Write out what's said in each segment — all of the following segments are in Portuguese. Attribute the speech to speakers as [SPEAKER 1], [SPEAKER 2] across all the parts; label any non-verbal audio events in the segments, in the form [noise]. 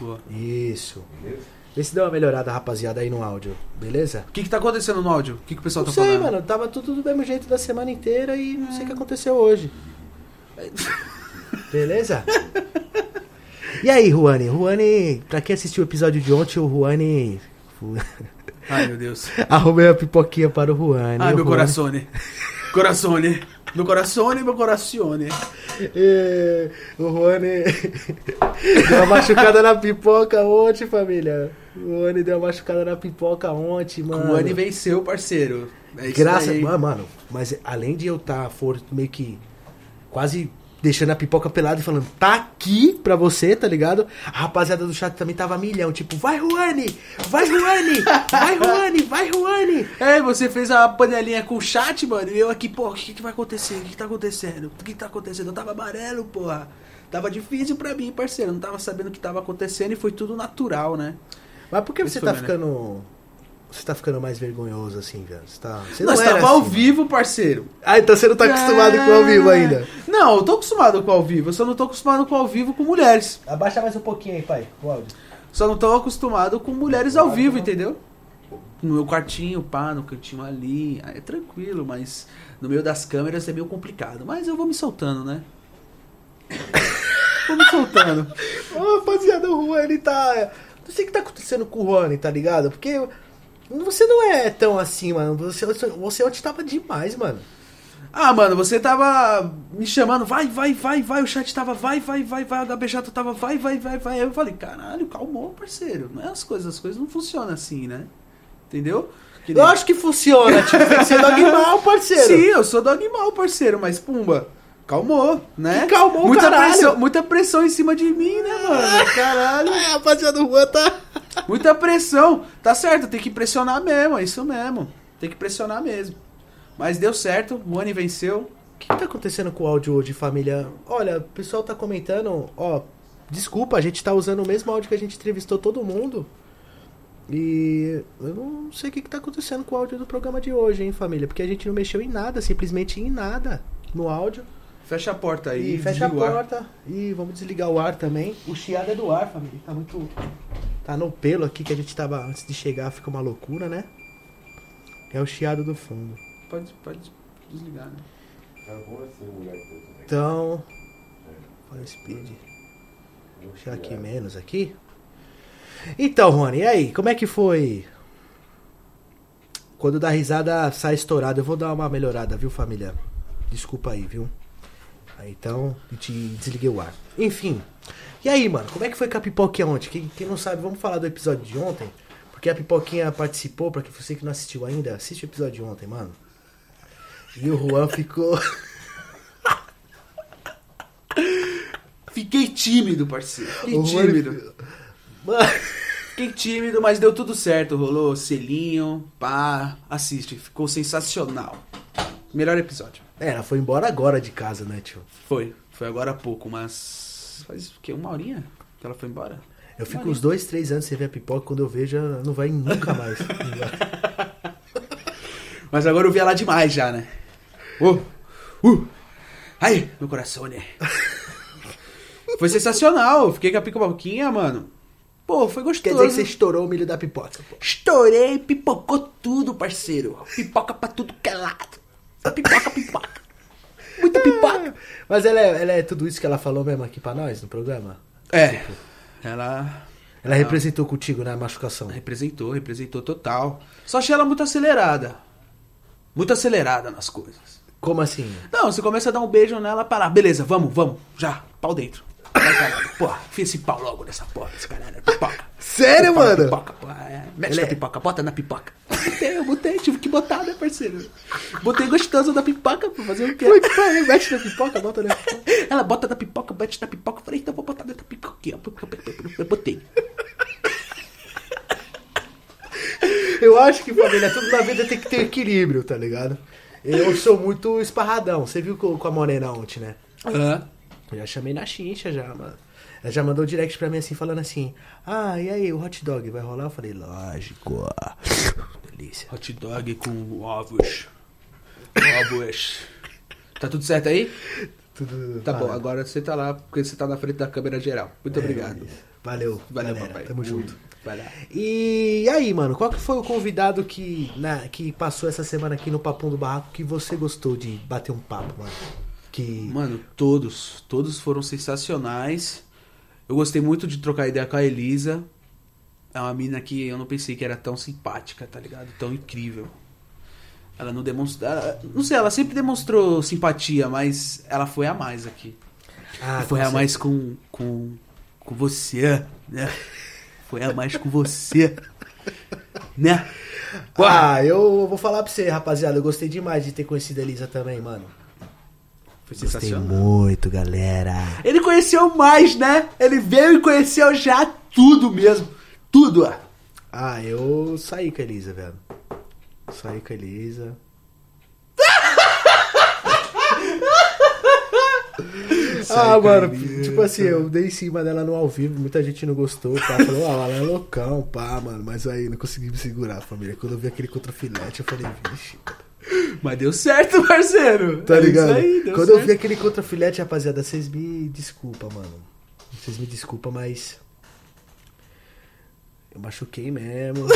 [SPEAKER 1] Boa.
[SPEAKER 2] Isso. Vê se deu uma melhorada, rapaziada, aí no áudio, beleza?
[SPEAKER 1] O que, que tá acontecendo no áudio? O que, que o pessoal
[SPEAKER 2] Não
[SPEAKER 1] tá
[SPEAKER 2] sei,
[SPEAKER 1] falando?
[SPEAKER 2] mano. Tava tudo do mesmo jeito da semana inteira e não sei o que
[SPEAKER 1] [laughs]
[SPEAKER 2] aconteceu hoje. Beleza? E aí, Ruane? Ruane, pra quem assistiu o episódio de ontem, o Ruane.
[SPEAKER 1] Ai, meu [laughs] Deus.
[SPEAKER 2] [laughs] Arrumei a pipoquinha para o Ruane.
[SPEAKER 1] Ai,
[SPEAKER 2] O
[SPEAKER 1] meu
[SPEAKER 2] Ruane-
[SPEAKER 1] coraçone. Coraçone. Meu coraçone, meu coracione.
[SPEAKER 2] [laughs] É, o Rony [laughs] deu uma machucada na pipoca ontem, família. O Rony deu uma machucada na pipoca ontem,
[SPEAKER 1] O
[SPEAKER 2] mano.
[SPEAKER 1] Mani venceu, parceiro. É isso
[SPEAKER 2] Graças,
[SPEAKER 1] daí.
[SPEAKER 2] Ah, mano, mano. Mas além de eu estar tá, for meio que quase deixando a pipoca pelada e falando, tá aqui pra você, tá ligado? A rapaziada do chat também tava a milhão, tipo, vai Ruane, vai Ruane, vai Ruane, vai Ruane.
[SPEAKER 1] É, você fez a panelinha com o chat, mano. E eu aqui, pô, o que, que vai acontecer? O que, que tá acontecendo? O que, que tá acontecendo? Eu tava amarelo, porra. Tava difícil pra mim, parceiro. Eu não tava sabendo o que tava acontecendo e foi tudo natural, né?
[SPEAKER 2] Mas por que
[SPEAKER 1] Isso
[SPEAKER 2] você
[SPEAKER 1] foi né?
[SPEAKER 2] tá
[SPEAKER 1] melhor.
[SPEAKER 2] ficando... Você tá ficando mais vergonhoso assim, velho? Você tá... Você
[SPEAKER 1] Nós
[SPEAKER 2] não era
[SPEAKER 1] tava ao
[SPEAKER 2] assim.
[SPEAKER 1] vivo, parceiro.
[SPEAKER 2] Ah, então você não tá acostumado com o ao vivo ainda.
[SPEAKER 1] Não, eu tô acostumado com o ao vivo. Eu só não tô acostumado com o ao vivo com mulheres.
[SPEAKER 2] Abaixa mais um pouquinho aí, pai, o áudio.
[SPEAKER 1] Só não tô acostumado com mulheres ao vivo, entendeu? No meu quartinho, pá, no cantinho ali. ah, É tranquilo, mas no meio das câmeras é meio complicado. Mas eu vou me soltando, né? [coughs] vou me soltando.
[SPEAKER 2] Ô, rapaziada, o Juan, ele tá... Não sei o que tá acontecendo com o Juan, tá ligado? Porque você não é tão assim, mano. Você, você ontem tava demais, mano.
[SPEAKER 1] Ah, mano, você tava me chamando, vai, vai, vai, vai, o chat tava, vai, vai, vai, vai, a HBJ tava, vai, vai, vai, vai. Aí eu falei, caralho, calmou, parceiro. Não é as coisas, as coisas não funcionam assim, né? Entendeu? Que nem-
[SPEAKER 2] Lógico que funciona, tipo, tem que ser dogmal, parceiro.
[SPEAKER 1] Sim, eu sou do animal, parceiro, mas pumba, calmou, né?
[SPEAKER 2] Que calmou,
[SPEAKER 1] muita
[SPEAKER 2] caralho.
[SPEAKER 1] Pressão, muita pressão em cima de mim, né,
[SPEAKER 2] [laughs]
[SPEAKER 1] mano? Caralho.
[SPEAKER 2] Ah, rapaziada, o Juan tá...
[SPEAKER 1] Muita pressão. Tá certo, tem que pressionar mesmo, é isso mesmo. Tem que pressionar mesmo. Mas deu certo, o Mani venceu.
[SPEAKER 2] O que, que tá acontecendo com o áudio hoje, família? Olha, o pessoal tá comentando, ó. Desculpa, a gente tá usando o mesmo áudio que a gente entrevistou todo mundo. E eu não sei o que, que tá acontecendo com o áudio do programa de hoje, hein, família? Porque a gente não mexeu em nada, simplesmente em nada no áudio.
[SPEAKER 1] Fecha a porta aí.
[SPEAKER 2] É, E, fecha a
[SPEAKER 1] desliga o ar.
[SPEAKER 2] porta. E vamos desligar o ar também. O chiado é do ar, família. Tá muito. Tá no pelo aqui que a gente tava antes de chegar, fica uma loucura, né? É o chiado do fundo.
[SPEAKER 1] Pode, pode desligar, né?
[SPEAKER 3] Tá bom assim, moleque.
[SPEAKER 2] Então. Fala speed. Deixar Tá aqui menos aqui. Então, Rony, e aí? Como é que foi? Quando dá risada, sai estourado. Eu vou dar uma melhorada, viu, família? Desculpa aí, viu? Aí, então, eu te desliguei o ar. Enfim. E aí, mano, como é que foi com a pipoquinha ontem? Quem, quem não sabe, vamos falar do episódio de ontem. Porque a pipoquinha participou, pra que você que não assistiu ainda, assiste o episódio de ontem, mano. E o Juan ficou.
[SPEAKER 1] Fiquei tímido, parceiro. Fiquei
[SPEAKER 2] O Juan-
[SPEAKER 1] tímido.
[SPEAKER 2] Mano.
[SPEAKER 1] Fiquei tímido, mas deu tudo certo. Rolou selinho, pá. Assiste, ficou sensacional. Melhor episódio.
[SPEAKER 2] É, ela foi embora agora de casa, né, tio?
[SPEAKER 1] Foi, foi agora há pouco, mas. Faz o quê? Uma horinha que ela foi embora?
[SPEAKER 2] Eu fico
[SPEAKER 1] Olha.
[SPEAKER 2] uns dois, três anos sem ver a pipoca, quando eu vejo, ela não vai nunca mais. [laughs]
[SPEAKER 1] Mas agora eu vi ela demais já, né? Uh, uh. Ai, meu coração, [laughs] né? Foi sensacional. Fiquei com a pica-boquinha, mano. Pô, foi
[SPEAKER 2] Quer
[SPEAKER 1] gostoso.
[SPEAKER 2] dizer que você estourou o milho da pipoca. pô.
[SPEAKER 1] Estourei, pipocou tudo, parceiro. Pipoca pra tudo que é lado. Só Pipoca, pipoca. Muita pipoca.
[SPEAKER 2] Mas ela é, ela é tudo isso que ela falou mesmo aqui pra nós no programa?
[SPEAKER 1] É, ela
[SPEAKER 2] Ela representou contigo na machucação.
[SPEAKER 1] representou, representou total. Só achei ela muito acelerada. Muito acelerada nas coisas.
[SPEAKER 2] Como assim?
[SPEAKER 1] Não, você começa a dar um beijo nela, parar. Beleza, vamos, vamos. Já, pau dentro. Vai, caralho. Porra, fiz esse pau logo nessa porra, esse caralho. Pipoca.
[SPEAKER 2] Sério,
[SPEAKER 1] Pipoca,
[SPEAKER 2] mano?
[SPEAKER 1] Pipoca, pô, é. Mexe
[SPEAKER 2] Ele
[SPEAKER 1] na
[SPEAKER 2] é-
[SPEAKER 1] pipoca, bota na pipoca. Botei, eu botei, tive que botar, né, parceiro? Botei gostoso da pipoca pra fazer o quê?
[SPEAKER 2] Foi que pariu, mexe na pipoca, bota na pipoca.
[SPEAKER 1] Ela bota na pipoca, bate na pipoca. Eu falei, então vou botar dentro da pipoca aqui, ó. Eu botei.
[SPEAKER 2] Eu acho que, família, tudo na vida tem que ter equilíbrio, tá ligado? Eu sou muito esparradão. Você viu com com a Morena ontem, né? Eu já chamei na chincha já, mano. Ela já mandou um direct pra mim assim, falando assim: Ah, e aí, o hot dog vai rolar? Eu falei: Lógico. [laughs] Delícia.
[SPEAKER 1] Hot dog com ovos. Ovos. Tá tudo certo aí?
[SPEAKER 2] Tudo.
[SPEAKER 1] Tá bom,
[SPEAKER 2] Ah,
[SPEAKER 1] agora você tá lá, porque você tá na frente da câmera geral. Muito obrigado.
[SPEAKER 2] Valeu,
[SPEAKER 1] Valeu,
[SPEAKER 2] É, galera.
[SPEAKER 1] papai.
[SPEAKER 2] Tamo junto.
[SPEAKER 1] Vai lá.
[SPEAKER 2] E aí, mano, qual que foi o convidado que, na- que passou essa semana aqui no Papum do Barraco que você gostou de bater um papo, mano? Que.
[SPEAKER 1] Mano, todos. Todos foram sensacionais. Eu gostei muito de trocar ideia com a Elisa. É uma mina que eu não pensei que era tão simpática, tá ligado? Tão incrível. Ela não demonstra. Não sei, ela sempre demonstrou simpatia, mas ela foi a mais aqui.
[SPEAKER 2] Ah,
[SPEAKER 1] foi
[SPEAKER 2] com
[SPEAKER 1] a mais com, com. com você, né? Foi a mais com você. Né?
[SPEAKER 2] certeza. Ah, eu vou falar pra você, rapaziada. Eu gostei demais de ter conhecido a Elisa também, mano.
[SPEAKER 1] Foi
[SPEAKER 2] Gostei
[SPEAKER 1] sensacional.
[SPEAKER 2] muito, galera.
[SPEAKER 1] Ele conheceu mais, né? Ele veio e conheceu já tudo mesmo. Tudo, ó.
[SPEAKER 2] Ah, eu saí com a Elisa, velho. Saí com a Elisa. [laughs]
[SPEAKER 1] com
[SPEAKER 2] ah,
[SPEAKER 1] a
[SPEAKER 2] mano,
[SPEAKER 1] Elisa.
[SPEAKER 2] tipo assim, eu dei em cima dela no ao vivo, muita gente não gostou, pá, falou, ah, ela é loucão, pá, mano, mas aí não consegui me segurar, família. Quando eu vi aquele contrafilete, eu falei, vixe,
[SPEAKER 1] Mas deu certo, [laughs] parceiro.
[SPEAKER 2] tá
[SPEAKER 1] É
[SPEAKER 2] ligado?
[SPEAKER 1] Isso aí, deu
[SPEAKER 2] Quando eu
[SPEAKER 1] certo.
[SPEAKER 2] vi aquele contrafilete, rapaziada, vocês me desculpa, mano. Vocês me desculpa, mas eu machuquei mesmo.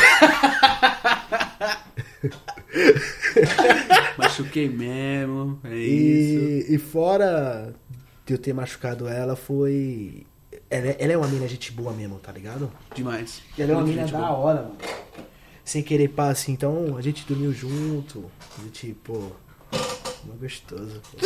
[SPEAKER 1] Machuquei mesmo. É isso.
[SPEAKER 2] E, e fora de eu ter machucado ela, foi. Ela, é- ela é uma mina gente boa mesmo, tá ligado?
[SPEAKER 1] Demais.
[SPEAKER 2] Ela é uma
[SPEAKER 1] Muito
[SPEAKER 2] mina
[SPEAKER 1] gente
[SPEAKER 2] da
[SPEAKER 1] boa.
[SPEAKER 2] hora, mano. Sem querer pá, assim, então a gente dormiu junto. A gente, pô. Uma gostosa,
[SPEAKER 1] [laughs]
[SPEAKER 2] pô.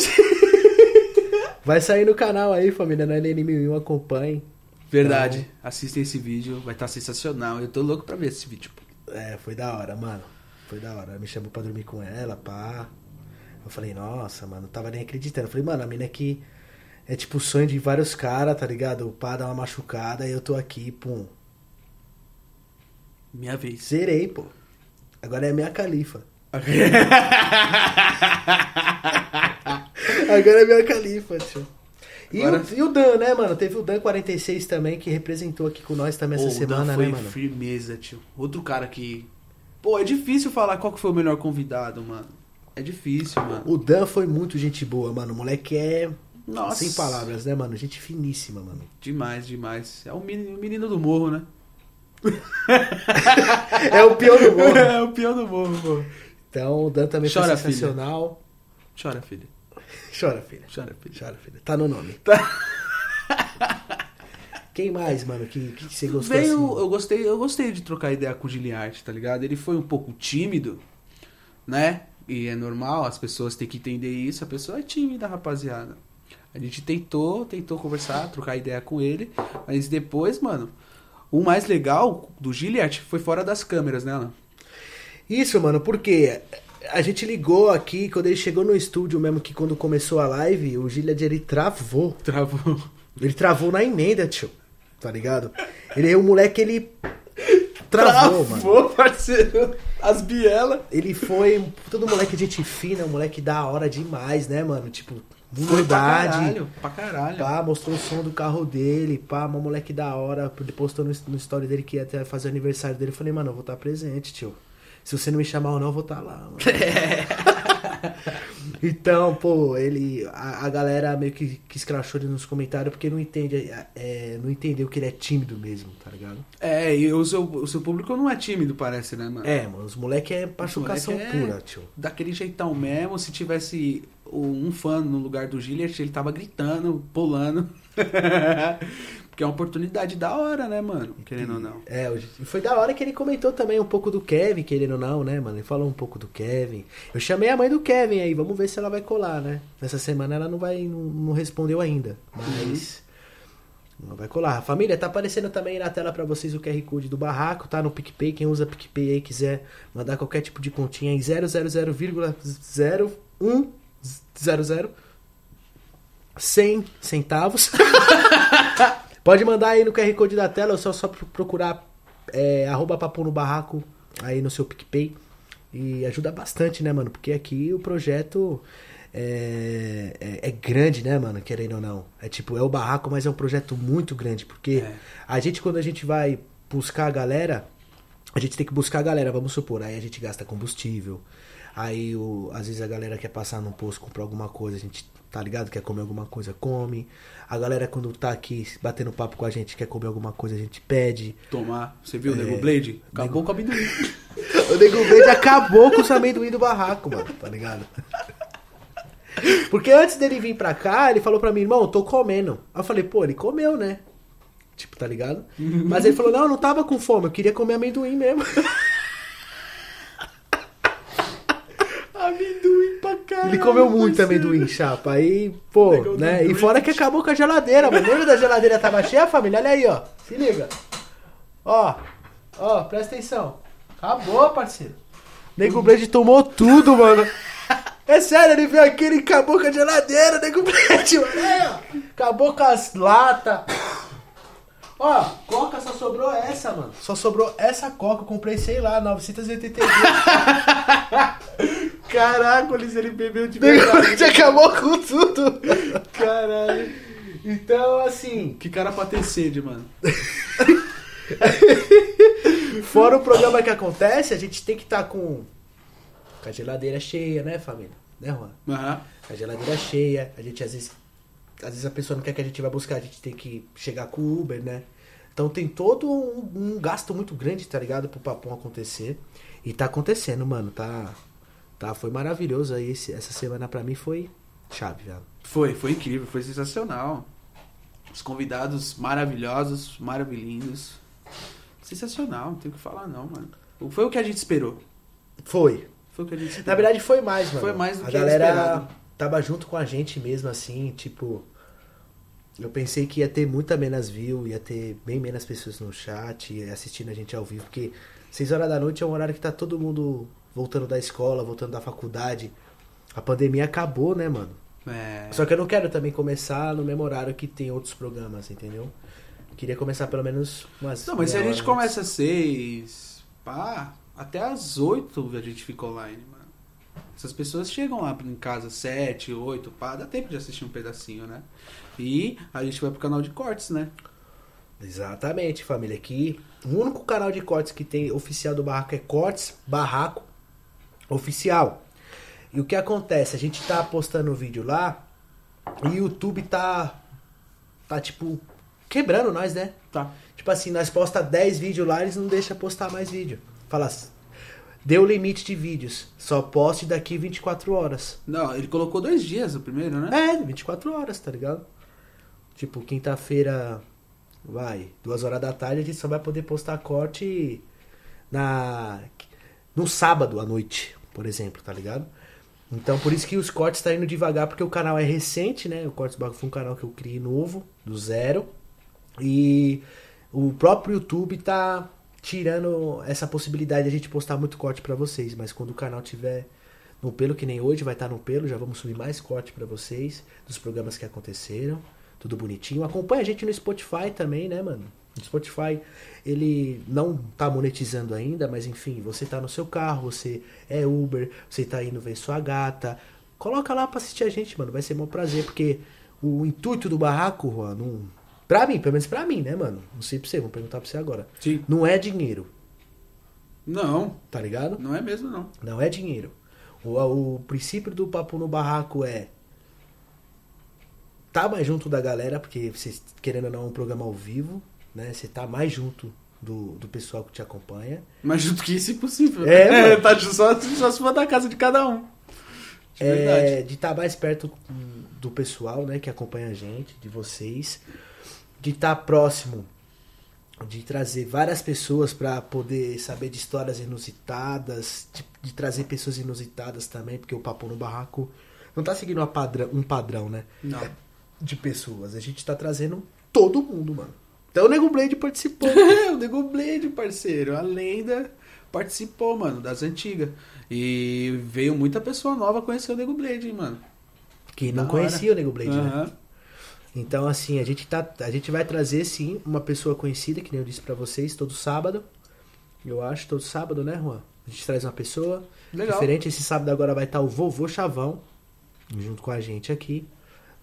[SPEAKER 2] Vai sair no canal aí, família, é na LN1001, acompanhe.
[SPEAKER 1] Verdade. Assistem esse vídeo. Vai estar sensacional. Eu tô louco pra ver esse vídeo.
[SPEAKER 2] É, foi da hora, mano. Foi da hora. Ela Me chamou pra dormir com ela, pá. Eu falei, nossa, mano, não tava nem acreditando. Eu falei, mano, a mina aqui é tipo o sonho de vários caras, tá ligado? O pá dá uma machucada e eu tô aqui, pum.
[SPEAKER 1] Minha [laughs] vez.
[SPEAKER 2] Zerei, pô. Agora é a minha califa. [laughs] Agora é a minha califa, tio. E,
[SPEAKER 1] Agora-
[SPEAKER 2] o, e o Dan, né, mano? Teve o Dan 46 também, que representou aqui com nós também essa
[SPEAKER 1] Pô, o Dan
[SPEAKER 2] semana,
[SPEAKER 1] foi
[SPEAKER 2] né, mano?
[SPEAKER 1] firmeza, tio. Outro cara que... Pô, é difícil falar qual que foi o melhor convidado, mano. É difícil, mano.
[SPEAKER 2] O Dan foi muito gente boa, mano. O moleque é.
[SPEAKER 1] Nossa.
[SPEAKER 2] Sem palavras, né, mano? Gente finíssima, mano. [laughs]
[SPEAKER 1] Demais, demais. É o menino, o menino do morro, né?
[SPEAKER 2] É o pior do mundo.
[SPEAKER 1] [laughs] é o pior do morro, pô.
[SPEAKER 2] Então, o Dan também
[SPEAKER 1] Chora,
[SPEAKER 2] foi
[SPEAKER 1] filha.
[SPEAKER 2] sensacional.
[SPEAKER 1] Chora, filho.
[SPEAKER 2] Chora, filha.
[SPEAKER 1] Chora, filho.
[SPEAKER 2] Chora, filha. Tá no nome. [laughs] Quem mais, mano, que, que você gostou
[SPEAKER 1] Tá. Veio,
[SPEAKER 2] assim?
[SPEAKER 1] eu gostei, eu gostei de trocar ideia com o Giliarte, tá ligado? Ele foi um pouco tímido, né? E é normal, as pessoas têm que entender isso, a pessoa é tímida, rapaziada. A gente tentou, tentou conversar, trocar ideia com ele, mas depois, mano, o mais legal do Giliarte foi fora das câmeras, né, Alan?
[SPEAKER 2] Isso, mano, porque a gente ligou aqui, quando ele chegou no estúdio mesmo, que quando começou a live, o Gilead, ele travou.
[SPEAKER 1] Travou.
[SPEAKER 2] Ele travou na emenda, tio. Tá ligado? Ele é o moleque, ele travou, mano.
[SPEAKER 1] [laughs] parceiro. As bielas.
[SPEAKER 2] Ele foi um puta do moleque gente fina, um moleque da hora demais, né, mano? Tipo,
[SPEAKER 1] Foi pra
[SPEAKER 2] humildade.
[SPEAKER 1] caralho, pra caralho.
[SPEAKER 2] Pá, mostrou o som do carro dele, pá, mó moleque da hora. Ele postou no, no story dele que ia até fazer o aniversário dele. Eu falei, mano, eu vou estar presente, tio. Se você não me chamar ou não, eu vou estar lá,
[SPEAKER 1] [laughs]
[SPEAKER 2] mano. então, pô, ele. A, a galera meio que, que escrachou ele nos comentários porque não entende. é, não entendeu que ele é tímido mesmo, tá ligado?
[SPEAKER 1] É, e o seu, o seu público não é tímido, parece, né, mano?
[SPEAKER 2] É, mano, os moleque é machucação
[SPEAKER 1] moleque é-
[SPEAKER 2] pura, tio.
[SPEAKER 1] daquele jeitão mesmo. Se tivesse um fã no lugar do Gillert, ele tava gritando, pulando. [laughs] Porque é uma oportunidade da hora, né, mano? Querendo ou não.
[SPEAKER 2] É, o- e foi da hora que ele comentou também um pouco do Kevin, querendo ou não, né, mano? Ele falou um pouco do Kevin. Eu chamei a mãe do Kevin aí, vamos ver se ela vai colar, né? Nessa semana ela não vai, não, não respondeu ainda, mas não vai colar. Família, tá aparecendo também aí na tela pra vocês o QR Code do Barraco, tá? No PicPay, quem usa PicPay aí quiser mandar qualquer tipo de continha em 000,0100 100 centavos. Pode mandar aí no QR Code da tela, ou só, só pro- procurar é, arroba papo no barraco aí no seu PicPay. E ajuda bastante, né, mano? Porque aqui o projeto é, é- é grande, né, mano? Querendo ou não. É tipo, é o barraco, mas é um projeto muito grande. Porque
[SPEAKER 1] É.
[SPEAKER 2] a gente, quando a gente vai buscar a galera, a gente tem que buscar a galera, vamos supor. Aí a gente gasta combustível. Aí, o, às vezes, a galera quer passar num posto, comprar alguma coisa, a gente, tá ligado? Quer comer alguma coisa, come. A galera, quando tá aqui batendo papo com a gente, quer comer alguma coisa, a gente pede.
[SPEAKER 1] Tomar. Você viu o É. Nego Blade? Acabou com o [laughs] amendoim.
[SPEAKER 2] [laughs] O Nego Verde acabou com os amendoim do barraco, mano, tá ligado? Porque antes dele vir pra cá, ele falou pra mim, irmão, eu tô comendo. Aí eu falei, pô, ele comeu, né? Tipo, tá ligado? Mas ele falou, não, eu não tava com fome, eu queria comer amendoim mesmo.
[SPEAKER 1] amendoim pra caralho.
[SPEAKER 2] Ele comeu muito amendoim, chapa. Aí, pô,
[SPEAKER 1] Pegou
[SPEAKER 2] né? E
[SPEAKER 1] amendoim.
[SPEAKER 2] fora que acabou com a geladeira, mano. Lembra da geladeira tava cheia, família? Olha aí, ó. Se liga. Ó, ó, presta atenção. Acabou, parceiro. Nego Blade tomou tudo, mano. É sério, ele veio aqui, ele acabou com a geladeira, Nego Blade, mano. Aí, ó. Acabou com as latas. Ó, coca só sobrou essa, mano. Só sobrou essa coca, eu comprei, sei lá, 982.
[SPEAKER 1] Caracoles, ele bebeu de
[SPEAKER 2] Nego
[SPEAKER 1] verdade. [laughs]
[SPEAKER 2] Blade acabou com tudo.
[SPEAKER 1] Caralho.
[SPEAKER 2] Então, assim,
[SPEAKER 1] Que cara pra ter sede, mano.
[SPEAKER 2] Fora o programa que acontece, a gente tem que estar com, com a geladeira cheia, né, família? Né, Juan?
[SPEAKER 1] Aham.
[SPEAKER 2] A geladeira cheia, a gente às vezes. Às vezes a pessoa não quer que a gente vá buscar, a gente tem que chegar com o Uber, né? Então tem todo um, um gasto muito grande, tá ligado? Pro papão acontecer. E tá acontecendo, mano. Tá. tá foi maravilhoso aí. esse- essa semana pra mim foi chave, velho.
[SPEAKER 1] Foi, foi incrível, foi sensacional. Os convidados maravilhosos, maravilhindos. Sensacional, não tenho o que falar não, mano. Foi o que a gente esperou.
[SPEAKER 2] Foi.
[SPEAKER 1] Foi o que a gente
[SPEAKER 2] Na
[SPEAKER 1] esperou.
[SPEAKER 2] verdade foi mais, mano.
[SPEAKER 1] Foi mais do
[SPEAKER 2] a
[SPEAKER 1] que
[SPEAKER 2] galera
[SPEAKER 1] esperado.
[SPEAKER 2] tava junto com a gente mesmo, assim, tipo. Eu pensei que ia ter muita menos view, ia ter bem menos pessoas no chat, assistindo a gente ao vivo, porque 6 horas da noite é um horário que tá todo mundo voltando da escola, voltando da faculdade. A pandemia acabou, né, mano?
[SPEAKER 1] É,
[SPEAKER 2] Só que eu não quero também começar no mesmo horário que tem outros programas, entendeu? Queria começar pelo menos umas.
[SPEAKER 1] Não, mas se a
[SPEAKER 2] meia
[SPEAKER 1] gente
[SPEAKER 2] hora antes.
[SPEAKER 1] começa às seis, pá, até às oito a gente fica online, mano. Essas pessoas chegam lá em casa às sete, oito, pá, dá tempo de assistir um pedacinho, né? E a gente vai pro canal de cortes, né?
[SPEAKER 2] Exatamente, família. Aqui, o único canal de cortes que tem oficial do Barraco é Cortes Barraco Oficial. E o que acontece? A gente tá postando o vídeo lá e o YouTube tá. tá tipo. quebrando nós, né?
[SPEAKER 1] Tá.
[SPEAKER 2] Tipo assim, nós posta 10 vídeos lá, eles não deixam postar mais vídeo. Fala, assim, deu limite de vídeos, só poste daqui 24 horas.
[SPEAKER 1] Não, ele colocou dois dias o primeiro, né?
[SPEAKER 2] É, 24 horas, tá ligado? Tipo, quinta-feira, vai, duas horas da tarde, a gente só vai poder postar corte na no sábado à noite, por exemplo, tá ligado? Então, por isso que os cortes tá indo devagar, porque o canal é recente, né? O Cortes Barco foi um canal que eu criei novo, do zero. E o próprio YouTube tá tirando essa possibilidade de a gente postar muito corte pra vocês, mas quando o canal tiver no pelo que nem hoje vai estar no pelo, já vamos subir mais corte pra vocês dos programas que aconteceram, tudo bonitinho. Acompanha a gente no Spotify também, né, mano? O Spotify, ele não tá monetizando ainda, mas enfim, você tá no seu carro, você é Uber, você tá indo ver sua gata, coloca lá pra assistir a gente, mano, vai ser um prazer, porque o intuito do barraco, Juan, não... pra mim, pelo menos pra mim, né, mano? Não sei pra você, vou perguntar pra você agora.
[SPEAKER 1] Sim.
[SPEAKER 2] Não é dinheiro,
[SPEAKER 1] Não,
[SPEAKER 2] tá ligado?
[SPEAKER 1] não é mesmo não.
[SPEAKER 2] Não é dinheiro. O, o princípio do papo no barraco é tá mais junto da galera, porque você, querendo ou não, é um programa ao vivo, né? Você tá mais junto do, do pessoal que te acompanha.
[SPEAKER 1] Mais junto que isso, impossível. [laughs]
[SPEAKER 2] É, mano.
[SPEAKER 1] tá só, só se for da casa de cada um. De verdade.
[SPEAKER 2] É, de estar mais perto hum, do pessoal, né, que acompanha a gente, de vocês, de estar próximo, de trazer várias pessoas para poder saber de histórias inusitadas, de, de trazer pessoas inusitadas também, porque o papo no barraco não tá seguindo uma padrão, um padrão, né,
[SPEAKER 1] Não. [laughs]
[SPEAKER 2] de pessoas. A gente tá trazendo todo mundo, mano. Então o Nego Blade participou.
[SPEAKER 1] o Nego Blade, parceiro, a lenda participou, mano, das antigas. E veio muita pessoa nova conhecer o Nego Blade, hein, mano.
[SPEAKER 2] Que
[SPEAKER 1] Da
[SPEAKER 2] não
[SPEAKER 1] hora.
[SPEAKER 2] conhecia o Nego Blade, né?
[SPEAKER 1] Aham.
[SPEAKER 2] Então, assim, a gente, tá, a gente vai trazer, sim, uma pessoa conhecida, que nem eu disse pra vocês, todo sábado. Eu acho, todo sábado, né, Juan? A gente traz uma pessoa
[SPEAKER 1] Legal.
[SPEAKER 2] diferente. Esse sábado agora vai estar o Vovô Chavão, junto com a gente aqui,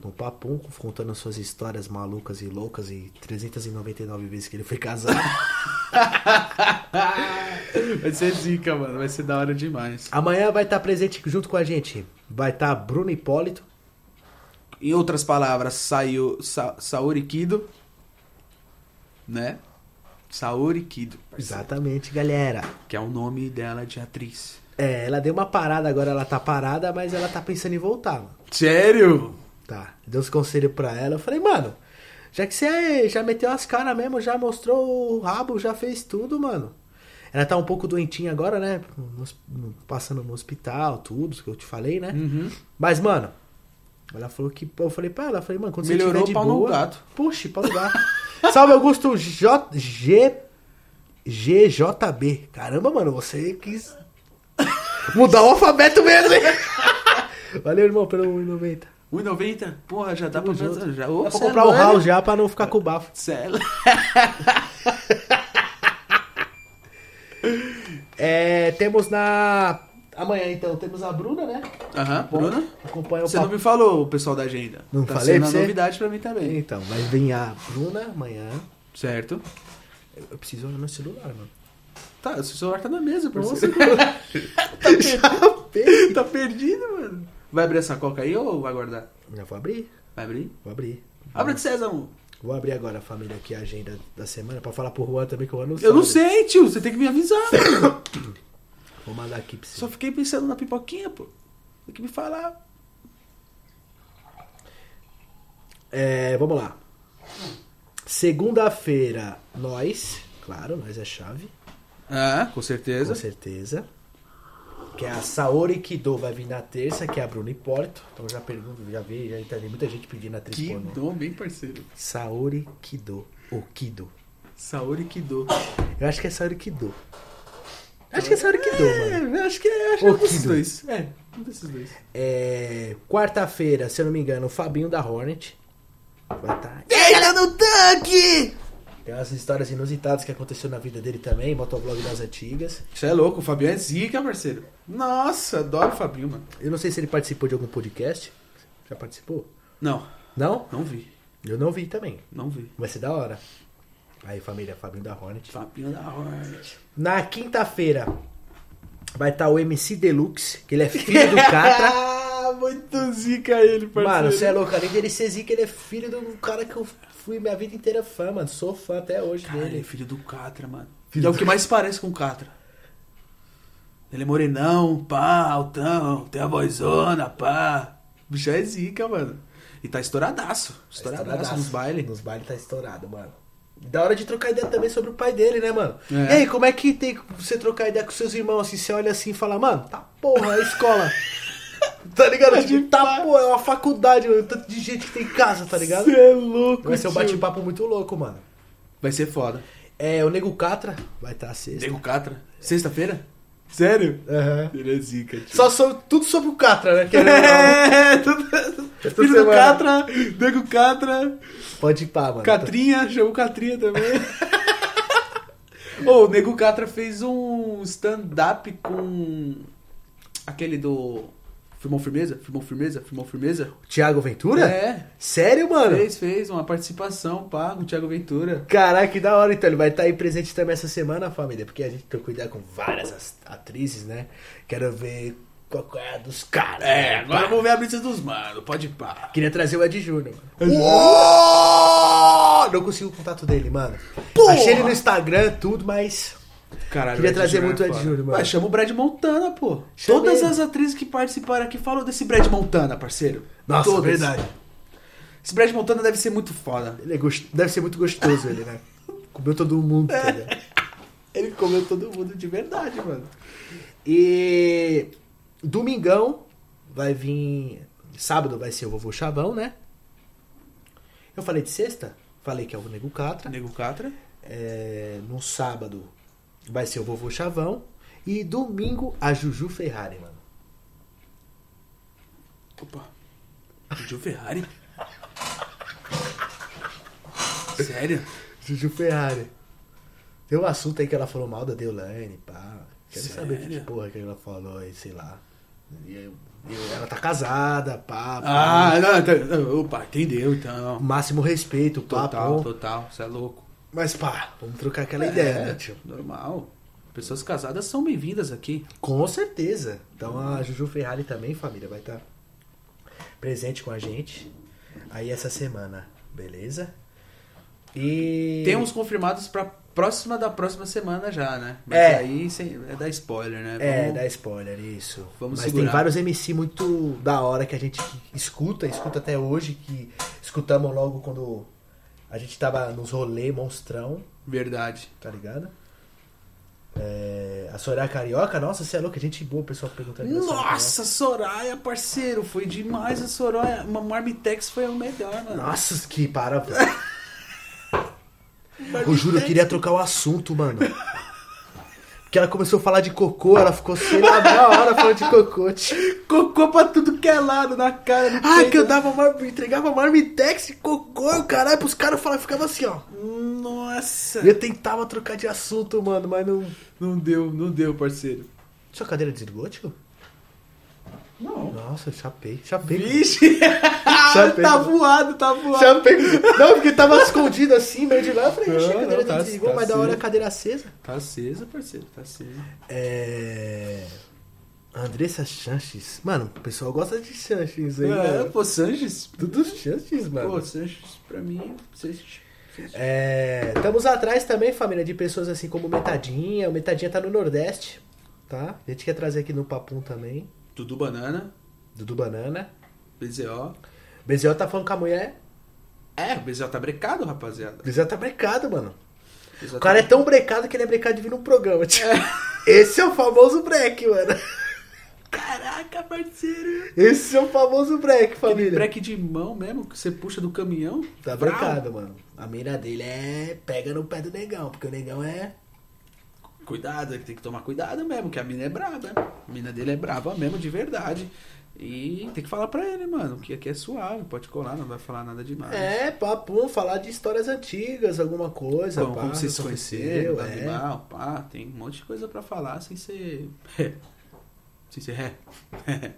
[SPEAKER 2] no Papum, contando as suas histórias malucas e loucas e 399 vezes que ele foi casado.
[SPEAKER 1] Vai ser zica, mano. Vai ser da hora demais.
[SPEAKER 2] Amanhã vai estar presente junto com a gente. Vai estar Bruno Hipólito.
[SPEAKER 1] Em outras palavras, saiu Sa Saori Kido. Né? Saori Kido.
[SPEAKER 2] Exatamente, galera.
[SPEAKER 1] Que é o nome dela de atriz.
[SPEAKER 2] É, ela deu uma parada agora, ela tá parada, mas ela tá pensando em voltar, mano.
[SPEAKER 1] Sério?
[SPEAKER 2] Tá. Deu os conselhos pra ela. Eu falei, mano, já que você é, já meteu as caras mesmo, já mostrou o rabo, já fez tudo, mano. Ela tá um pouco doentinha agora, né? No hos- no- Passando no hospital, tudo, isso que eu te falei, né?
[SPEAKER 1] Uhum.
[SPEAKER 2] Mas, mano, ela falou que. Eu falei pra ela, eu falei, mano, quando você
[SPEAKER 1] Melhorou
[SPEAKER 2] tiver
[SPEAKER 1] o
[SPEAKER 2] de
[SPEAKER 1] pau no
[SPEAKER 2] boa.
[SPEAKER 1] gato.
[SPEAKER 2] Puxa, pau no gato. [laughs] Salve Augusto J. G. GJB. Caramba, mano, você quis [laughs] mudar o alfabeto mesmo, hein? [laughs] Valeu, irmão, pelo 1,90.
[SPEAKER 1] 1,90? Porra, já dá
[SPEAKER 2] Tamo
[SPEAKER 1] pra
[SPEAKER 2] junto. Tá
[SPEAKER 1] já.
[SPEAKER 2] Vou comprar o house já pra não ficar com o bafo. [laughs]
[SPEAKER 1] Cela.
[SPEAKER 2] É, temos na. Amanhã então, temos a Bruna, né?
[SPEAKER 1] Aham, Bruna?
[SPEAKER 2] Acompanha o
[SPEAKER 1] Você
[SPEAKER 2] papo.
[SPEAKER 1] não me falou o pessoal da agenda.
[SPEAKER 2] Não
[SPEAKER 1] tá
[SPEAKER 2] falei
[SPEAKER 1] sendo
[SPEAKER 2] pra
[SPEAKER 1] uma
[SPEAKER 2] você?
[SPEAKER 1] novidade pra mim também.
[SPEAKER 2] Então, vai vir a Bruna amanhã.
[SPEAKER 1] Certo.
[SPEAKER 2] Eu eu preciso olhar meu celular, mano.
[SPEAKER 1] Tá, o seu celular tá na mesa, por
[SPEAKER 2] Nossa,
[SPEAKER 1] você.
[SPEAKER 2] [laughs] já
[SPEAKER 1] [laughs]
[SPEAKER 2] peguei.
[SPEAKER 1] tá perdido, mano. Vai abrir essa coca aí ou vai guardar?
[SPEAKER 2] Já vou abrir,
[SPEAKER 1] Vai abrir?
[SPEAKER 2] vou abrir.
[SPEAKER 1] Abra de César um.
[SPEAKER 2] Vou abrir agora, família, aqui a agenda da semana pra falar pro Juan também que o Juan não
[SPEAKER 1] Eu não
[SPEAKER 2] sabe.
[SPEAKER 1] sei, tio. Você tem que me avisar. mano.
[SPEAKER 2] Vou mandar aqui pra você.
[SPEAKER 1] Só fiquei pensando na pipoquinha, pô. Tem que me falar.
[SPEAKER 2] É, vamos lá. Segunda-feira, nós. Claro, nós é chave.
[SPEAKER 1] Ah, com
[SPEAKER 2] Com
[SPEAKER 1] certeza.
[SPEAKER 2] certeza. Que é a Saori Kido vai vir na terça, que é a Bruna Hipólito. Então já pergunto, já vi, já tem muita gente pedindo a atriz
[SPEAKER 1] Que
[SPEAKER 2] pornô.
[SPEAKER 1] dom, bem parceiro.
[SPEAKER 2] Saori Kido. Ou Kido.
[SPEAKER 1] Saori Kido.
[SPEAKER 2] Eu acho que é Saori Kido. Acho que é Saori Kido, mano.
[SPEAKER 1] É, eu acho que é, acho que
[SPEAKER 2] Ô,
[SPEAKER 1] é um desses
[SPEAKER 2] Kido.
[SPEAKER 1] dois. É, um desses dois.
[SPEAKER 2] É, Quarta-feira, se eu não me engano, o Fabinho da Hornet. Vai tá.
[SPEAKER 1] Deita no tanque!
[SPEAKER 2] Tem umas histórias inusitadas que aconteceu na vida dele também, motoblog das antigas.
[SPEAKER 1] Você é louco, o Fabinho é zica, parceiro. Nossa, adoro o Fabinho, mano.
[SPEAKER 2] Eu não sei se ele participou de algum podcast. Já participou?
[SPEAKER 1] Não,
[SPEAKER 2] Não?
[SPEAKER 1] não vi,
[SPEAKER 2] Eu não vi também.
[SPEAKER 1] não vi.
[SPEAKER 2] Vai ser da hora. Aí, família, Fabinho da Hornet.
[SPEAKER 1] Fabinho da Hornet.
[SPEAKER 2] Na quinta-feira vai estar o MC Deluxe, que ele é
[SPEAKER 1] [laughs]
[SPEAKER 2] filho do Catra.
[SPEAKER 1] Ah, muito zica ele, parceiro.
[SPEAKER 2] Mano, você é louco, além dele ser zica, ele é filho do cara que eu fui minha vida inteira fã, mano. Sou fã até hoje
[SPEAKER 1] Cara, ele é
[SPEAKER 2] dele.
[SPEAKER 1] filho do Catra, mano.
[SPEAKER 2] Filho
[SPEAKER 1] E é o
[SPEAKER 2] do-
[SPEAKER 1] que mais parece com o Catra. Ele é morenão, pá, altão, tem a vozona, pá. O bicho é zica, mano. E tá estouradaço. Estouradaço, nos bailes.
[SPEAKER 2] Nos bailes tá estourado, mano. Da hora de trocar ideia também sobre o pai dele, né, mano?
[SPEAKER 1] É.
[SPEAKER 2] E aí, como é que tem você trocar ideia com seus irmãos assim? Você olha assim e fala, mano, tá porra, é
[SPEAKER 1] [laughs]
[SPEAKER 2] escola. tá ligado? Tipo, tá porra, é uma faculdade, mano. Tanto de gente que tem em casa, tá ligado?
[SPEAKER 1] Você é louco,
[SPEAKER 2] Vai ser um
[SPEAKER 1] tio.
[SPEAKER 2] bate-papo muito louco, mano.
[SPEAKER 1] Vai ser foda.
[SPEAKER 2] É, o Nego Catra vai estar tá sexta.
[SPEAKER 1] Diego Catra. Sexta-feira? Sério?
[SPEAKER 2] Aham.
[SPEAKER 1] Ele é zica, tio.
[SPEAKER 2] Só sobre, tudo sobre o Catra, né? Querendo ou não.
[SPEAKER 1] [laughs] É, tudo-
[SPEAKER 2] Essa
[SPEAKER 1] filho do
[SPEAKER 2] semana.
[SPEAKER 1] Catra, Diego Catra,
[SPEAKER 2] Pode ir pá, mano.
[SPEAKER 1] Catrinha, chamou Catrinha também. [laughs] Ô, o Nego Catra fez um stand-up com aquele do. Firmão Firmeza? Firmão Firmeza? Firmão Firmeza?
[SPEAKER 2] Tiago Então, Ventura?
[SPEAKER 1] É,
[SPEAKER 2] Sério, mano?
[SPEAKER 1] fez, fez uma participação, pá, com o Thiago Ventura.
[SPEAKER 2] Caraca, que da hora, então. Ele vai estar aí presente também essa semana, família. Porque a gente tem que cuidar com várias as- atrizes, né? Quero ver qual é a dos caras.
[SPEAKER 1] É,
[SPEAKER 2] né,
[SPEAKER 1] agora
[SPEAKER 2] pá.
[SPEAKER 1] eu vou ver a brisa dos manos, pode pá.
[SPEAKER 2] Queria trazer o Ed Júnior.
[SPEAKER 1] Ed Júnior.
[SPEAKER 2] Uou! Não consigo o contato dele, mano.
[SPEAKER 1] Porra!
[SPEAKER 2] Achei ele no Instagram, tudo, mas...
[SPEAKER 1] Caralho,
[SPEAKER 2] Queria
[SPEAKER 1] o Ed
[SPEAKER 2] trazer
[SPEAKER 1] Júnior
[SPEAKER 2] muito o Ed
[SPEAKER 1] foda.
[SPEAKER 2] Júnior, mano.
[SPEAKER 1] Ué, chama o Brad Montana, pô.
[SPEAKER 2] Chama
[SPEAKER 1] Todas
[SPEAKER 2] ele.
[SPEAKER 1] as atrizes que participaram aqui falam desse Brad Montana, parceiro.
[SPEAKER 2] Nossa,
[SPEAKER 1] Todas.
[SPEAKER 2] verdade.
[SPEAKER 1] Esse Brad Montana deve ser muito foda.
[SPEAKER 2] Ele é gost- deve ser muito gostoso, ele, né? Comeu todo mundo, tá ligado?
[SPEAKER 1] Ele comeu todo mundo de verdade, mano.
[SPEAKER 2] E domingão vai vir. Sábado vai ser o vovô Chavão, né? Eu falei de sexta, falei que é o Nego Catra.
[SPEAKER 1] Nego Catra.
[SPEAKER 2] É, no sábado vai ser o vovô Chavão. E domingo a Juju Ferrari, mano.
[SPEAKER 1] Opa. Pediu Ferrari. Sério?
[SPEAKER 2] Juju Ferrari. Tem um assunto aí que ela falou mal da Deolane, pá. Quero
[SPEAKER 1] Sério?
[SPEAKER 2] saber que porra que ela falou aí, sei lá. E eu- eu- ela tá casada, pá. pá.
[SPEAKER 1] Ah, não, tá, opa, entendeu então.
[SPEAKER 2] Máximo respeito, pá.
[SPEAKER 1] Total, É.
[SPEAKER 2] pô.
[SPEAKER 1] total, você é louco.
[SPEAKER 2] Mas pá, vamos trocar aquela ideia, né, tio?
[SPEAKER 1] Normal. Pessoas casadas são bem-vindas aqui.
[SPEAKER 2] Com certeza. Então a Juju Ferrari também, família, vai estar presente com a gente aí essa semana, beleza? E
[SPEAKER 1] Tem um uns confirmados pra próxima da próxima semana já, né? Mas
[SPEAKER 2] É.
[SPEAKER 1] aí sem- é dar spoiler, né?
[SPEAKER 2] é,
[SPEAKER 1] Vamos-
[SPEAKER 2] dá spoiler, isso.
[SPEAKER 1] Vamos
[SPEAKER 2] Mas
[SPEAKER 1] segurar.
[SPEAKER 2] tem vários MC muito da hora que a gente escuta, escuta até hoje, que escutamos logo quando a gente tava nos rolê monstrão,
[SPEAKER 1] Verdade.
[SPEAKER 2] tá ligado? É, a Soraya Carioca, nossa, você é louca, gente boa, o pessoal perguntando. da Soraya
[SPEAKER 1] Nossa, Soraya, parceiro, foi demais a Soraya. Uma Marmitex foi a melhor, mano.
[SPEAKER 2] Nossa, que para, pô.
[SPEAKER 1] Marmitex.
[SPEAKER 2] Eu juro, eu queria trocar o assunto, mano. Porque ela começou a falar de cocô, ela ficou sem lá na hora falando de cocô. tio.
[SPEAKER 1] Cocô pra tudo que é lado na cara. do
[SPEAKER 2] Ah, que eu
[SPEAKER 1] peidão.
[SPEAKER 2] dava mar... entregava marmitex e cocô, caralho, pros caras falar, ficava assim, ó.
[SPEAKER 1] Nossa.
[SPEAKER 2] Eu tentava trocar de assunto, mano, mas não.
[SPEAKER 1] Não deu, não deu, parceiro.
[SPEAKER 2] Sua cadeira desligou, tio?
[SPEAKER 1] Não.
[SPEAKER 2] Nossa, eu chapei, chapei.
[SPEAKER 1] Vixe. [laughs]
[SPEAKER 2] Chapei.
[SPEAKER 1] tá voado, tá voado.
[SPEAKER 2] Chapei. Não, porque tava escondido assim, meio de lá, eu falei,
[SPEAKER 1] Não,
[SPEAKER 2] achei a
[SPEAKER 1] não,
[SPEAKER 2] cadeira
[SPEAKER 1] tá-
[SPEAKER 2] desligou,
[SPEAKER 1] tá
[SPEAKER 2] mas da hora a
[SPEAKER 1] certo.
[SPEAKER 2] cadeira acesa.
[SPEAKER 1] Tá acesa, parceiro, tá acesa.
[SPEAKER 2] É. Andressa Chanches. Mano, o pessoal gosta de Chanches aí,
[SPEAKER 1] É,
[SPEAKER 2] mano.
[SPEAKER 1] pô, Sanches.
[SPEAKER 2] né? Tudo Chanches, mano.
[SPEAKER 1] Pô, Sanches, pra mim, Sanches. Sanches.
[SPEAKER 2] É, estamos atrás também, família, de pessoas assim como Metadinha. O Metadinha tá no Nordeste, tá? A gente quer trazer aqui no Papum também,
[SPEAKER 1] Dudu Banana,
[SPEAKER 2] Dudu Banana.
[SPEAKER 1] BZO.
[SPEAKER 2] BZO tá falando com a mulher.
[SPEAKER 1] É, o BZO tá brecado, rapaziada. tá
[SPEAKER 2] BZO tá brecado, mano.
[SPEAKER 1] BZO
[SPEAKER 2] O cara é tão brecado que ele é brecado de vir num programa, tio. [laughs] Esse é o famoso break, mano.
[SPEAKER 1] Caraca, parceiro.
[SPEAKER 2] Esse é o famoso break,
[SPEAKER 1] Aquele
[SPEAKER 2] família.
[SPEAKER 1] breque de mão mesmo que você puxa do caminhão.
[SPEAKER 2] Tá
[SPEAKER 1] Brau.
[SPEAKER 2] brecado, mano. A mira dele é pega no pé do negão, porque o negão é.
[SPEAKER 1] Cuidado, tem que tomar cuidado mesmo, que a mina é braba. A mina dele é braba mesmo, de verdade. E tem que falar pra ele, mano, que aqui é suave, pode colar, não vai falar nada demais.
[SPEAKER 2] É, papum, falar de histórias antigas, alguma coisa.
[SPEAKER 1] Como,
[SPEAKER 2] pá,
[SPEAKER 1] como vocês se conheceram,
[SPEAKER 2] aconteceu, é.
[SPEAKER 1] animal, pá, tem um monte de coisa pra falar sem ser. [laughs] sem ser ré. [laughs]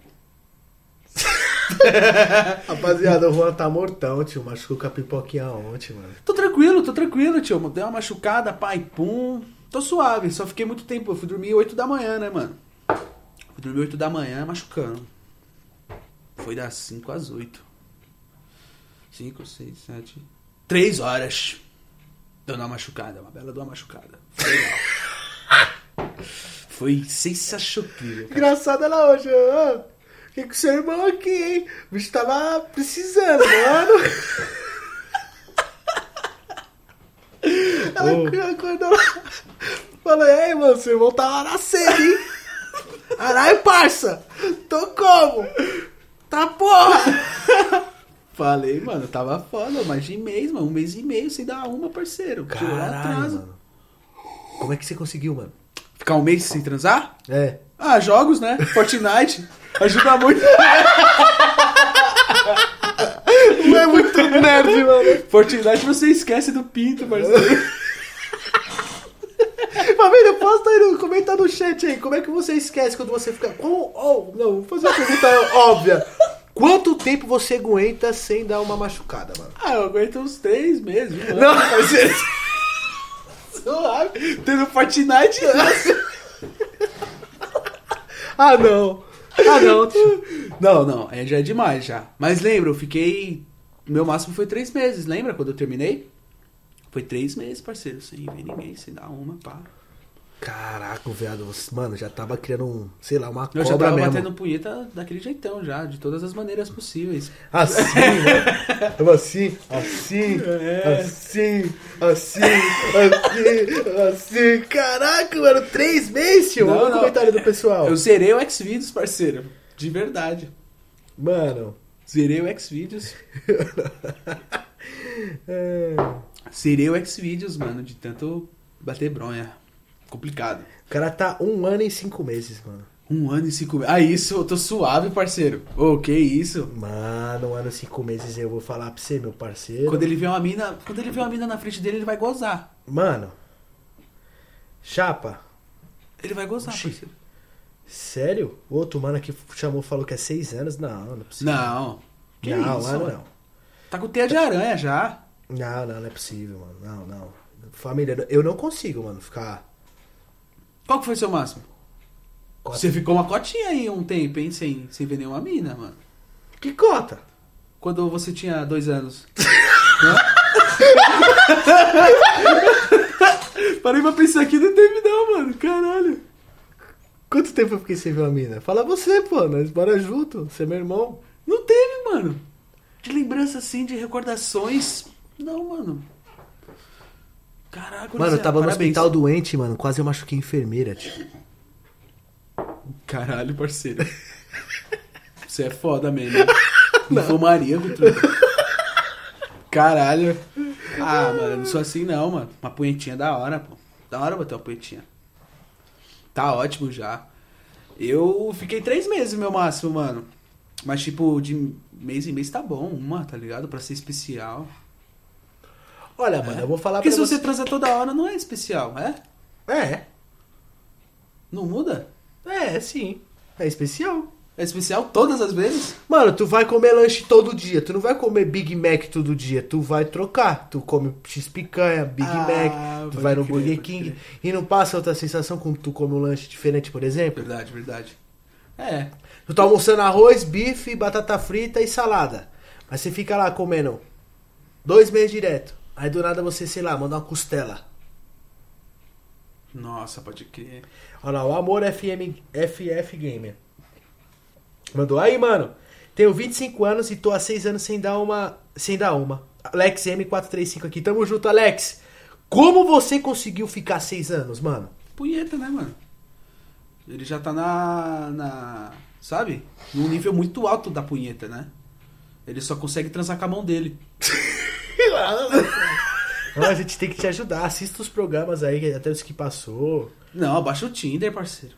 [SPEAKER 2] Rapaziada, o Juan tá mortão, tio. Machucou com a pipoquinha ontem, mano.
[SPEAKER 1] Tô tranquilo, tô tranquilo, tio. Dei uma machucada, pai, pum. Tô suave, só fiquei muito tempo. Eu fui dormir 8 da manhã, né, mano? Fui dormir 8 da manhã machucando. Foi das 5 às 8. 5, 6, 7. 3 horas. Dando uma machucada, uma bela de uma machucada. Foi legal. Foi sensacional. cara.
[SPEAKER 2] Engraçada ela hoje, ó. Que com seu irmão aqui, hein? O bicho tava precisando, mano. ela acordou lá. Falei, ei, mano, seu irmão
[SPEAKER 1] tá
[SPEAKER 2] tava na sede, hein? Caralho, parça! Tô como? Tá porra!
[SPEAKER 1] Falei, mano, tava foda, mais de mês, mano. Um mês e meio sem dar uma, parceiro. Tirou lá atraso.
[SPEAKER 2] mano. Como é que você conseguiu, mano?
[SPEAKER 1] Ficar um mês sem transar?
[SPEAKER 2] É.
[SPEAKER 1] Ah, jogos, [laughs] né? Fortnite. Ajuda muito.
[SPEAKER 2] Não é muito nerd, mano.
[SPEAKER 1] Fortnite você esquece do pinto, parceiro.
[SPEAKER 2] Família, posta aí, no, comenta no chat aí, como é que você esquece quando você fica. Como, oh, não, vou fazer uma pergunta óbvia. Quanto tempo você aguenta sem dar uma machucada, mano?
[SPEAKER 1] Ah, eu aguento uns três meses. um ano,
[SPEAKER 2] Não. é- [laughs]
[SPEAKER 1] parceiro. Suave. Tendo [laughs] Fortnite.
[SPEAKER 2] Ah, não. Ah, não. tio.
[SPEAKER 1] [laughs] Não, não. É, já é demais, já. Mas lembra, eu fiquei... Meu máximo foi três meses. Lembra quando eu terminei? Foi três meses, parceiro. Sem ver ninguém, sem dar uma, pá.
[SPEAKER 2] Caraca, viado, você- mano, já tava criando um, sei lá, uma
[SPEAKER 1] Eu
[SPEAKER 2] cobra
[SPEAKER 1] já tava
[SPEAKER 2] mesmo.
[SPEAKER 1] batendo punheta daquele jeitão, já. De todas as maneiras possíveis.
[SPEAKER 2] Assim,
[SPEAKER 1] [laughs]
[SPEAKER 2] mano. Tava assim, assim,
[SPEAKER 1] É.
[SPEAKER 2] assim, assim, assim, assim. Caraca, mano, três meses, tio.
[SPEAKER 1] Não,
[SPEAKER 2] Olha o
[SPEAKER 1] não.
[SPEAKER 2] comentário do pessoal.
[SPEAKER 1] Eu zerei o Xvideos, parceiro. De verdade.
[SPEAKER 2] Mano. [laughs]
[SPEAKER 1] Zerei o Xvideos.
[SPEAKER 2] é.
[SPEAKER 1] Seria o Xvideos, mano, de tanto bater bronha. Complicado.
[SPEAKER 2] O cara tá um ano e cinco meses, mano.
[SPEAKER 1] Um ano e cinco meses. Ah, isso, eu tô suave, parceiro. Ô, que isso.
[SPEAKER 2] Mano, um ano e cinco meses eu vou falar pra você, meu parceiro.
[SPEAKER 1] Quando ele vê uma mina. Quando ele vê uma mina na frente dele, ele vai gozar.
[SPEAKER 2] Mano. Chapa,
[SPEAKER 1] Ele vai gozar,
[SPEAKER 2] Oxi.
[SPEAKER 1] parceiro.
[SPEAKER 2] sério? O outro mano aqui chamou falou que é seis anos? Não, não é possível.
[SPEAKER 1] Não. Que
[SPEAKER 2] não,
[SPEAKER 1] isso,
[SPEAKER 2] mano,
[SPEAKER 1] mano?
[SPEAKER 2] não.
[SPEAKER 1] Tá com teia de aranha já.
[SPEAKER 2] Não, não, não é possível, mano. Não, não. Família, eu não consigo, mano, ficar.
[SPEAKER 1] Qual que foi seu máximo?
[SPEAKER 2] Cota.
[SPEAKER 1] Você ficou uma cotinha aí um tempo, hein? Sem, sem ver nenhuma mina, mano.
[SPEAKER 2] Que cota?
[SPEAKER 1] Quando você tinha dois
[SPEAKER 2] [laughs]
[SPEAKER 1] anos. Hã? Parei pra pensar aqui, não teve não, mano. Caralho.
[SPEAKER 2] Quanto tempo eu fiquei sem ver uma mina? Fala você, pô, nós bora junto, você é meu irmão.
[SPEAKER 1] Não teve, mano. De lembrança assim, de recordações. Não, mano. Caraca,
[SPEAKER 2] Mano, eu
[SPEAKER 1] Luciano,
[SPEAKER 2] tava no
[SPEAKER 1] parabéns.
[SPEAKER 2] hospital doente, mano, quase eu machuquei a enfermeira, tio.
[SPEAKER 1] Caralho,
[SPEAKER 2] [laughs]
[SPEAKER 1] parceiro. Você é foda mesmo. Infomaria, Gutrão. Caralho. Ah, mano, eu não sou assim não, mano. Uma punhetinha da hora, pô. Da hora bater uma punhetinha. Tá ótimo já. Eu fiquei três meses, meu máximo, mano. Mas, tipo, de mês em mês tá bom. Uma, tá ligado? Pra ser especial.
[SPEAKER 2] Olha, mano, eu vou falar
[SPEAKER 1] Porque
[SPEAKER 2] Tá pra
[SPEAKER 1] se você
[SPEAKER 2] você.
[SPEAKER 1] transar toda hora, não é especial, é?
[SPEAKER 2] É,
[SPEAKER 1] Não muda?
[SPEAKER 2] é, sim. É especial.
[SPEAKER 1] É especial todas as vezes?
[SPEAKER 2] Mano, tu vai comer lanche todo dia, tu não vai comer Big Mac todo dia, tu vai trocar. Tu come X picanha, Big
[SPEAKER 1] Ah,
[SPEAKER 2] Mac, tu
[SPEAKER 1] pode
[SPEAKER 2] vai no
[SPEAKER 1] crer,
[SPEAKER 2] Burger
[SPEAKER 1] pode
[SPEAKER 2] King
[SPEAKER 1] crer.
[SPEAKER 2] e não passa outra sensação quando tu come um lanche diferente, por exemplo?
[SPEAKER 1] Verdade, verdade. É,
[SPEAKER 2] Tu tá almoçando arroz, bife, batata frita e salada. Mas você fica lá comendo dois meses direto. Aí do nada você, sei lá, manda uma costela.
[SPEAKER 1] Nossa, pode crer.
[SPEAKER 2] Olha lá, o Amor FM, FF Gamer. Mandou aí, mano. Tenho 25 anos e tô há 6 anos sem dar uma. Sem dar uma. Alex M435 aqui. Tamo junto, Alex. Como você conseguiu ficar 6 anos, mano?
[SPEAKER 1] Punheta, né, mano? Ele já tá na. na sabe? Num nível muito alto da punheta, né? Ele só consegue transar com a mão dele.
[SPEAKER 2] Não, a gente tem que te ajudar. Assista os programas aí, até os que passou.
[SPEAKER 1] Não, abaixa o Tinder, parceiro.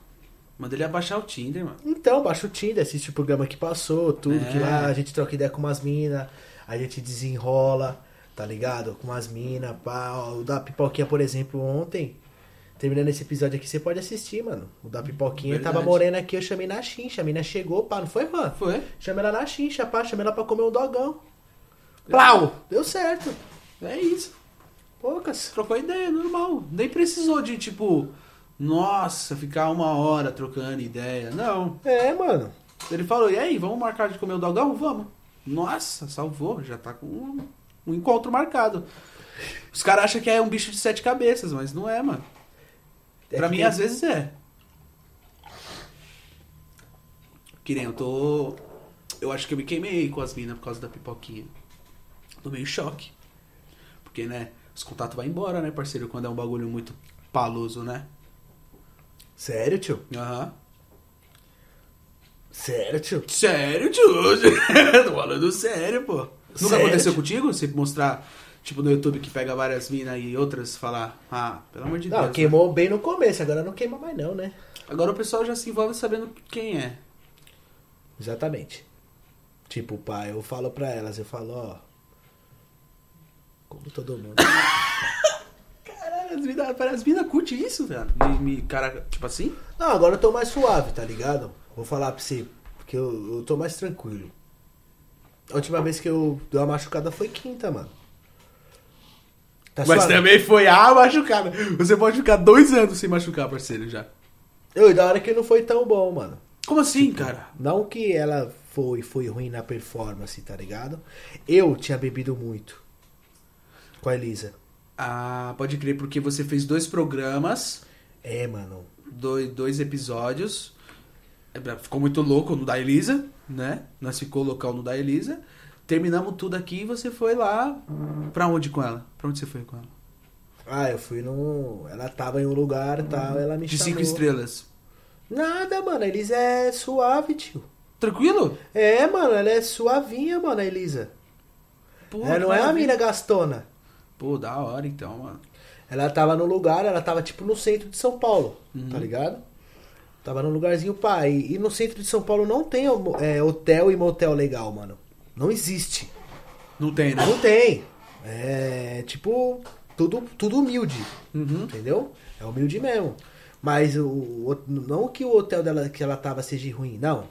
[SPEAKER 1] Manda ele abaixar o Tinder, mano.
[SPEAKER 2] Então, baixa o Tinder, assiste o programa que passou, tudo,
[SPEAKER 1] É.
[SPEAKER 2] que lá a gente troca ideia com umas minas, a gente desenrola, tá ligado? Com umas minas, pá. O da Pipoquinha, por exemplo, ontem, terminando esse episódio aqui, você pode assistir, mano. O da Pipoquinha
[SPEAKER 1] Verdade.
[SPEAKER 2] tava morando aqui, eu chamei na chincha, a mina chegou, pá, não foi, Juan?
[SPEAKER 1] Foi?
[SPEAKER 2] Chamei ela na chincha, pá, chamei ela pra comer um dogão. Plau! Deu certo.
[SPEAKER 1] É isso.
[SPEAKER 2] Poucas.
[SPEAKER 1] Trocou ideia, normal. Nem precisou de, tipo, nossa, ficar uma hora trocando ideia. Não.
[SPEAKER 2] É, mano.
[SPEAKER 1] Ele falou, e aí, vamos marcar de comer o dogão? Vamos. Nossa, salvou, já tá com um, um encontro marcado. Os caras acham que é um bicho de sete cabeças, mas não é, mano.
[SPEAKER 2] É
[SPEAKER 1] pra
[SPEAKER 2] que
[SPEAKER 1] mim,
[SPEAKER 2] tem-
[SPEAKER 1] às vezes é. Que nem eu tô. Eu acho que eu me queimei com as minas por causa da pipoquinha. Tô meio em choque. Porque, né, os contatos vão embora, né, parceiro, quando é um bagulho muito paloso, né?
[SPEAKER 2] Sério, tio?
[SPEAKER 1] Aham.
[SPEAKER 2] Sério, tio?
[SPEAKER 1] Sério, tio? [laughs] Tô falando sério, pô. Nunca
[SPEAKER 2] Sério,
[SPEAKER 1] aconteceu
[SPEAKER 2] tio?
[SPEAKER 1] contigo? Você mostrar, tipo, no YouTube que pega várias minas e outras falar, ah, pelo amor de
[SPEAKER 2] Não,
[SPEAKER 1] Deus.
[SPEAKER 2] queimou bem no começo, agora não queima mais não, né?
[SPEAKER 1] né? Agora o pessoal já se envolve sabendo quem é.
[SPEAKER 2] Exatamente. Tipo, pai, eu falo pra elas, eu falo, ó. Como todo mundo.
[SPEAKER 1] Caralho, as minas as mina curte isso, velho. Me, me- cara, tipo assim?
[SPEAKER 2] Não, agora eu tô mais suave, tá ligado? Vou falar pra você, porque eu, eu tô mais tranquilo. A última vez que eu dei uma machucada foi quinta, mano. Tá
[SPEAKER 1] Mas
[SPEAKER 2] suave?
[SPEAKER 1] também foi a machucada. Você pode ficar dois anos sem machucar, parceiro, já.
[SPEAKER 2] Eu, e da hora que não foi tão bom, mano.
[SPEAKER 1] Como assim, cara?
[SPEAKER 2] Não que ela foi, foi ruim na performance, tá ligado? Eu tinha bebido muito. Com a Elisa.
[SPEAKER 1] Ah, pode crer, porque você fez dois programas,
[SPEAKER 2] É, mano.
[SPEAKER 1] dois, dois episódios. É, Ficou muito louco no da Elisa, né? Nós ficou local no da Elisa. Terminamos tudo aqui e você foi lá. Pra onde com ela? Pra onde você foi com ela?
[SPEAKER 2] Ah, eu fui num. Ela tava em um lugar e tal, ela me
[SPEAKER 1] Uhum. De
[SPEAKER 2] chamou.
[SPEAKER 1] cinco estrelas.
[SPEAKER 2] Nada, mano, a Elisa é suave, tio.
[SPEAKER 1] Tranquilo?
[SPEAKER 2] É, mano, ela é suavinha, mano, a Elisa.
[SPEAKER 1] Pô,
[SPEAKER 2] ela não é a
[SPEAKER 1] maravilha.
[SPEAKER 2] mina gastona.
[SPEAKER 1] Pô, da hora então, mano.
[SPEAKER 2] Ela tava num lugar, ela tava tipo no centro de São Paulo,
[SPEAKER 1] Uhum.
[SPEAKER 2] tá ligado? Tava num lugarzinho pá. E, e no centro de São Paulo não tem é, hotel e motel legal, mano. Não existe.
[SPEAKER 1] Não tem, né?
[SPEAKER 2] Não tem. É tipo, tudo, tudo humilde.
[SPEAKER 1] Uhum.
[SPEAKER 2] Entendeu? É humilde mesmo. Mas o, o- não que o hotel dela que ela tava seja ruim, não.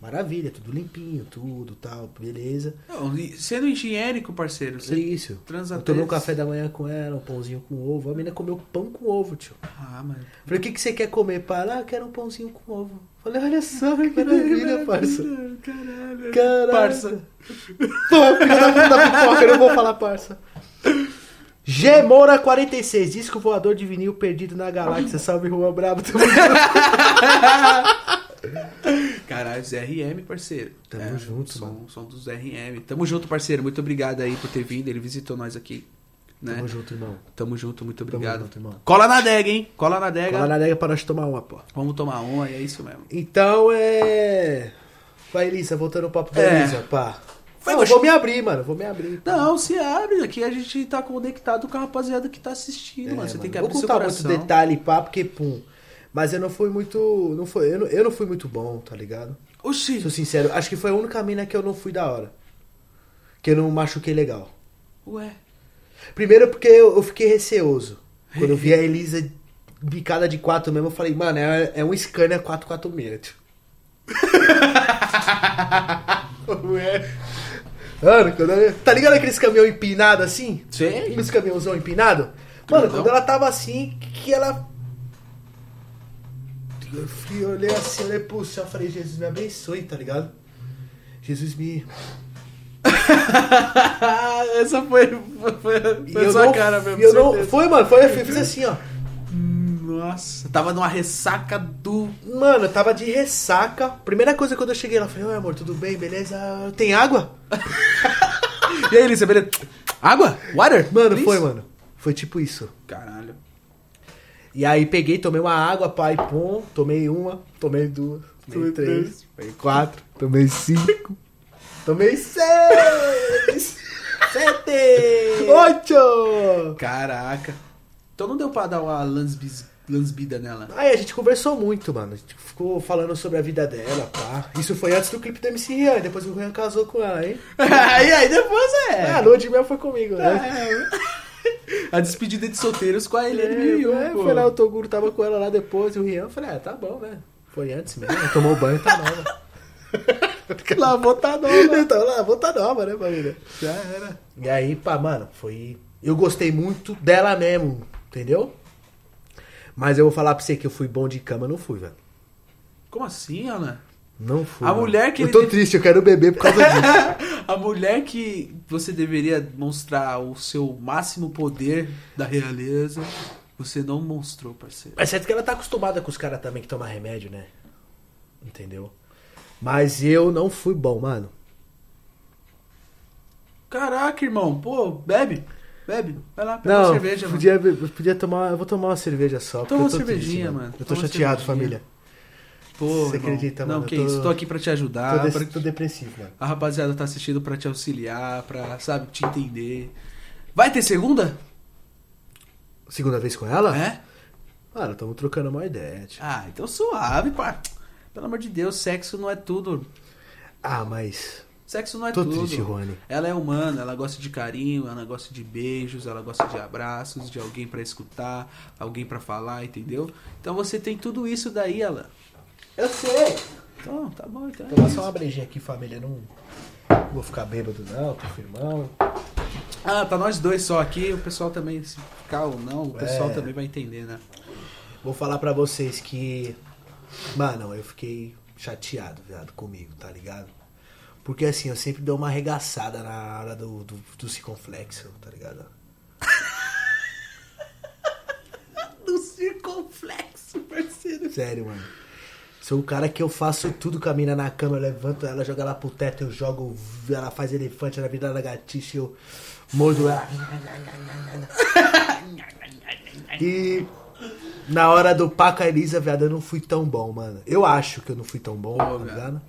[SPEAKER 2] Maravilha, tudo limpinho, tudo tal, beleza.
[SPEAKER 1] Não, e sendo higiênico, parceiro,
[SPEAKER 2] É
[SPEAKER 1] você
[SPEAKER 2] isso.
[SPEAKER 1] transa
[SPEAKER 2] Eu tomei um
[SPEAKER 1] três.
[SPEAKER 2] café da manhã com ela, um pãozinho com ovo. A menina comeu pão com ovo, tio.
[SPEAKER 1] Ah, mas.
[SPEAKER 2] Falei, o que, que você quer comer? Para, ah, quero um pãozinho com ovo. Falei, olha
[SPEAKER 1] [laughs]
[SPEAKER 2] só, que [laughs] maravilha, parça.
[SPEAKER 1] Caralho.
[SPEAKER 2] Caralho.
[SPEAKER 1] Parça.
[SPEAKER 2] Pô, filho da puta da pipoca, eu não vou falar, parça. G Moura 46, disco voador de vinil perdido na galáxia. Salve Juan Brabo. Tamo,
[SPEAKER 1] Caralho, os RM, parceiro. É,
[SPEAKER 2] Tamo junto,
[SPEAKER 1] som,
[SPEAKER 2] mano.
[SPEAKER 1] Som um dos RM. Tamo junto, parceiro. Muito obrigado aí por ter vindo. Ele visitou nós aqui. Né?
[SPEAKER 2] Tamo junto, irmão.
[SPEAKER 1] Tamo junto, muito obrigado.
[SPEAKER 2] junto, irmão.
[SPEAKER 1] Cola na adega, hein? Cola na adega.
[SPEAKER 2] Cola na nega pra nós tomar uma, pô.
[SPEAKER 1] Vamos tomar uma e é isso mesmo.
[SPEAKER 2] Então é. Vai, Elisa, voltando ao papo da
[SPEAKER 1] É.
[SPEAKER 2] Elisa, pá.
[SPEAKER 1] Foi
[SPEAKER 2] Não, eu
[SPEAKER 1] gostoso.
[SPEAKER 2] vou me abrir, mano. Vou me abrir. pá.
[SPEAKER 1] Não, se abre. Aqui a gente tá conectado com a rapaziada que tá assistindo,
[SPEAKER 2] É,
[SPEAKER 1] mano. Você tem que
[SPEAKER 2] vou
[SPEAKER 1] abrir seu
[SPEAKER 2] contar muito
[SPEAKER 1] coração.
[SPEAKER 2] detalhe, pá, porque, pum. Mas eu não fui muito. Não foi, eu, não, eu não fui muito bom, tá ligado? Sou
[SPEAKER 1] Oxi.
[SPEAKER 2] sincero, acho que foi a única mina que eu não fui da hora. Que eu não machuquei legal.
[SPEAKER 1] Ué.
[SPEAKER 2] Primeiro porque eu, eu fiquei receoso. Quando eu vi a Elisa bicada de 4 mesmo, eu falei, mano, é, é um Scania 446.
[SPEAKER 1] [laughs]
[SPEAKER 2] tio. Ué.
[SPEAKER 1] é?
[SPEAKER 2] Mano, quando ela- tá ligado aqueles caminhão empinado assim?
[SPEAKER 1] Sei.
[SPEAKER 2] Aqueles caminhãozão empinado? Mano,
[SPEAKER 1] Grandão.
[SPEAKER 2] quando ela tava assim, que ela. Eu fui, olhei assim, olhei pro céu, falei, Jesus me abençoe, tá ligado? Jesus me.
[SPEAKER 1] [laughs] Essa foi, foi, foi,
[SPEAKER 2] E
[SPEAKER 1] foi a
[SPEAKER 2] eu
[SPEAKER 1] sua
[SPEAKER 2] não-
[SPEAKER 1] cara mesmo.
[SPEAKER 2] e eu não-
[SPEAKER 1] certeza.
[SPEAKER 2] Foi, mano, foi, eu fiz assim, ó.
[SPEAKER 1] Nossa, tava numa ressaca do.
[SPEAKER 2] Mano, eu tava de ressaca. Primeira coisa quando eu cheguei lá, eu falei, oi amor, tudo bem, beleza? Tem água?
[SPEAKER 1] E aí, Elisa, beleza? Água? Water?
[SPEAKER 2] Mano,
[SPEAKER 1] Please?
[SPEAKER 2] foi, mano. Foi tipo isso.
[SPEAKER 1] Caralho.
[SPEAKER 2] E aí peguei, tomei uma água, pai, pum, tomei uma, tomei duas, tomei três, tomei quatro, tomei cinco, [laughs] tomei seis, sete, oito.
[SPEAKER 1] Caraca. Então não deu pra dar uma lansbis- lansbida nela. [laughs]
[SPEAKER 2] Aí a gente conversou muito, mano. A gente ficou falando sobre a vida dela, pá. Isso foi antes do clipe do MC Rian, depois o Rian casou com ela, hein?
[SPEAKER 1] e aí depois é.
[SPEAKER 2] Ah, a lua de mel foi comigo, né?
[SPEAKER 1] A despedida de solteiros com a Helene
[SPEAKER 2] É,
[SPEAKER 1] Mil,
[SPEAKER 2] é,
[SPEAKER 1] né, pô.
[SPEAKER 2] foi lá, o Toguro tava com ela lá depois, e o Rian, eu falei, ah, tá bom, né? Foi antes mesmo, né? tomou banho, tá
[SPEAKER 1] [laughs]
[SPEAKER 2] nova.
[SPEAKER 1] Lavou, tá nova.
[SPEAKER 2] então, lá, vou tá nova, né, família?
[SPEAKER 1] Já era.
[SPEAKER 2] E aí, pá, mano, foi... Eu gostei muito dela mesmo, entendeu? Mas eu vou falar pra você que eu fui bom de cama, eu não fui, velho.
[SPEAKER 1] Como assim, Ana?
[SPEAKER 2] Não
[SPEAKER 1] A
[SPEAKER 2] fui. mano.
[SPEAKER 1] mulher que
[SPEAKER 2] Eu
[SPEAKER 1] ele
[SPEAKER 2] tô
[SPEAKER 1] deve-
[SPEAKER 2] triste, eu quero beber por causa
[SPEAKER 1] [laughs]
[SPEAKER 2] disso.
[SPEAKER 1] A mulher que você deveria mostrar o seu máximo poder da realeza, você não mostrou, parceiro.
[SPEAKER 2] É certo que ela tá acostumada com os caras também que tomam remédio, né? Entendeu? Mas eu não fui bom, mano.
[SPEAKER 1] Caraca, irmão. Pô, bebe. Bebe. Vai lá, pega uma
[SPEAKER 2] Não,
[SPEAKER 1] cerveja, mano.
[SPEAKER 2] podia, podia tomar. Eu vou tomar uma cerveja só.
[SPEAKER 1] Toma
[SPEAKER 2] porque eu tô
[SPEAKER 1] uma cervejinha,
[SPEAKER 2] triste,
[SPEAKER 1] mano.
[SPEAKER 2] Eu tô
[SPEAKER 1] Toma uma
[SPEAKER 2] chateado,
[SPEAKER 1] cervejinha.
[SPEAKER 2] família.
[SPEAKER 1] Pô,
[SPEAKER 2] Você
[SPEAKER 1] irmão.
[SPEAKER 2] acredita,
[SPEAKER 1] Não,
[SPEAKER 2] mano,
[SPEAKER 1] que
[SPEAKER 2] eu tô-
[SPEAKER 1] isso. Tô aqui pra te ajudar.
[SPEAKER 2] tô, des-
[SPEAKER 1] pra-
[SPEAKER 2] tô depressivo, né? mano.
[SPEAKER 1] A rapaziada tá assistindo pra te auxiliar, pra, sabe, te entender. Vai ter segunda?
[SPEAKER 2] Segunda vez com ela?
[SPEAKER 1] É?
[SPEAKER 2] Mano, tamo trocando uma ideia. Tipo.
[SPEAKER 1] Ah, então suave, pá. Pelo amor de Deus, sexo não é tudo.
[SPEAKER 2] Ah, mas.
[SPEAKER 1] Sexo não é
[SPEAKER 2] Tô
[SPEAKER 1] tudo.
[SPEAKER 2] triste, Rony.
[SPEAKER 1] Ela é humana, ela gosta de carinho, ela gosta de beijos, ela gosta de abraços, de alguém pra escutar, alguém pra falar, entendeu? Então você tem tudo isso daí, ela.
[SPEAKER 2] Eu sei!
[SPEAKER 1] Então, tá bom, então. é
[SPEAKER 2] Tomar
[SPEAKER 1] isso.
[SPEAKER 2] só uma brejinha aqui, família. Não vou ficar bêbado, não. Tô firmão.
[SPEAKER 1] Ah, tá nós dois só aqui, o pessoal também, se ficar ou não, o pessoal
[SPEAKER 2] É.
[SPEAKER 1] também vai entender, né?
[SPEAKER 2] Vou falar pra vocês que. Mano, eu fiquei chateado, viado, comigo, tá ligado? Porque assim, eu sempre dou uma arregaçada na hora do, do, do circunflexo, tá ligado?
[SPEAKER 1] Do circunflexo, parceiro.
[SPEAKER 2] Sério, mano. Sou o cara que eu faço tudo com a mina na cama, eu levanto ela, jogo ela pro teto, eu jogo, ela faz elefante, ela vira lagartixa, eu mordo ela. E na hora do Paca Elisa, viado, eu não fui tão bom, mano. Eu acho que eu não fui tão bom,
[SPEAKER 1] Pô,
[SPEAKER 2] tá
[SPEAKER 1] viado.
[SPEAKER 2] ligado?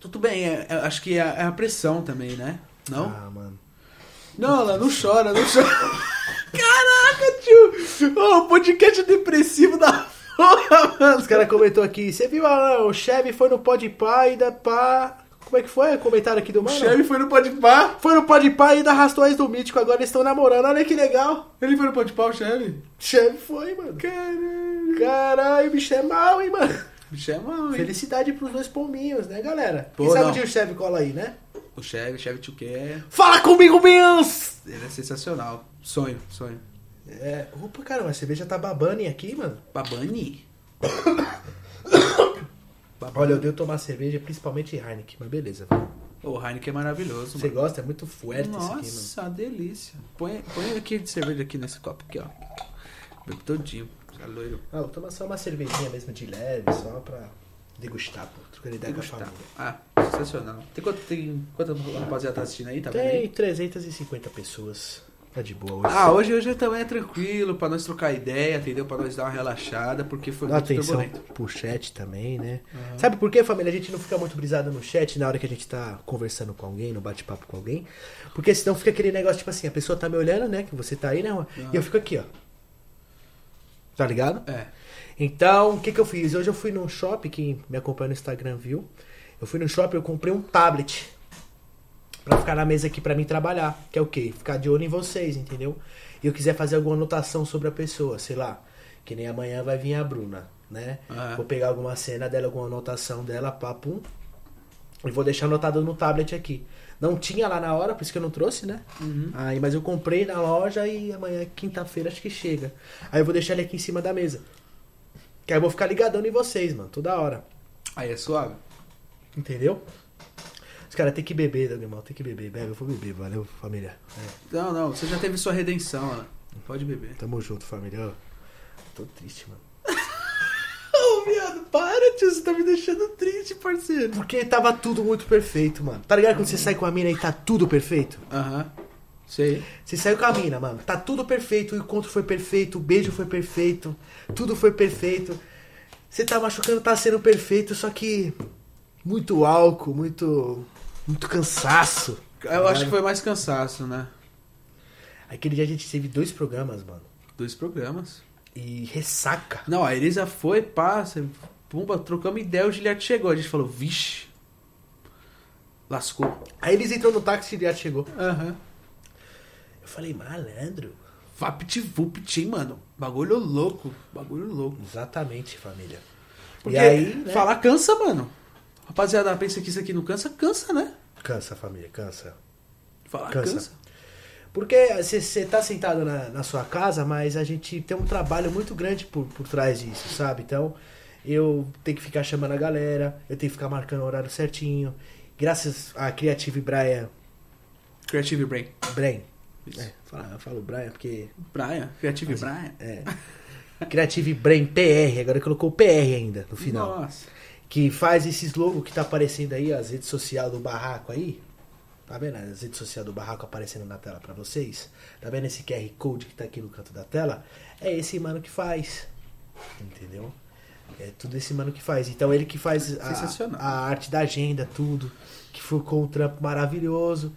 [SPEAKER 1] Tudo bem, é- é- acho que é, é a pressão também, né? Não?
[SPEAKER 2] Ah, mano. [laughs]
[SPEAKER 1] Não, ela não chora, não chora. [laughs] Caraca, tio! Ô, O podcast depressivo da porra, mano.
[SPEAKER 2] Os caras comentou aqui, você viu, Alan, o Chevy foi no Pode Pá e da pá... Como é que foi o comentário aqui do
[SPEAKER 1] O
[SPEAKER 2] mano?
[SPEAKER 1] Chevy foi no Podpah.
[SPEAKER 2] Foi no Pode Pá e ainda arrastou a ex do Mítico, agora eles estão namorando, olha que legal.
[SPEAKER 1] Ele foi no Podpah, o Chevy?
[SPEAKER 2] Chevy foi, mano.
[SPEAKER 1] Caralho.
[SPEAKER 2] Caralho, o bicho é mal, hein, mano.
[SPEAKER 1] Me chama, hein?
[SPEAKER 2] Felicidade pros dois palminhos, né, galera?
[SPEAKER 1] Pô,
[SPEAKER 2] Quem sabe
[SPEAKER 1] não.
[SPEAKER 2] o dia o chefe cola aí, né?
[SPEAKER 1] O Chevy, Chevy Tio Care,
[SPEAKER 2] Fala comigo, Bills!
[SPEAKER 1] ele é sensacional. Sonho, sonho.
[SPEAKER 2] É, opa, caramba, a cerveja tá babando em aqui, mano.
[SPEAKER 1] [coughs] Babani? Babani.
[SPEAKER 2] Olha, eu odeio tomar cerveja, principalmente Heineken, mas beleza.
[SPEAKER 1] O Heineken é maravilhoso,
[SPEAKER 2] Você
[SPEAKER 1] mano.
[SPEAKER 2] gosta? É muito fuerte esse aqui, mano.
[SPEAKER 1] Nossa, delícia. Põe, põe aqui de cerveja aqui nesse copo aqui, ó. Bebe todinho. Já loiro.
[SPEAKER 2] Ah, vou tomar só uma cervejinha mesmo de leve, só pra degustar, pô. Trocando ideia com a
[SPEAKER 1] Degustar.
[SPEAKER 2] família.
[SPEAKER 1] Ah, sensacional. Tem quanto, tem quanto rapaziada tá assistindo aí? Tá vendo aí?
[SPEAKER 2] Tem 350 pessoas. Tá de boa hoje.
[SPEAKER 1] Ah, hoje, hoje também é tranquilo, pra nós trocar ideia, entendeu? Pra nós dar uma relaxada, porque foi
[SPEAKER 2] Dá
[SPEAKER 1] muito
[SPEAKER 2] atenção
[SPEAKER 1] turbulento.
[SPEAKER 2] pro chat também, né? Sabe por quê, família? A gente não fica muito brisado no chat na hora que a gente tá conversando com alguém, no bate-papo com alguém. Porque senão fica aquele negócio, tipo assim, a pessoa tá me olhando, né? Que você tá aí, né? E eu fico aqui, ó. Tá ligado?
[SPEAKER 1] É.
[SPEAKER 2] Então, o que, que eu fiz? Hoje eu fui num shopping, quem me acompanha no Instagram viu. Eu fui num shopping, eu comprei um tablet. Pra ficar na mesa aqui pra mim trabalhar. Que é o quê? Ficar de olho em vocês, entendeu? E eu quiser fazer alguma anotação sobre a pessoa, sei lá. Que nem amanhã vai vir a Bruna, né?
[SPEAKER 1] Ah.
[SPEAKER 2] Vou pegar alguma cena dela, alguma anotação dela, papo. E vou deixar anotado no tablet aqui. Não tinha lá na hora, por isso que eu não trouxe, né?
[SPEAKER 1] Uhum.
[SPEAKER 2] Aí, mas eu comprei na loja e amanhã, quinta-feira, acho que chega. Aí eu vou deixar ele aqui em cima da mesa. Que aí eu vou ficar ligadão em vocês, mano, toda hora.
[SPEAKER 1] Aí é suave?
[SPEAKER 2] Entendeu? Os caras têm que beber, Danimal, tem que beber. Bebe, eu vou beber, valeu, família. É,
[SPEAKER 1] Não, não, você já teve sua redenção, Ana. Pode beber.
[SPEAKER 2] tamo junto, família. Ó, Tô triste, mano.
[SPEAKER 1] Ô, viado, para, tio, você tá me deixando triste, parceiro.
[SPEAKER 2] Porque tava tudo muito perfeito, mano. Tá ligado quando você sai com a mina e tá tudo perfeito?
[SPEAKER 1] Aham. Sei.
[SPEAKER 2] Você saiu com a mina, mano. Tá tudo perfeito, o encontro foi perfeito, o beijo foi perfeito, tudo foi perfeito. Você tá machucando, tá sendo perfeito, só que muito álcool, muito muito cansaço.
[SPEAKER 1] Eu acho que foi mais cansaço, né?
[SPEAKER 2] Aquele dia a gente teve dois programas, mano.
[SPEAKER 1] Dois programas.
[SPEAKER 2] E ressaca.
[SPEAKER 1] Não, a Elisa foi, passa, pumba, trocamos ideia, o Giliard chegou. A gente falou, vixe. Lascou.
[SPEAKER 2] Aí eles entrou no táxi e já chegou.
[SPEAKER 1] Aham.
[SPEAKER 2] Eu falei, malandro.
[SPEAKER 1] Vapt vupt, hein, mano? Bagulho louco. Bagulho louco.
[SPEAKER 2] Exatamente, família.
[SPEAKER 1] Porque
[SPEAKER 2] e aí, né?
[SPEAKER 1] falar cansa, mano. Rapaziada, pensa que isso aqui não cansa, cansa, né?
[SPEAKER 2] Cansa, família, cansa.
[SPEAKER 1] Falar
[SPEAKER 2] Cansa.
[SPEAKER 1] cansa.
[SPEAKER 2] Porque você tá sentado na, na sua casa, mas a gente tem um trabalho muito grande por, por trás disso, sabe? Então, eu tenho que ficar chamando a galera, eu tenho que ficar marcando o horário certinho. Graças a Creative Brian.
[SPEAKER 1] Creative Brain.
[SPEAKER 2] Brain.
[SPEAKER 1] Isso.
[SPEAKER 2] É, fala- eu falo Brian porque.
[SPEAKER 1] Brian, Creative Brian.
[SPEAKER 2] É. Creative Brain PR, agora colocou PR ainda no final.
[SPEAKER 1] Nossa.
[SPEAKER 2] que faz esses logos que tá aparecendo aí, as redes sociais do barraco aí. Tá vendo as redes sociais do barraco aparecendo na tela pra vocês? Tá vendo esse QR Code que tá aqui no canto da tela? É esse mano que faz. Entendeu? É tudo esse mano que faz. Então ele que faz a,
[SPEAKER 1] Sensacional.
[SPEAKER 2] a arte da agenda, tudo. Que ficou um trampo maravilhoso.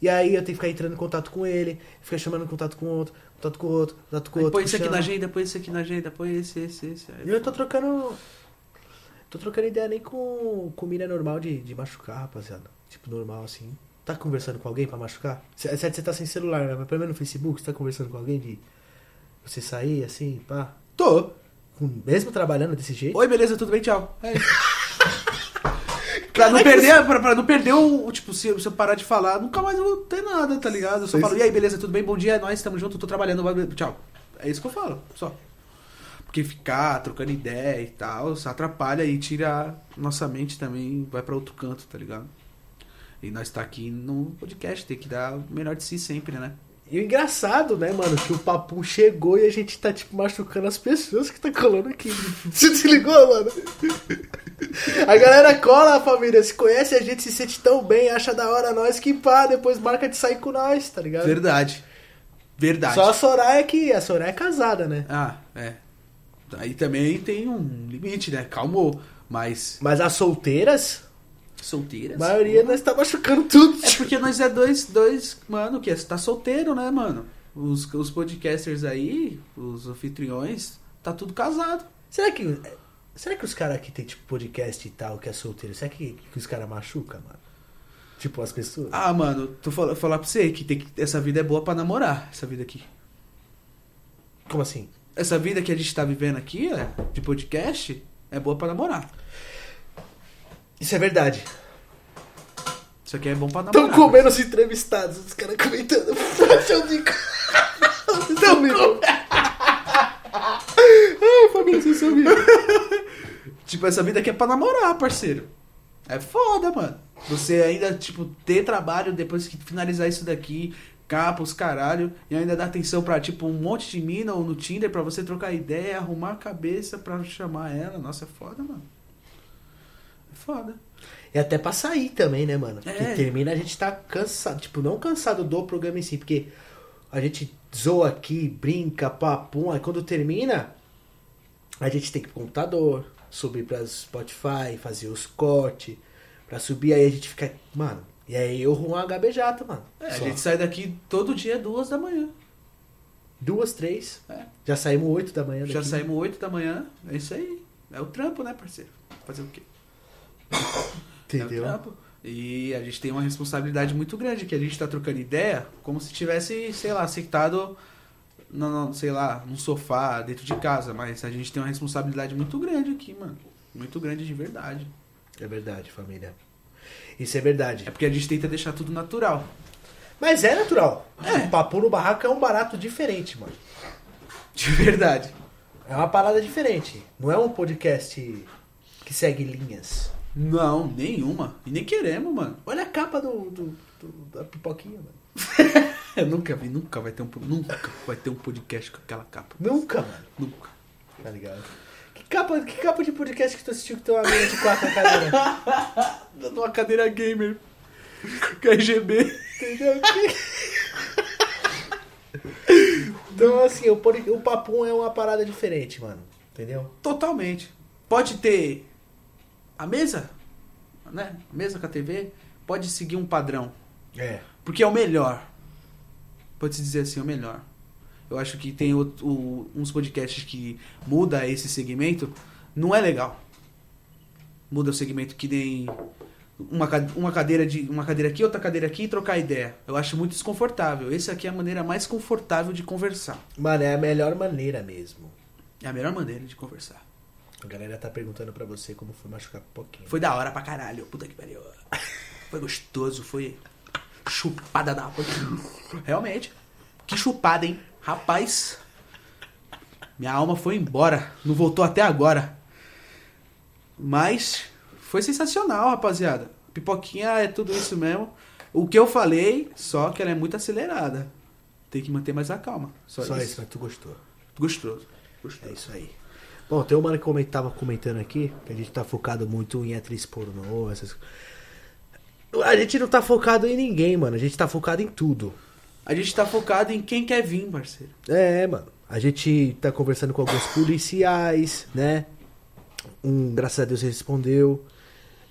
[SPEAKER 2] E aí eu tenho que ficar entrando em contato com ele, ficar chamando em contato com outro, contato com outro, contato com
[SPEAKER 1] Aí
[SPEAKER 2] outro.
[SPEAKER 1] põe isso aqui
[SPEAKER 2] chama.
[SPEAKER 1] na agenda, põe isso aqui na agenda, põe esse, esse, esse. Aí-
[SPEAKER 2] E Eu tô trocando. Tô trocando ideia nem com, com mina normal de, de machucar, rapaziada. Tipo, normal assim. Tá conversando com alguém pra machucar? Cê- Certo, você tá sem celular, né? Mas pelo menos no Facebook, você tá conversando com alguém de. Você sair assim, pá.
[SPEAKER 1] Tô.
[SPEAKER 2] Com- mesmo trabalhando desse jeito?
[SPEAKER 1] Oi, beleza, tudo bem? Tchau. É isso. pra, não perder, pra, pra não perder o. o Tipo, se, se eu parar de falar, nunca mais eu vou ter nada, tá ligado? Eu só falo, e aí, beleza, tudo bem? Bom dia, é nóis, tamo junto, tô trabalhando, vai- tchau. É isso que eu falo, só. Porque ficar trocando ideia e tal, só atrapalha e tira nossa mente também, vai pra outro canto, tá ligado? E nós tá aqui no podcast, tem que dar o melhor de si sempre, né?
[SPEAKER 2] E o engraçado, né, mano, que o papo chegou e a gente tá, tipo, machucando as pessoas que tá colando aqui. Você desligou, mano? A galera cola, família, se conhece, a gente se sente tão bem, acha da hora nós que pá, depois marca de sair com nós, tá ligado?
[SPEAKER 1] Verdade. Verdade.
[SPEAKER 2] Só a Soraya que. A Soraya é casada, né?
[SPEAKER 1] Ah, é. Aí também tem um limite, né? Calmou. Mas
[SPEAKER 2] Mas as solteiras, a
[SPEAKER 1] solteiras.
[SPEAKER 2] maioria nós tá machucando tudo.
[SPEAKER 1] É porque nós é dois, dois, mano, que é- tá solteiro, né, mano? Os, os podcasters aí, os anfitriões, tá tudo casado.
[SPEAKER 2] [laughs] Será que. Será que os caras que tem, tipo, podcast e tal, que é solteiro, será que, que os caras machucam, mano? Tipo, as pessoas?
[SPEAKER 1] Ah, mano, tu fal, falar pra você que, tem que essa vida é boa pra namorar, essa vida aqui.
[SPEAKER 2] Como assim?
[SPEAKER 1] Essa vida que a gente tá vivendo aqui, ó, de podcast, é boa pra namorar.
[SPEAKER 2] Isso é verdade.
[SPEAKER 1] Isso aqui é bom pra namorar.
[SPEAKER 2] Estão comendo os entrevistados, os caras comentando. Seu Nico. Seu Nico. Ai, família, vocês são amigos.
[SPEAKER 1] Tipo, essa vida aqui é pra namorar, parceiro. É foda, mano. Você ainda, tipo, ter trabalho depois que finalizar isso daqui, capa, os caralho, e ainda dar atenção pra, tipo, um monte de mina ou no Tinder pra você trocar ideia, arrumar a cabeça pra chamar ela. Nossa, é foda, mano. É foda.
[SPEAKER 2] E até pra sair também, né, mano? Porque
[SPEAKER 1] É.
[SPEAKER 2] termina a gente tá cansado. Tipo, não cansado do programa em si, porque a gente zoa aqui, brinca, papum. Aí quando termina, a gente tem que ir pro computador, subir pra Spotify, fazer os cortes, pra subir. Aí a gente fica. Mano, e aí eu rumo a gabejata, mano.
[SPEAKER 1] É, a
[SPEAKER 2] Só.
[SPEAKER 1] gente sai daqui todo dia duas da manhã.
[SPEAKER 2] Duas, três.
[SPEAKER 1] É.
[SPEAKER 2] Já saímos oito da manhã.
[SPEAKER 1] Já
[SPEAKER 2] É, daqui.
[SPEAKER 1] saímos 8 da manhã, é isso aí. É o trampo, né, parceiro? Fazer o quê?
[SPEAKER 2] Entendeu?
[SPEAKER 1] É o trampo. E a gente tem uma responsabilidade muito grande, que a gente tá trocando ideia como se tivesse, sei lá, sentado, no, no- sei lá, num sofá, dentro de casa. Mas a gente tem uma responsabilidade muito grande aqui, mano. Muito grande de verdade.
[SPEAKER 2] É verdade, família. Isso é verdade.
[SPEAKER 1] É porque a gente tenta deixar tudo natural. [laughs]
[SPEAKER 2] Mas é natural.
[SPEAKER 1] É.
[SPEAKER 2] O papo no barraco é um barato diferente, mano.
[SPEAKER 1] De verdade.
[SPEAKER 2] É uma parada diferente. Não é um podcast que segue linhas.
[SPEAKER 1] Não, nenhuma. E nem queremos, mano.
[SPEAKER 2] Olha a capa do, do- do- da pipoquinha, mano.
[SPEAKER 1] Eu nunca vi, nunca vai ter um, po- nunca vai ter um podcast com aquela capa.
[SPEAKER 2] Nunca, mano.
[SPEAKER 1] Nunca.
[SPEAKER 2] Tá ligado? Que capa, que capa de podcast que tu assistiu que tem uma mina de quatro na
[SPEAKER 1] [laughs]
[SPEAKER 2] cadeira?
[SPEAKER 1] Numa cadeira gamer. Com RGB.
[SPEAKER 2] Entendeu? então, assim, o, pod- o papum é uma parada diferente, mano. Entendeu?
[SPEAKER 1] Totalmente. Pode ter a mesa, né? A mesa com a TV. Pode seguir um padrão.
[SPEAKER 2] É.
[SPEAKER 1] Porque é o melhor. Pode-se dizer assim, é o melhor. Eu acho que tem outro- o- uns podcasts que muda esse segmento. Não é legal. Muda o segmento que nem uma, ca- uma cadeira de uma cadeira aqui, outra cadeira aqui e trocar ideia. Eu acho muito desconfortável. Essa aqui é a maneira mais confortável de conversar.
[SPEAKER 2] Mano, é a melhor maneira mesmo.
[SPEAKER 1] É a melhor maneira de conversar.
[SPEAKER 2] A galera tá perguntando pra você como foi machucar a pipoquinha.
[SPEAKER 1] Foi da hora pra caralho, puta que pariu. Foi gostoso, foi chupada da Realmente. Que chupada, hein? Rapaz. Minha alma foi embora, não voltou até agora. Mas foi sensacional, rapaziada. Pipoquinha é tudo isso mesmo. O que eu falei, só que ela é muito acelerada. Tem que manter mais a calma. Só,
[SPEAKER 2] Só
[SPEAKER 1] isso.
[SPEAKER 2] isso, mas tu gostou.
[SPEAKER 1] Gostoso.
[SPEAKER 2] É
[SPEAKER 1] Gostoso.
[SPEAKER 2] isso aí. Bom, tem uma hora que eu tava comentando aqui, que a gente tá focado muito em atriz pornô, essas A gente não tá focado em ninguém, mano. A gente tá focado em tudo.
[SPEAKER 1] A gente tá focado em quem quer vir, parceiro.
[SPEAKER 2] É, mano. A gente tá conversando com alguns policiais, né? Um, graças a Deus, respondeu.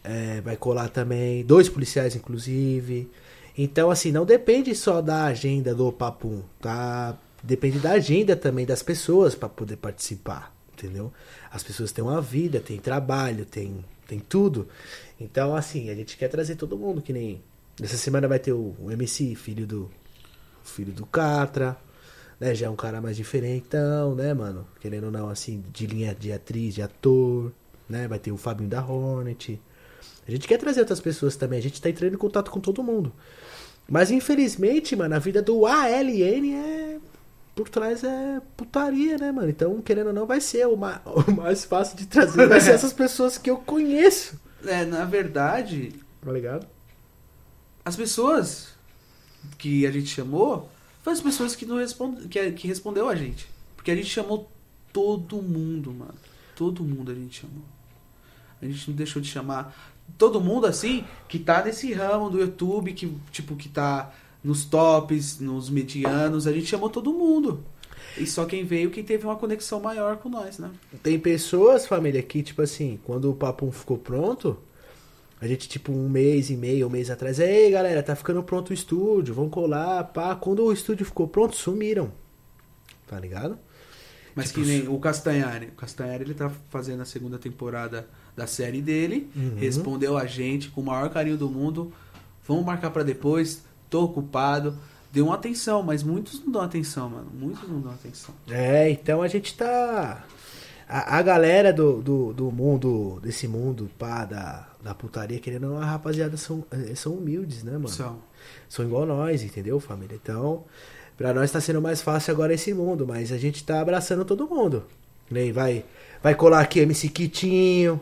[SPEAKER 2] É, vai colar também. Dois policiais, inclusive. Então, assim, não depende só da agenda do Papum, tá? Depende da agenda também das pessoas pra poder participar, entendeu? As pessoas têm uma vida, têm trabalho, tem, tem tudo. Então, assim, a gente quer trazer todo mundo, que nem. Nessa semana vai ter o, o MC, filho do. Filho do Catra né? Já é um cara mais diferentão, né, mano? Querendo ou não, assim, de linha de atriz, de ator, né? Vai ter o Fabinho da Hornet. A gente quer trazer outras pessoas também, a gente tá entrando em contato com todo mundo. Mas infelizmente, mano, a vida do ALN é. Por trás é putaria, né, mano? Então, querendo ou não, vai ser o, ma- [laughs] o mais fácil de trazer. Vai ser essas pessoas que eu conheço.
[SPEAKER 1] É, na verdade,
[SPEAKER 2] Tá ligado?
[SPEAKER 1] as pessoas que a gente chamou foram as pessoas que não respond... que, que respondeu a gente. Porque a gente chamou todo mundo, mano. Todo mundo a gente chamou. A gente não deixou de chamar todo mundo assim que tá nesse ramo do YouTube, que tipo que tá nos tops, nos medianos, a gente chamou todo mundo. E só quem veio quem teve uma conexão maior com nós, né?
[SPEAKER 2] Tem pessoas, família, que, tipo assim, quando o papum ficou pronto, a gente, tipo, um mês e meio, um mês atrás, ei, galera, tá ficando pronto o estúdio, vão colar, pá. Quando o estúdio ficou pronto, sumiram. Tá ligado?
[SPEAKER 1] Mas
[SPEAKER 2] Tipo,
[SPEAKER 1] que nem o Castanhari. O Castanhari ele tá fazendo a segunda temporada da série dele.
[SPEAKER 2] Uhum.
[SPEAKER 1] Respondeu a gente com o maior carinho do mundo. Vamos marcar pra depois. Tô ocupado. Deu uma atenção, mas muitos não dão atenção, mano. Muitos não dão atenção.
[SPEAKER 2] É, então a gente tá. A, a galera do, do, do mundo, desse mundo, pá, da, da putaria, querendo ou não, a rapaziada são, eh, são humildes, né, mano?
[SPEAKER 1] São. [laughs]
[SPEAKER 2] São igual nós, entendeu, família? Então, pra nós tá sendo mais fácil agora esse mundo, mas a gente tá abraçando todo mundo. Nem vai, vai colar aqui MC Kitinho,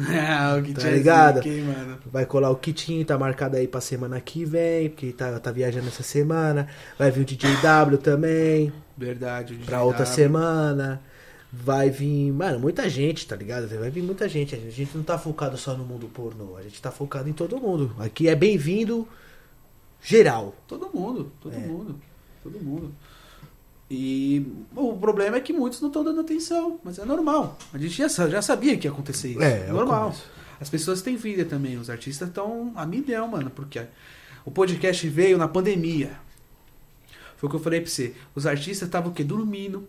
[SPEAKER 1] É, o que
[SPEAKER 2] Tá
[SPEAKER 1] tinha
[SPEAKER 2] ligado?
[SPEAKER 1] aqui, mano.
[SPEAKER 2] Vai colar o Kitinho, tá marcado aí pra semana que vem, porque tá, tá viajando essa semana. Vai vir o DJ W também,
[SPEAKER 1] Verdade. o
[SPEAKER 2] pra
[SPEAKER 1] DJW.
[SPEAKER 2] outra semana. Vai vir, mano, muita gente, tá ligado? Vai vir muita gente. A gente não tá focado só no mundo pornô, a gente tá focado em todo mundo. Aqui é bem-vindo geral.
[SPEAKER 1] Todo mundo, todo
[SPEAKER 2] É.
[SPEAKER 1] mundo. Todo mundo. E o problema é que muitos não estão dando atenção, mas é normal. A gente já, sa- já sabia que ia acontecer isso.
[SPEAKER 2] É, é o
[SPEAKER 1] normal.
[SPEAKER 2] começo.
[SPEAKER 1] As pessoas têm vida também, os artistas estão a milhão, mano, porque o podcast veio na pandemia. Foi o que eu falei pra você. Os artistas estavam o quê? Dormindo,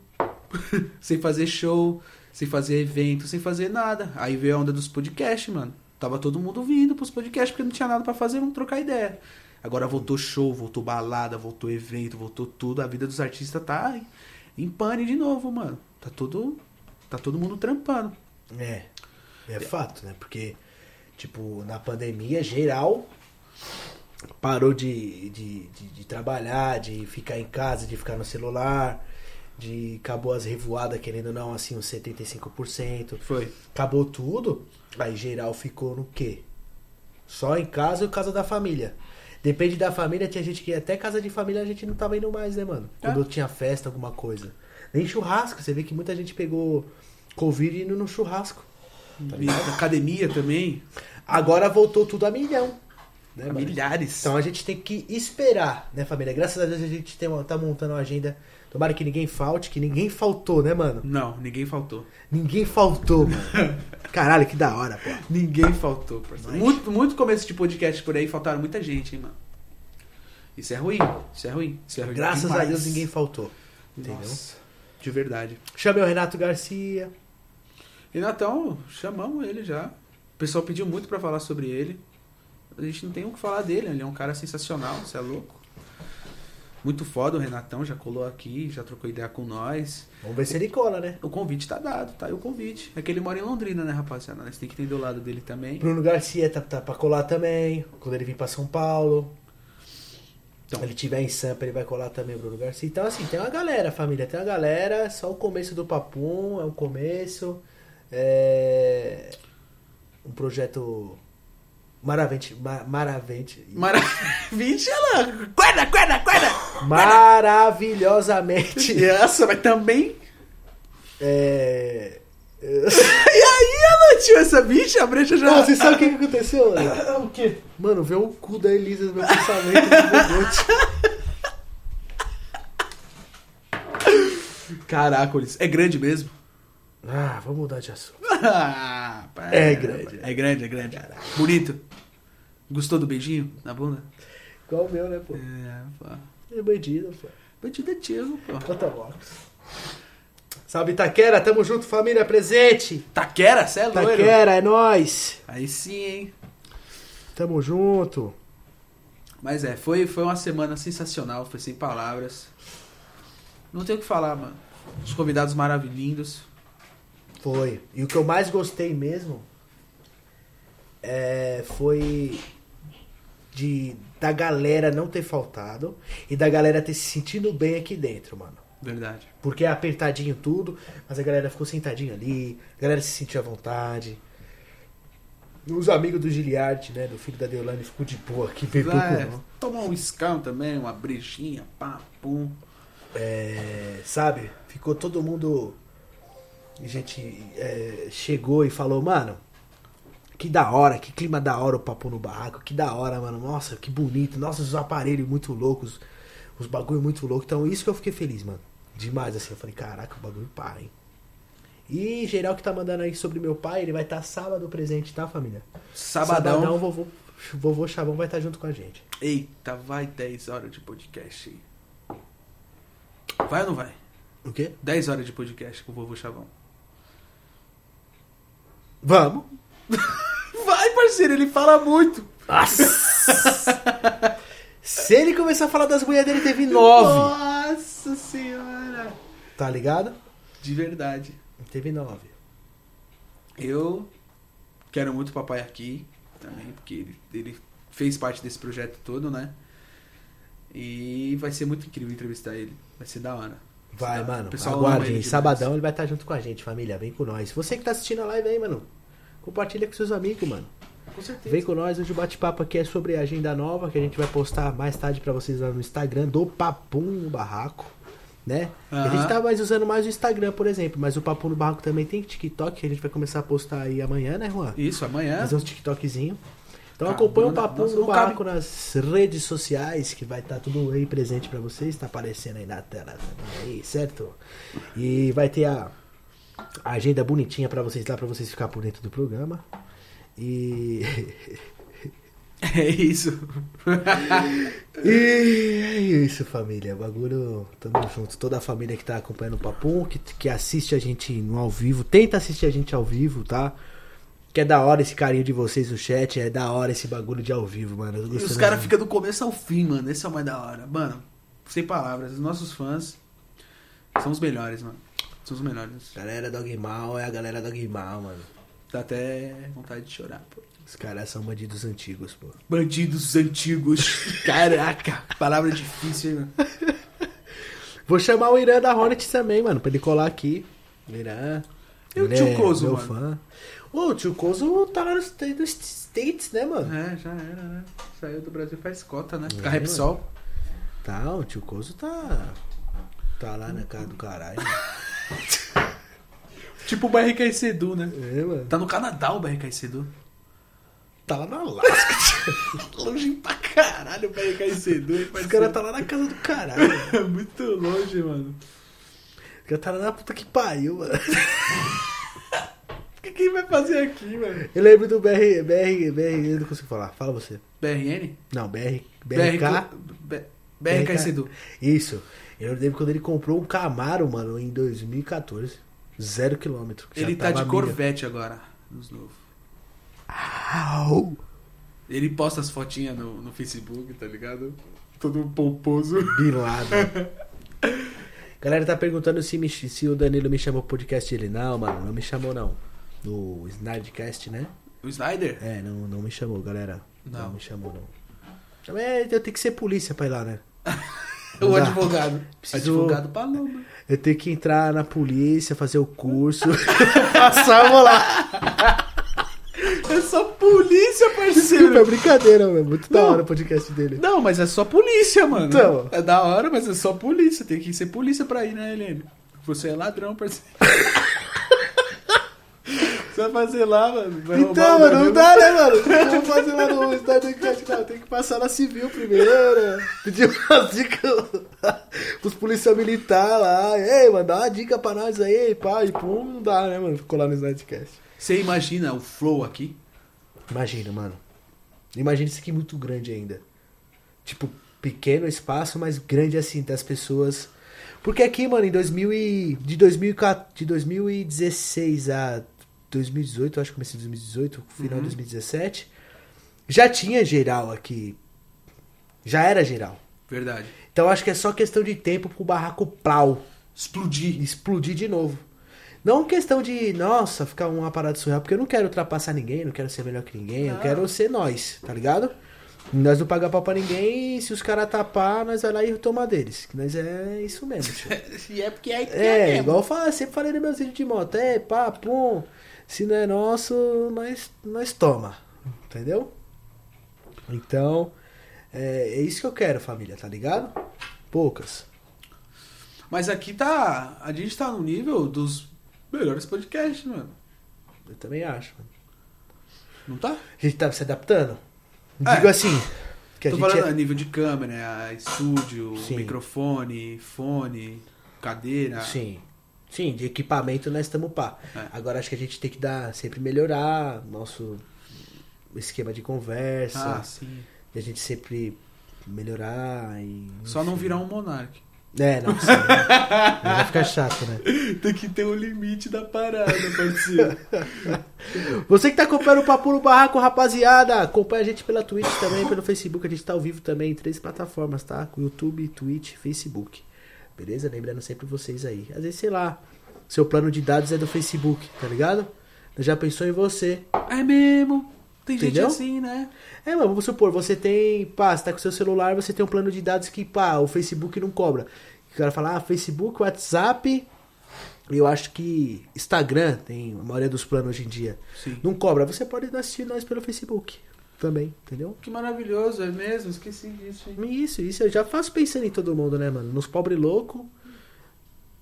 [SPEAKER 1] [laughs] sem fazer show, sem fazer evento, sem fazer nada. Aí veio a onda dos podcasts, mano. Tava todo mundo vindo pros podcasts porque não tinha nada pra fazer, vamos trocar ideia. Agora voltou show, voltou balada, voltou evento, voltou tudo. A vida dos artistas tá em- em pane de novo, mano. Tá todo, tá todo mundo trampando.
[SPEAKER 2] É. É fato, né? Porque, tipo, na pandemia geral parou de, de, de, de trabalhar, de ficar em casa, de ficar no celular, de acabou as revoadas, querendo ou não, assim, uns 75%.
[SPEAKER 1] Foi.
[SPEAKER 2] Acabou tudo, aí geral ficou no quê? Só em casa e casa da família. Depende da família, tinha gente que ia até casa de família a gente não tava indo mais, né, mano?
[SPEAKER 1] É.
[SPEAKER 2] Quando tinha festa, alguma coisa. Nem churrasco, você vê que muita gente pegou Covid indo no churrasco.
[SPEAKER 1] E academia também.
[SPEAKER 2] Agora voltou tudo a milhão. Né, mano?
[SPEAKER 1] milhares.
[SPEAKER 2] Então a gente tem que esperar, né, família? Graças a Deus a gente tem uma- tá montando uma agenda. Tomara que ninguém falte, que ninguém faltou, né, mano?
[SPEAKER 1] Não, ninguém faltou.
[SPEAKER 2] Ninguém faltou, [laughs] mano. Caralho, que da hora, pô.
[SPEAKER 1] Ninguém faltou, parceiro.
[SPEAKER 2] Mas-
[SPEAKER 1] Muito, muito começo de podcast por aí, faltaram muita gente, hein, mano. Isso é ruim, isso é ruim. Isso é ruim
[SPEAKER 2] Graças a
[SPEAKER 1] demais.
[SPEAKER 2] Deus ninguém faltou. Entendeu?
[SPEAKER 1] Nossa, de verdade.
[SPEAKER 2] Chamei o Renato Garcia.
[SPEAKER 1] Renatão, chamamos ele já. O pessoal pediu muito pra falar sobre ele. A gente não tem o que falar dele, ele é um cara sensacional, você é louco. Muito foda o Renatão, já colou aqui, já trocou ideia com nós.
[SPEAKER 2] Vamos ver se ele cola, né?
[SPEAKER 1] O convite tá dado, tá aí o convite. É que ele mora em Londrina, né, rapaziada? Nós tem que entender o lado dele também.
[SPEAKER 2] Bruno Garcia tá, tá pra colar também. Quando ele vir pra São Paulo.
[SPEAKER 1] Então.
[SPEAKER 2] Então. Ele tiver em Sampa, ele vai colar também o Bruno Garcia. Então, assim, tem uma galera, família. Tem uma galera. é Só o começo do Papum. É um começo. É. Um projeto. Maravente. ma- maravente.
[SPEAKER 1] Maravilha, ela. Corda, corda, corda!
[SPEAKER 2] Maravilhosamente. [laughs]
[SPEAKER 1] Criança, mas também.
[SPEAKER 2] É.
[SPEAKER 1] E aí, ela tinha essa bicha, a brecha já.
[SPEAKER 2] Não, vocês sabem é o que, que aconteceu? Mano?
[SPEAKER 3] É,
[SPEAKER 1] o quê?
[SPEAKER 2] Mano, ver o cu da Elisa no meu pensamento de
[SPEAKER 1] Caracoles. É grande mesmo?
[SPEAKER 2] Ah, vamos mudar de assunto.
[SPEAKER 1] Ah, pá,
[SPEAKER 2] É grande.
[SPEAKER 1] É grande, é grande. Bonito. Gostou do beijinho na bunda?
[SPEAKER 2] Igual o meu, né, pô?
[SPEAKER 1] É, pô.
[SPEAKER 2] É bandido, pô.
[SPEAKER 1] Bandido é tiro, pô.
[SPEAKER 2] Canta box. Salve, Taquera. Tamo junto, família. Presente.
[SPEAKER 1] Taquera, cê é loiro.
[SPEAKER 2] Taquera, é nóis.
[SPEAKER 1] Aí sim, hein?
[SPEAKER 2] Tamo junto.
[SPEAKER 1] Mas é, foi, foi uma semana sensacional, foi sem palavras. Não tem o que falar, mano. Os convidados maravilhindos.
[SPEAKER 2] Foi. E o que eu mais gostei mesmo é, foi de da galera não ter faltado e da galera ter se sentido bem aqui dentro, mano.
[SPEAKER 1] Verdade.
[SPEAKER 2] Porque é apertadinho tudo, mas a galera ficou sentadinha ali, a galera se sentiu à vontade. Os amigos do Giliard, né, do filho da Deolane, ficou de boa aqui, bebeu
[SPEAKER 1] É,
[SPEAKER 2] com
[SPEAKER 1] tomar um escão também, uma brejinha, pá, pum.
[SPEAKER 2] é, Sabe? Ficou todo mundo. A gente é, chegou e falou, mano, que da hora, que clima da hora o papo no barraco, que da hora, mano. Nossa, que bonito, nossa, os aparelhos muito loucos, os bagulho muito louco. Então, isso que eu fiquei feliz, mano. Demais, assim. Eu falei, caraca, o bagulho para, hein? E geral que tá mandando aí sobre meu pai, ele vai estar sábado presente, tá, família?
[SPEAKER 1] Sabadão.
[SPEAKER 2] Sabadão, vovô, vovô Chavão vai estar junto com a gente.
[SPEAKER 1] Eita, vai 10 horas de podcast. hein? Vai ou não vai?
[SPEAKER 2] O quê?
[SPEAKER 1] 10 horas de podcast com o vovô Chavão.
[SPEAKER 2] Vamos!
[SPEAKER 1] Vai, parceiro, ele fala muito.
[SPEAKER 2] [laughs] Se ele começar a falar das mulheres dele, teve nove.
[SPEAKER 1] Nossa senhora.
[SPEAKER 2] Tá ligado?
[SPEAKER 1] De verdade.
[SPEAKER 2] Teve nove.
[SPEAKER 1] Eu quero muito o papai aqui também, porque ele, ele fez parte desse projeto todo, né? E vai ser muito incrível entrevistar ele. Vai ser da hora.
[SPEAKER 2] Vai,
[SPEAKER 1] Sim,
[SPEAKER 2] mano.
[SPEAKER 1] o Tá, pessoal ama ele
[SPEAKER 2] Aguardem.
[SPEAKER 1] demais.
[SPEAKER 2] Sabadão ele vai estar junto com a gente, família. Vem com nós. Você que tá assistindo a live aí, mano. Compartilha com seus amigos, mano.
[SPEAKER 1] Com certeza.
[SPEAKER 2] Vem com nós. Hoje o bate-papo aqui é sobre a agenda nova que a gente vai postar mais tarde pra vocês lá no Instagram do Papum no Barraco. Né? A gente
[SPEAKER 1] Aham.
[SPEAKER 2] tá mais usando mais o Instagram, por exemplo. Mas o Papum no Barraco também tem TikTok que a gente vai começar a postar aí amanhã, né, Juan?
[SPEAKER 1] Isso, amanhã.
[SPEAKER 2] Fazer uns TikTokzinho. Então
[SPEAKER 1] Cara,
[SPEAKER 2] acompanha o
[SPEAKER 1] não-
[SPEAKER 2] Papum
[SPEAKER 1] nossa,
[SPEAKER 2] no
[SPEAKER 1] não cabe-
[SPEAKER 2] Barraco nas redes sociais, que vai estar tudo aí presente pra vocês, tá aparecendo aí na tela também aí, certo? E vai ter a a agenda bonitinha pra vocês lá, pra vocês ficar por dentro do programa. E
[SPEAKER 1] [laughs]
[SPEAKER 2] [laughs]
[SPEAKER 1] É isso.
[SPEAKER 2] E é isso, família. O bagulho, tamo junto. Toda a família que tá acompanhando o Papum, que, que assiste a gente no ao vivo, tenta assistir a gente ao vivo, tá? Que é da hora esse carinho de vocês no chat, é da hora esse bagulho de ao vivo, mano. Eu tô
[SPEAKER 1] E os
[SPEAKER 2] gostando
[SPEAKER 1] caras
[SPEAKER 2] muito.
[SPEAKER 1] ficam do começo ao fim, mano. Esse é o mais da hora. Mano, sem palavras. Os nossos fãs são os melhores, mano. São os melhores.
[SPEAKER 2] Galera do Aguimal é a galera do Aguimal, mano.
[SPEAKER 1] Dá até vontade de chorar, pô.
[SPEAKER 2] Os caras são bandidos antigos, pô.
[SPEAKER 1] Bandidos antigos. [laughs] Caraca, palavra difícil, hein, mano.
[SPEAKER 2] Vou chamar o Irã da Hornet também, mano, pra ele colar aqui. Irã.
[SPEAKER 1] E o
[SPEAKER 2] Ele
[SPEAKER 1] tio
[SPEAKER 2] é
[SPEAKER 1] Coso,
[SPEAKER 2] meu
[SPEAKER 1] mano?
[SPEAKER 2] fã. Ô, o tio Coso tá lá nos nos States, né, mano?
[SPEAKER 1] É, já era, né? Saiu do Brasil faz cota, né?
[SPEAKER 2] É,
[SPEAKER 1] Fica Repsol.
[SPEAKER 2] Tá, o tio Coso tá. Tá lá na cara do caralho.
[SPEAKER 1] Tipo o BRK Sedu, né?
[SPEAKER 2] é, mano.
[SPEAKER 1] Tá no Canadá o BRK Sedu.
[SPEAKER 2] Tá lá na Alasca.
[SPEAKER 1] Longe pra caralho o BRK Sedu.
[SPEAKER 2] Os caras tá lá na casa do caralho.
[SPEAKER 1] [laughs] muito longe, mano.
[SPEAKER 2] Os caras tá lá na puta que pariu, mano.
[SPEAKER 1] O que que ele vai fazer aqui, mano?
[SPEAKER 2] Eu lembro do BR. BR. BR. Eu não consigo falar. Fala você.
[SPEAKER 1] BRN?
[SPEAKER 2] Não, BR. BRK.
[SPEAKER 1] BRK? BRK Sedu.
[SPEAKER 2] Isso. Eu lembro quando ele comprou um Camaro, mano, em 2014. Zero quilômetro. Já
[SPEAKER 1] Ele tá
[SPEAKER 2] tava
[SPEAKER 1] de
[SPEAKER 2] milha.
[SPEAKER 1] Corvette agora, nos novos.
[SPEAKER 2] Au!
[SPEAKER 1] Ele posta as fotinhas no, no Facebook, tá ligado? Todo pomposo. [laughs]
[SPEAKER 2] Bin Laden. Galera tá perguntando se, me- se o Danilo me chamou pro podcast dele. Não, mano, não me chamou não. No Snidecast, né?
[SPEAKER 1] O Snyder?
[SPEAKER 2] É, não, não me chamou, galera. Não.
[SPEAKER 1] Não.
[SPEAKER 2] me chamou, não. Também é, eu tenho que ser polícia pra ir lá, né?
[SPEAKER 1] O
[SPEAKER 2] Dá.
[SPEAKER 1] advogado.
[SPEAKER 2] Preciso-
[SPEAKER 1] Advogado Paloma.
[SPEAKER 2] Eu tenho que entrar na polícia, fazer o [laughs] curso, passar, eu vou lá.
[SPEAKER 1] É só polícia,
[SPEAKER 2] Desculpa,
[SPEAKER 1] parceiro.
[SPEAKER 2] é brincadeira, mano. Muito da
[SPEAKER 1] Não.
[SPEAKER 2] hora o podcast dele.
[SPEAKER 1] Não, mas é só polícia, mano.
[SPEAKER 2] Então.
[SPEAKER 1] É da hora, mas é só polícia. Tem que ser polícia pra ir, né, Helene? Você é ladrão, parceiro. [laughs] Você vai fazer lá, mano. Vai roubar
[SPEAKER 2] Então,
[SPEAKER 1] o
[SPEAKER 2] mano, não
[SPEAKER 1] Danilo.
[SPEAKER 2] dá, né, mano? um Vamos fazer lá no Snidecast, não. Tem que passar na civil primeiro. Pedir umas dicas pros policial militar lá. Ei, mano, dá uma dica pra nós aí, pá. E pum, não dá, né, mano? Ficou lá no Snidecast.
[SPEAKER 1] Você imagina o flow aqui?
[SPEAKER 2] Imagina, mano. Imagina isso aqui muito grande ainda. Tipo, pequeno espaço, mas grande assim, das pessoas. Porque aqui, mano, em 2000 e... de, 2004... de 2016 a 2018, eu acho que comecei em 2018, final de 2017, já tinha geral aqui. Já era geral.
[SPEAKER 1] Verdade.
[SPEAKER 2] Então acho que é só questão de tempo pro barraco plau
[SPEAKER 1] Explodir.
[SPEAKER 2] explodir de novo. Não questão de, nossa, ficar uma parada surreal, porque eu não quero ultrapassar ninguém, não quero ser melhor que ninguém, eu
[SPEAKER 1] Não.
[SPEAKER 2] quero ser nós, tá ligado? Nós não pagar pau pra ninguém e se os caras tapar, nós vai lá e tomar deles. Que nós é isso mesmo, tio.
[SPEAKER 1] [laughs] E é porque aí que
[SPEAKER 2] É, igual eu falo, sempre falei no meu vídeo de moto, é, pá, pum, se não é nosso, nós, nós toma, entendeu? Então, é, é isso que eu quero, família, tá ligado? Poucas.
[SPEAKER 1] Mas aqui tá. A gente tá no nível dos melhores podcasts, mano.
[SPEAKER 2] Eu também acho, mano.
[SPEAKER 1] Não tá?
[SPEAKER 2] A gente tá se adaptando?
[SPEAKER 1] É.
[SPEAKER 2] Digo assim, que a
[SPEAKER 1] Tô
[SPEAKER 2] gente
[SPEAKER 1] falando a
[SPEAKER 2] é...
[SPEAKER 1] nível de câmera, estúdio,
[SPEAKER 2] Sim.
[SPEAKER 1] microfone, fone, cadeira.
[SPEAKER 2] Sim. Sim, de equipamento nós estamos pá.
[SPEAKER 1] né? É.
[SPEAKER 2] Agora acho que a gente tem que dar, sempre melhorar nosso esquema de conversa.
[SPEAKER 1] Ah, sim.
[SPEAKER 2] E a gente sempre melhorar e.
[SPEAKER 1] Só não virar um monarca.
[SPEAKER 2] É, não, sim, né? Vai ficar chato, né?
[SPEAKER 1] [laughs] Tem que ter o limite da parada, parceiro.
[SPEAKER 2] Você que tá acompanhando o Papo no Barraco, rapaziada, acompanha a gente pela Twitch também, pelo Facebook. A gente tá ao vivo também em três plataformas, tá? Com YouTube, Twitch, Facebook. Beleza? Lembrando sempre vocês aí. Às vezes, sei lá, seu plano de dados é do Facebook, tá ligado? Já pensou em você.
[SPEAKER 1] É mesmo. Tem
[SPEAKER 2] Entendeu?
[SPEAKER 1] gente assim, né?
[SPEAKER 2] É, mas vamos supor, você tem, pá, você tá com seu celular, você tem um plano de dados que, pá, o Facebook não cobra. O cara fala, ah, Facebook, WhatsApp, eu acho que Instagram tem a maioria dos planos hoje em dia.
[SPEAKER 1] Sim.
[SPEAKER 2] Não cobra, você pode assistir nós pelo Facebook também, entendeu?
[SPEAKER 1] Que maravilhoso, é mesmo? Esqueci disso, hein?
[SPEAKER 2] Isso, isso, eu já faço pensando em todo mundo, né, mano? Nos pobre louco.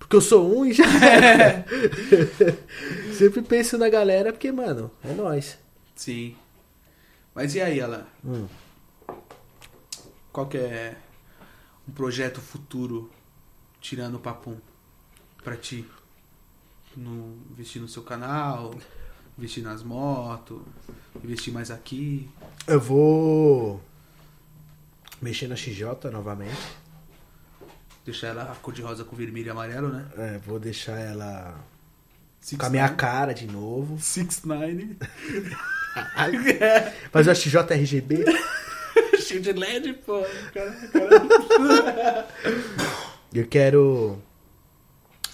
[SPEAKER 2] Porque eu sou um e já. [laughs] Sempre penso na galera, porque, mano, é nós.
[SPEAKER 1] Sim. Mas e aí, Alan?
[SPEAKER 2] Hum.
[SPEAKER 1] Qual que é um projeto futuro tirando o papum pra ti? No, investir no seu canal, investir nas motos, investir mais aqui.
[SPEAKER 2] Eu vou mexer na XJ novamente.
[SPEAKER 1] Deixar ela cor de rosa com vermelho e amarelo, né?
[SPEAKER 2] É, vou deixar ela
[SPEAKER 1] Six
[SPEAKER 2] com a minha cara de novo.
[SPEAKER 1] Six Nine. [laughs]
[SPEAKER 2] Fazer uma XJ RGB.
[SPEAKER 1] Cheio de LED, pô. Cara, cara. [laughs]
[SPEAKER 2] Eu quero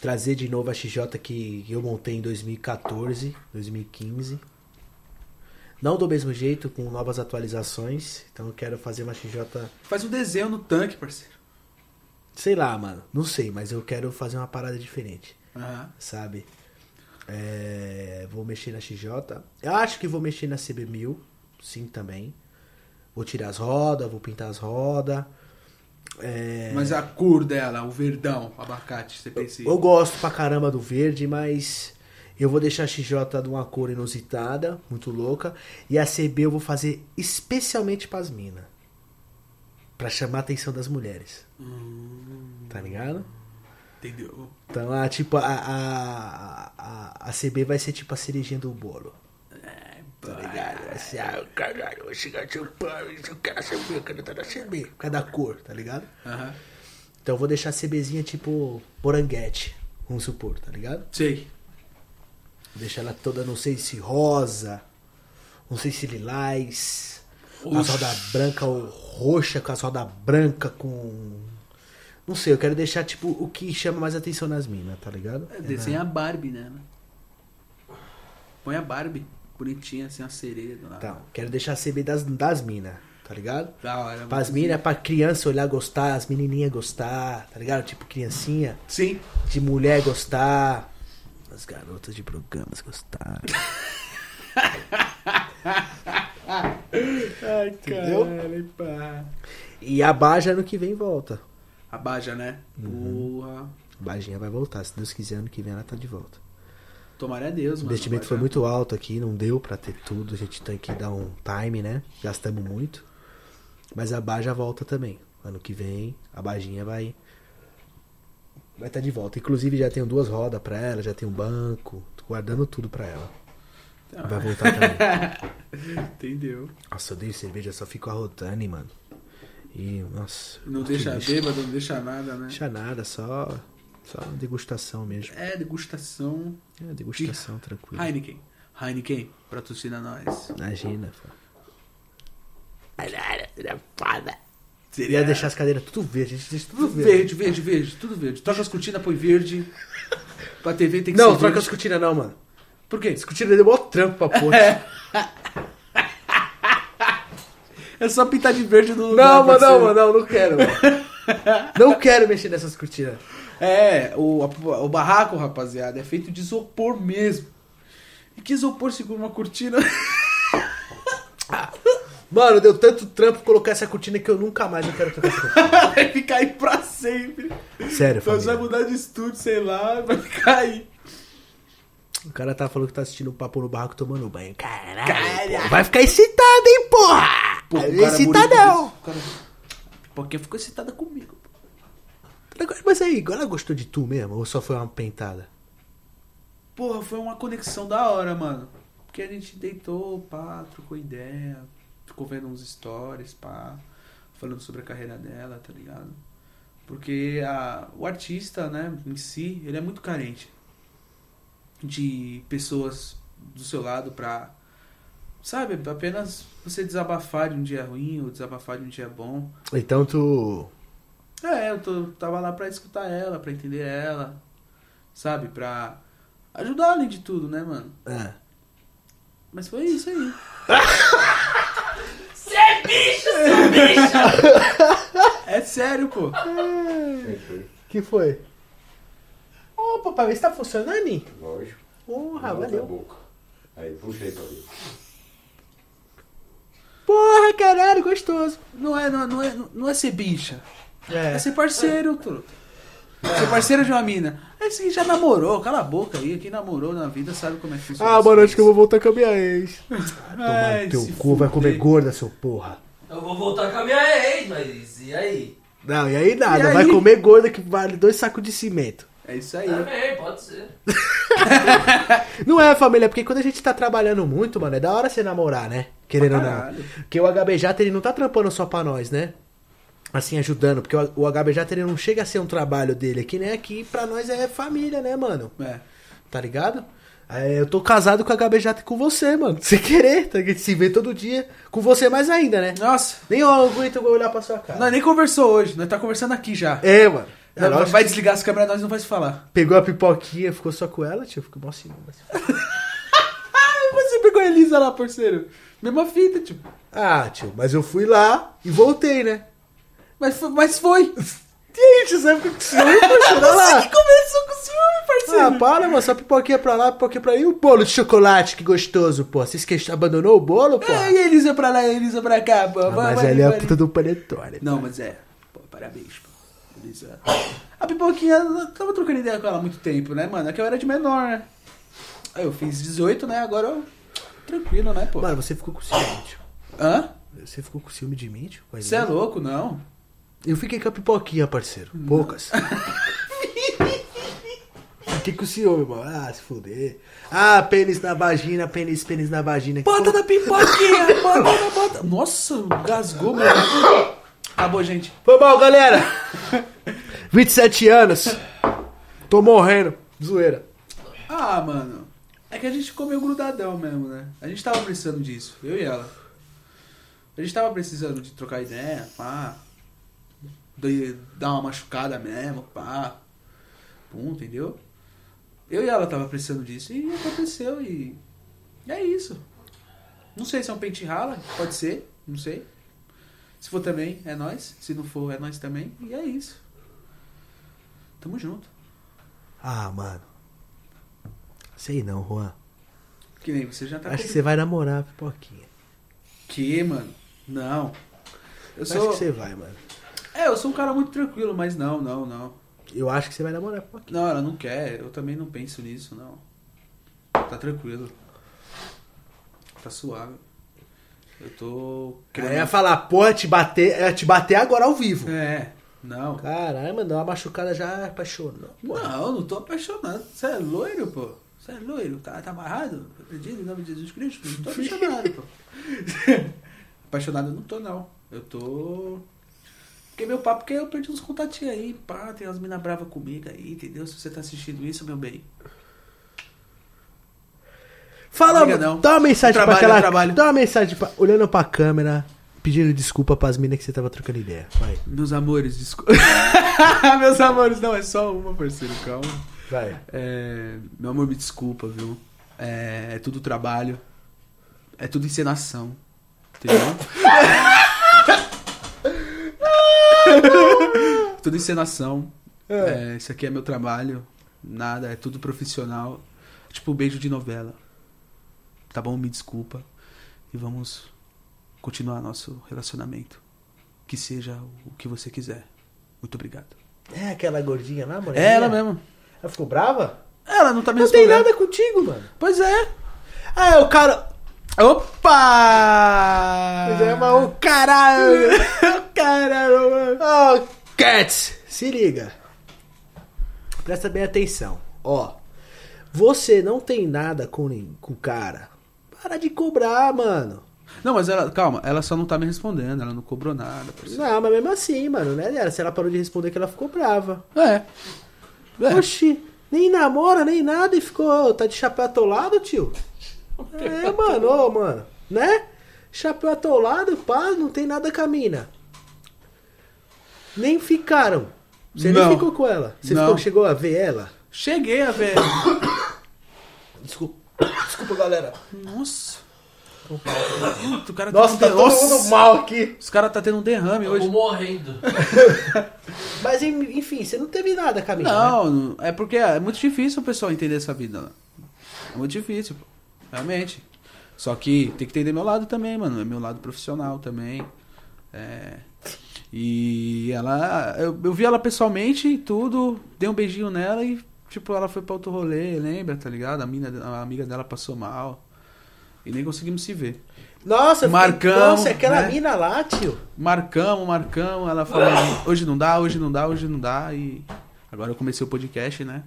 [SPEAKER 2] trazer de novo a XJ que eu montei em 2014, 2015. Não do mesmo jeito, com novas atualizações. Então eu quero fazer uma XJ,
[SPEAKER 1] Faz um desenho no tanque, parceiro.
[SPEAKER 2] sei lá, mano. Não sei, mas eu quero fazer uma parada diferente.
[SPEAKER 1] Aham.
[SPEAKER 2] sabe? É, vou mexer na XJ. Eu acho que vou mexer na CB1000, sim, também. Vou tirar as rodas, vou pintar as rodas. É,
[SPEAKER 1] Mas a cor dela, o verdão, abacate, você pensa em-
[SPEAKER 2] eu gosto pra caramba do verde, mas eu vou deixar a XJ de uma cor inusitada, muito louca. E a CB eu vou fazer especialmente pras minas. Pra chamar a atenção das mulheres. Tá ligado?
[SPEAKER 1] Hum, Entendeu?
[SPEAKER 2] Então, a, tipo, a, a, a, a CB vai ser tipo a cerejinha do bolo. Tá ligado? Vai ser, ah, caralho, eu vou chegar chupando, eu quero a CB, eu quero estar na CB. Por causa da cor, tá ligado?
[SPEAKER 1] Aham.
[SPEAKER 2] Então eu vou deixar a CBzinha tipo moranguete, vamos supor, tá ligado?
[SPEAKER 1] Sei.
[SPEAKER 2] Vou deixar ela toda, não sei se rosa, não sei se lilás, as
[SPEAKER 1] Oxi.
[SPEAKER 2] rodas branca ou roxa, com as rodas branca com... Não sei, eu quero deixar tipo o que chama mais atenção nas minas, tá ligado?
[SPEAKER 1] É, Desenha a Barbie, né? Põe a Barbie, bonitinha, assim, a sereia do lado.
[SPEAKER 2] Então, quero deixar a CB das, das minas, tá ligado?
[SPEAKER 1] Da hora.
[SPEAKER 2] Pras minas, pra criança olhar gostar, as menininhas gostar, tá ligado? Tipo criancinha,
[SPEAKER 1] Sim.
[SPEAKER 2] de mulher gostar, as garotas de programas gostar.
[SPEAKER 1] Ai,
[SPEAKER 2] Entendeu?
[SPEAKER 1] pá.
[SPEAKER 2] E a Baja ano que vem volta.
[SPEAKER 1] A Baja, né?
[SPEAKER 2] Uhum.
[SPEAKER 1] Boa.
[SPEAKER 2] A Bajinha vai voltar, se Deus quiser, ano que vem ela tá de volta.
[SPEAKER 1] Tomara a Deus,
[SPEAKER 2] O
[SPEAKER 1] mano.
[SPEAKER 2] investimento foi muito alto aqui, não deu pra ter tudo, a gente tem que dar um time, né? Gastamos muito. Mas a Baja volta também. Ano que vem, a Bajinha vai vai estar de volta. Inclusive já tenho duas rodas pra ela, já tenho um banco, tô guardando tudo pra ela.
[SPEAKER 1] Tá.
[SPEAKER 2] Vai voltar
[SPEAKER 1] [laughs]
[SPEAKER 2] também.
[SPEAKER 1] Entendeu?
[SPEAKER 2] Nossa, eu odeio cerveja, só fico arrotando, mano. E, nossa.
[SPEAKER 1] Não
[SPEAKER 2] que
[SPEAKER 1] deixa
[SPEAKER 2] lixo.
[SPEAKER 1] bêbado, não deixa nada, né?
[SPEAKER 2] Não deixa nada, só só degustação mesmo.
[SPEAKER 1] É, degustação.
[SPEAKER 2] É, degustação tranquila.
[SPEAKER 1] Heineken. Heineken, patrocina nós.
[SPEAKER 2] Imagina, pô.
[SPEAKER 1] Seria
[SPEAKER 2] Ia deixar as cadeiras tudo verde, a gente deixa tudo
[SPEAKER 1] É. tudo
[SPEAKER 2] verde.
[SPEAKER 1] verde, verde, verde, tudo verde. Troca as cortinas, põe verde. Pra TV tem que
[SPEAKER 2] Não,
[SPEAKER 1] ser
[SPEAKER 2] troca as
[SPEAKER 1] verde.
[SPEAKER 2] cortinas não, mano.
[SPEAKER 1] Por quê?
[SPEAKER 2] As cortinas deu mó
[SPEAKER 1] [laughs]
[SPEAKER 2] trampo pra porra.
[SPEAKER 1] É só pintar de verde no...
[SPEAKER 2] não,
[SPEAKER 1] no
[SPEAKER 2] mano, não,
[SPEAKER 1] parceiro.
[SPEAKER 2] mano, não, não quero, mano. Não quero mexer nessas cortinas.
[SPEAKER 1] É, o, a- o barraco, rapaziada, é feito de isopor mesmo. E que isopor segura uma cortina? [laughs]
[SPEAKER 2] Mano, deu tanto trampo colocar essa cortina que eu nunca mais eu quero trocar essa
[SPEAKER 1] [laughs]
[SPEAKER 2] cortina.
[SPEAKER 1] vai ficar aí pra sempre.
[SPEAKER 2] Sério,
[SPEAKER 1] Nós vai
[SPEAKER 2] família.
[SPEAKER 1] mudar de estúdio, sei lá, vai ficar aí.
[SPEAKER 2] O cara tá falando que tá assistindo um papo no barraco tomando banho. Caralho,
[SPEAKER 1] Caralho.
[SPEAKER 2] pô. vai ficar excitado, hein, porra!
[SPEAKER 1] Pô, o cara é
[SPEAKER 2] Excitadão!
[SPEAKER 1] bonito, cara. Porque ficou excitada comigo. pô.
[SPEAKER 2] Agora- Mas aí, ela gostou de tu mesmo ou só foi uma pentada?
[SPEAKER 1] Porra, foi uma conexão da hora, mano. Porque a gente deitou, pá, trocou ideia, ficou vendo uns stories, pá, falando sobre a carreira dela, tá ligado? Porque a, o artista, né, em si, ele é muito carente de pessoas do seu lado pra, sabe, apenas você desabafar de um dia ruim ou desabafar de um dia bom.
[SPEAKER 2] Então tu.
[SPEAKER 1] É, eu tô- tava lá pra escutar ela, pra entender ela, sabe? Pra ajudar além de tudo, né, mano?
[SPEAKER 2] É.
[SPEAKER 1] Mas foi isso
[SPEAKER 4] [laughs]
[SPEAKER 1] aí.
[SPEAKER 4] Você é bicho, seu bicho!
[SPEAKER 1] É sério, pô.
[SPEAKER 2] Hum.
[SPEAKER 3] Fechou.
[SPEAKER 2] Que foi? Ô, papai, está funcionando?
[SPEAKER 3] Lógico.
[SPEAKER 2] Porra,
[SPEAKER 3] Levanta a
[SPEAKER 2] valeu.
[SPEAKER 3] boca. Aí, puxa aí pra ver.
[SPEAKER 2] Porra, caralho, gostoso.
[SPEAKER 1] Não é, não é, não é, não é ser bicha. É
[SPEAKER 2] É.
[SPEAKER 1] ser parceiro, truta. Ser parceiro de uma mina. É assim, já namorou, cala a boca aí. Quem namorou na vida sabe como é que funciona.
[SPEAKER 2] Ah,
[SPEAKER 1] as
[SPEAKER 2] mano, acho que eu vou
[SPEAKER 1] coisas.
[SPEAKER 2] voltar com a minha ex. Tomar
[SPEAKER 1] Ai,
[SPEAKER 2] no teu
[SPEAKER 1] se
[SPEAKER 2] cu, vai comer
[SPEAKER 1] fuder.
[SPEAKER 2] gorda, seu porra.
[SPEAKER 4] Eu vou voltar com a minha ex, mas e aí?
[SPEAKER 2] Não, e aí nada,
[SPEAKER 1] E aí?
[SPEAKER 2] vai comer gorda que vale dois sacos de cimento.
[SPEAKER 1] É isso aí.
[SPEAKER 4] Também, pode ser.
[SPEAKER 2] Não é, família, porque quando a gente tá trabalhando muito, mano, é da hora você namorar, né? Querendo ou não.
[SPEAKER 1] Caralho.
[SPEAKER 2] Porque o HBJ, ele não tá trampando só pra nós, né? Assim, ajudando, porque o o HBJ, ele não chega a ser um trabalho dele, é que nem aqui, pra nós é família, né, mano?
[SPEAKER 1] É.
[SPEAKER 2] Tá ligado? É, eu tô casado com a HBJ e com você, mano. Sem querer, tá? ligado? se vê todo dia. Com você mais ainda, né?
[SPEAKER 1] Nossa,
[SPEAKER 2] Nem eu aguento olhar pra sua cara.
[SPEAKER 1] nós nem conversou hoje, nós tá conversando aqui já.
[SPEAKER 2] É, mano. É,
[SPEAKER 1] Não,
[SPEAKER 2] lógico.
[SPEAKER 1] vai desligar as câmeras, nós não vai se falar. [laughs]
[SPEAKER 2] Pegou a pipoquinha, ficou só com ela, tio. Ficou mó assim. Mas você pegou a Elisa lá, parceiro.
[SPEAKER 1] Mesma fita, tipo.
[SPEAKER 2] Ah, tio, mas eu fui lá e voltei, né?
[SPEAKER 1] Mas foi. Mas foi.
[SPEAKER 2] E aí, tio, sabe o [laughs] que você me proporcionou lá?
[SPEAKER 1] Começou com o ciúme,
[SPEAKER 2] Ah,
[SPEAKER 1] parceiro.
[SPEAKER 2] para, mano, só pipoquinha pra lá, pipoquinha pra lá. E o bolo de chocolate, que gostoso, pô. Você esquece, abandonou o bolo, pô?
[SPEAKER 1] É, e a Elisa pra lá, e a Elisa pra cá. pô.
[SPEAKER 2] Ah,
[SPEAKER 1] Vai,
[SPEAKER 2] mas
[SPEAKER 1] vai,
[SPEAKER 2] ela é a
[SPEAKER 1] vai.
[SPEAKER 2] puta do panetone.
[SPEAKER 1] Não, mas é. Pô, parabéns, pô. Elisa. A pipoquinha, eu tava trocando ideia com ela há muito tempo, né, mano? É que eu era de menor, né? Aí eu fiz 18, né? Agora eu. Tranquilo, né, pô?
[SPEAKER 2] Mano, você ficou com ciúme, tio.
[SPEAKER 1] Hã?
[SPEAKER 2] Você ficou com ciúme de mim, tio? Com a
[SPEAKER 1] Você é
[SPEAKER 2] Elisa?
[SPEAKER 1] louco, não?
[SPEAKER 2] Eu fiquei com a pipoquinha, parceiro.
[SPEAKER 1] [laughs]
[SPEAKER 2] Poucas. Fiquei com ciúme, mano. Ah, se fuder. Ah, pênis na vagina, pênis, pênis na vagina.
[SPEAKER 1] Bota na pipoquinha! bota na bota! Nossa, gasgou, mano. Acabou, gente.
[SPEAKER 2] Foi mal, galera. [laughs] 27 anos. Tô morrendo. Zoeira.
[SPEAKER 1] Ah, mano. É que a gente ficou meio grudadão mesmo, né? A gente tava precisando disso, eu e ela. A gente tava precisando de trocar ideia, pá. De dar uma machucada mesmo, pá. Pum, entendeu? Eu e ela tava precisando disso e aconteceu e. e é isso. Não sei se é um pente rala, pode ser, não sei. Se for também, é nós. Se não for, é nós também. E é isso. Tamo junto.
[SPEAKER 2] Ah, mano. Sei não, Juan.
[SPEAKER 1] Que nem você já tá
[SPEAKER 2] Acho que você vai namorar a pipoquinha.
[SPEAKER 1] Que, mano? Não. Eu
[SPEAKER 2] Acho
[SPEAKER 1] sou.
[SPEAKER 2] que você vai, mano.
[SPEAKER 1] É, eu sou um cara muito tranquilo, mas não, não, não.
[SPEAKER 2] Eu acho que você vai namorar a pipoquinha.
[SPEAKER 1] Não, ela não quer. Eu também não penso nisso, não. Tá tranquilo. Tá suave. Eu tô.
[SPEAKER 2] Eu ia falar, porra, te bater, é, te bater agora ao vivo.
[SPEAKER 1] É, não.
[SPEAKER 2] Caralho, mano, deu uma machucada já apaixonou.
[SPEAKER 1] Não, eu não tô apaixonado. Você é loiro, pô. Você é loiro. Tá, tá amarrado? Perdido em nome de Jesus Cristo? Não tô apaixonado, [laughs] pô. apaixonado eu não tô, não. Eu tô. Porque meu papo que eu perdi uns contatinhos aí, pá, tem umas minas bravas comigo aí, entendeu? Se você tá assistindo isso, meu bem.
[SPEAKER 2] Fala,
[SPEAKER 1] Amiga,
[SPEAKER 2] mano,
[SPEAKER 1] não.
[SPEAKER 2] dá uma mensagem
[SPEAKER 1] Trabalho,
[SPEAKER 2] pra aquela.
[SPEAKER 1] trabalho.
[SPEAKER 2] Dá uma mensagem pra, olhando pra câmera, pedindo desculpa pras minas que você tava trocando ideia. Vai,
[SPEAKER 1] Meus amores, desculpa. [laughs] Meus amores, não, é só uma, parceiro, calma.
[SPEAKER 2] vai.
[SPEAKER 1] É, meu amor, me desculpa, viu? É, é tudo trabalho. É tudo encenação. Entendeu? [laughs] tudo encenação. É, isso aqui é meu trabalho. Nada, é tudo profissional. Tipo, beijo de novela. Tá bom? Me desculpa. E vamos continuar nosso relacionamento. Que seja o que você quiser. Muito obrigado.
[SPEAKER 2] É aquela gordinha lá, mano?
[SPEAKER 1] É ela mesmo.
[SPEAKER 2] Ela ficou brava?
[SPEAKER 1] Ela não tá me
[SPEAKER 2] Não tem
[SPEAKER 1] respondendo.
[SPEAKER 2] nada contigo, mano.
[SPEAKER 1] Pois é.
[SPEAKER 2] Ah, é o cara.
[SPEAKER 1] Opa!
[SPEAKER 2] Mas é uma- o caralho.
[SPEAKER 1] Caralho, mano.
[SPEAKER 2] Oh, Cats! Se liga. Presta bem atenção. Ó. Você não tem nada com nin- com o cara. Para de cobrar, mano.
[SPEAKER 1] [laughs] Não, mas ela, calma, ela só não tá me respondendo, ela não cobrou nada. por isso.
[SPEAKER 2] Não, mas mesmo assim, mano, né, dela? Se ela parou de responder que ela ficou brava.
[SPEAKER 1] É. É.
[SPEAKER 2] Oxi, nem namora, nem nada e ficou, ó, tá de chapéu atolado, tio? É, mano, ô, mano, né? Chapéu atolado, pá, não tem nada com a mina. Nem ficaram. Você
[SPEAKER 1] Não.
[SPEAKER 2] nem ficou com ela. Você
[SPEAKER 1] Não.
[SPEAKER 2] ficou- chegou a ver ela?
[SPEAKER 1] Cheguei a ver.
[SPEAKER 2] Desculpa. Desculpa, galera.
[SPEAKER 1] Tá Nossa. Puta, o cara
[SPEAKER 2] Nossa, tá
[SPEAKER 1] tendo um
[SPEAKER 2] todo
[SPEAKER 1] derrame.
[SPEAKER 2] mundo mal aqui.
[SPEAKER 1] Os caras tá tendo um derrame
[SPEAKER 4] Eu tô
[SPEAKER 1] hoje.
[SPEAKER 4] morrendo.
[SPEAKER 2] Mas em- enfim, você não teve nada, Camila. né?
[SPEAKER 1] Não, não- é porque é muito difícil o pessoal entender essa vida. né? É muito difícil, pô. realmente. Só que tem que entender meu lado também, mano. É meu lado profissional também. É. E ela. Eu, eu vi ela pessoalmente e tudo, dei um beijinho nela e, tipo, ela foi pra outro rolê, lembra, tá ligado? A, mina, a amiga dela passou mal. E nem conseguimos se ver.
[SPEAKER 2] Nossa, eu fiquei-
[SPEAKER 1] Marcamos,
[SPEAKER 2] Nossa, é aquela
[SPEAKER 1] né?
[SPEAKER 2] mina lá, tio.
[SPEAKER 1] Marcamos, marcamos. Ela falou: hoje não dá, hoje não dá, hoje não dá. E agora eu comecei o podcast, né?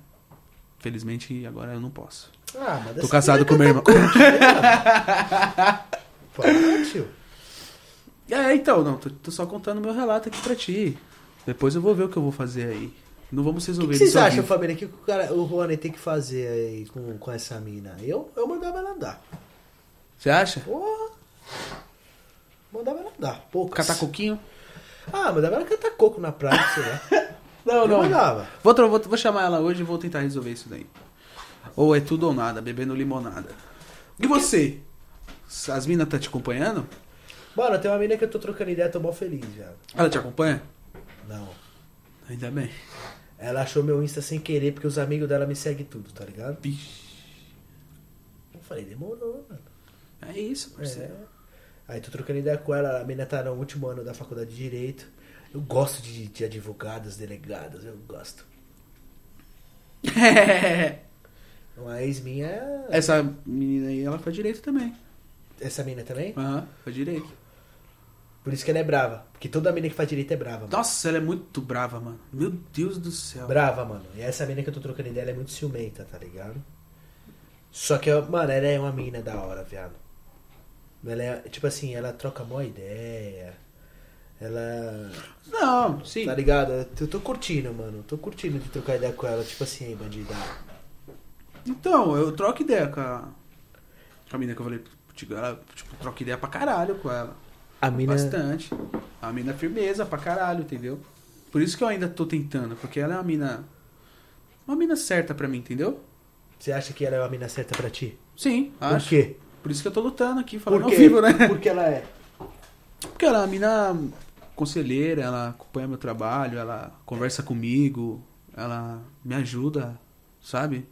[SPEAKER 1] Felizmente agora eu não posso.
[SPEAKER 2] Ah, mas
[SPEAKER 1] Tô casado com meu irmão. [laughs]
[SPEAKER 2] Pode, tio.
[SPEAKER 1] É, então, não, tô, tô só contando meu relato aqui pra ti. Depois eu vou ver o que eu vou fazer aí. Não vamos
[SPEAKER 2] O
[SPEAKER 1] resolver
[SPEAKER 2] que
[SPEAKER 1] isso.
[SPEAKER 2] vocês
[SPEAKER 1] ao
[SPEAKER 2] acham,
[SPEAKER 1] vivo.
[SPEAKER 2] família? que o, cara, o Rony tem que fazer aí com, com essa mina? Eu, eu mandava ela andar.
[SPEAKER 1] Você acha?
[SPEAKER 2] Porra. Mandava ela andar. Poucas.
[SPEAKER 1] Catar coquinho?
[SPEAKER 2] Ah, mandava ela catar coco na praia, sei lá.
[SPEAKER 1] [laughs] Não,
[SPEAKER 2] Eu mandava.
[SPEAKER 1] Vou, tra- vou, vou chamar ela hoje e vou tentar resolver isso daí. Ou é tudo ou nada, bebendo limonada. E você? As minas tá te acompanhando?
[SPEAKER 2] Mano, tem uma mina que eu tô trocando ideia, tô mó feliz, velho.
[SPEAKER 1] Ela te acompanha?
[SPEAKER 2] Não.
[SPEAKER 1] Ainda bem.
[SPEAKER 2] Ela achou meu Insta sem querer, porque os amigos dela me seguem tudo, tá ligado?
[SPEAKER 1] Vixe.
[SPEAKER 2] Eu falei, demorou, mano.
[SPEAKER 1] É isso, parceiro.
[SPEAKER 2] É. Aí tô trocando ideia com ela, a menina tá no último ano da faculdade de Direito. Eu gosto de, de advogados, delegados, eu gosto. Uma ex minha [laughs] é...
[SPEAKER 1] Essa menina aí, ela faz direito também.
[SPEAKER 2] Essa mina também?
[SPEAKER 1] Aham, faz direito.
[SPEAKER 2] Por isso que ela é brava. Porque toda mina que faz direito é brava, mano.
[SPEAKER 1] Nossa, ela é muito brava, mano. Meu Deus do céu.
[SPEAKER 2] Brava, mano. E essa mina que eu tô trocando ideia, ela é muito ciumenta, tá ligado? Só que, mano, ela é uma mina da hora, viado. Ela é, tipo assim, ela troca mó ideia. Ela.
[SPEAKER 1] Não, sim.
[SPEAKER 2] Tá ligado? Eu tô curtindo, mano. Tô curtindo de trocar ideia com ela. Tipo assim, aí, bandida.
[SPEAKER 1] Então, eu troco ideia com a. Com a menina que eu falei, tipo, ela, tipo, troco ideia pra caralho com ela.
[SPEAKER 2] A mina.
[SPEAKER 1] Bastante. A mina é firmeza pra caralho, entendeu? Por isso que eu ainda tô tentando, porque ela é uma mina. Uma mina certa pra mim, entendeu?
[SPEAKER 2] Você acha que ela é uma mina certa pra ti?
[SPEAKER 1] Sim,
[SPEAKER 2] Por
[SPEAKER 1] acho.
[SPEAKER 2] quê?
[SPEAKER 1] Por isso que eu tô lutando aqui, falando
[SPEAKER 2] Por
[SPEAKER 1] ao
[SPEAKER 2] quê?
[SPEAKER 1] vivo, né?
[SPEAKER 2] Porque ela é.
[SPEAKER 1] Porque ela é uma mina conselheira, ela acompanha meu trabalho, ela conversa comigo, ela me ajuda, sabe?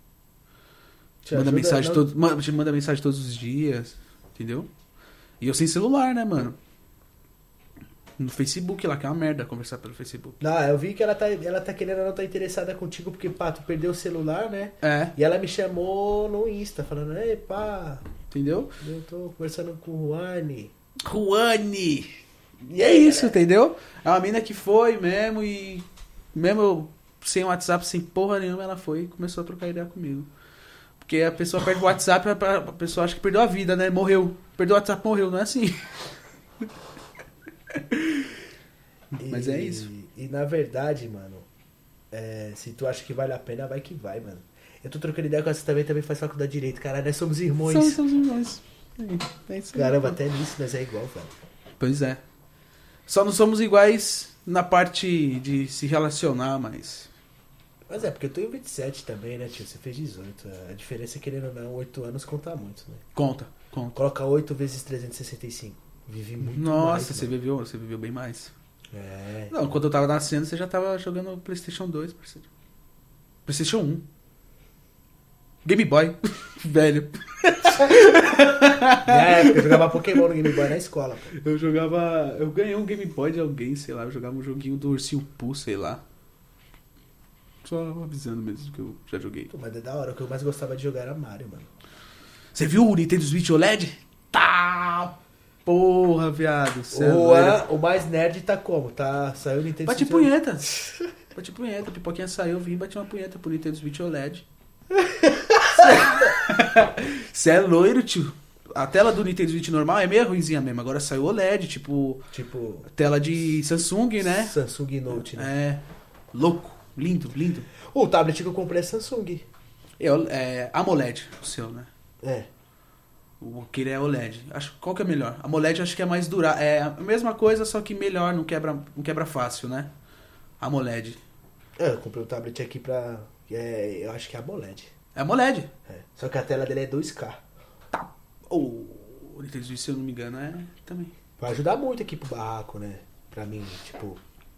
[SPEAKER 2] Te
[SPEAKER 1] manda
[SPEAKER 2] ajuda,
[SPEAKER 1] mensagem
[SPEAKER 2] não?
[SPEAKER 1] todo, ma- te manda mensagem todos os dias, entendeu? E eu sem celular, né, mano? No Facebook lá, que é uma merda conversar pelo Facebook.
[SPEAKER 2] Não, eu vi que ela tá, ela tá querendo, ela não tá interessada contigo porque, pá, tu perdeu o celular, né?
[SPEAKER 1] É,
[SPEAKER 2] E ela me chamou no Insta, falando, ei pá,
[SPEAKER 1] entendeu?
[SPEAKER 2] eu tô conversando com o é Juane.
[SPEAKER 1] Juane! E é isso, entendeu? É uma mina que foi mesmo e. Mesmo eu sem WhatsApp, sem porra nenhuma, ela foi e começou a trocar ideia comigo. Porque a pessoa perde o WhatsApp, a a pessoa acha que perdeu a vida, né? Morreu. Perdeu o WhatsApp, morreu, não é assim.
[SPEAKER 2] E-
[SPEAKER 1] Mas é isso.
[SPEAKER 2] E na verdade, mano, é, se tu acha que vale a pena, vai que vai, mano. Eu tô trocando ideia com essa também, também faz faculdade de direito, caralho, nós
[SPEAKER 1] [laughs]
[SPEAKER 2] somos irmãos.
[SPEAKER 1] São, são os irmãos. É, é isso aí.
[SPEAKER 2] Caramba, até nisso nós é igual, velho.
[SPEAKER 1] Pois é. Só não somos iguais na parte de se relacionar, mas.
[SPEAKER 2] Mas é, porque eu tenho 27 também, né, tio? Você fez 18. A diferença, querendo ou não, 8 anos conta muito, né?
[SPEAKER 1] Conta, conta.
[SPEAKER 2] Coloca 8 vezes 365. Vivi muito mais,
[SPEAKER 1] Nossa, você
[SPEAKER 2] mano.
[SPEAKER 1] viveu, você viveu bem mais.
[SPEAKER 2] É.
[SPEAKER 1] Não, quando eu tava nascendo, você já tava jogando PlayStation 2, parceiro. PlayStation 1. Game Boy. [laughs] Velho.
[SPEAKER 2] Na época, eu jogava Pokémon no Game Boy na escola, pô.
[SPEAKER 1] Eu jogava. Eu ganhei um Game Boy de alguém, sei lá. Eu jogava um joguinho do Ursinho Poo, sei lá. Só avisando mesmo que eu já joguei.
[SPEAKER 2] Pô, Mas é da hora, o que eu mais gostava de jogar era Mario, mano.
[SPEAKER 1] Você viu o Nintendo Switch OLED? Tá! Porra, viado. Cê é
[SPEAKER 2] O,
[SPEAKER 1] doido.
[SPEAKER 2] a- o mais nerd tá como? Tá, saiu o Nintendo
[SPEAKER 1] Bate
[SPEAKER 2] Switch.
[SPEAKER 1] punheta. Bate punheta. Pipoquinha saiu, eu vim e bati uma punheta pro Nintendo Switch OLED. Você é loiro, tio. A tela do Nintendo Switch normal é meio ruimzinha mesmo. Agora saiu OLED, tipo,
[SPEAKER 2] Tipo,
[SPEAKER 1] tela de Samsung, né?
[SPEAKER 2] Samsung Note, né?
[SPEAKER 1] É. Louco. Lindo, lindo.
[SPEAKER 2] O tablet que eu comprei é Samsung.
[SPEAKER 1] Eu, é, AMOLED, o seu, né?
[SPEAKER 2] É.
[SPEAKER 1] O aquele é OLED. Acho, qual que é melhor? A AMOLED acho que é mais dura. É a mesma coisa, só que melhor, não quebra, não quebra fácil, né? AMOLED.
[SPEAKER 2] É, Eu comprei um tablet aqui pra. é, eu acho que é AMOLED.
[SPEAKER 1] É AMOLED.
[SPEAKER 2] É. Só que a tela dele é 2K.
[SPEAKER 1] Tá. Ou o Nintendo Switch, se eu não me engano, é também.
[SPEAKER 2] Vai ajudar muito aqui pro barraco, né? Pra mim, tipo,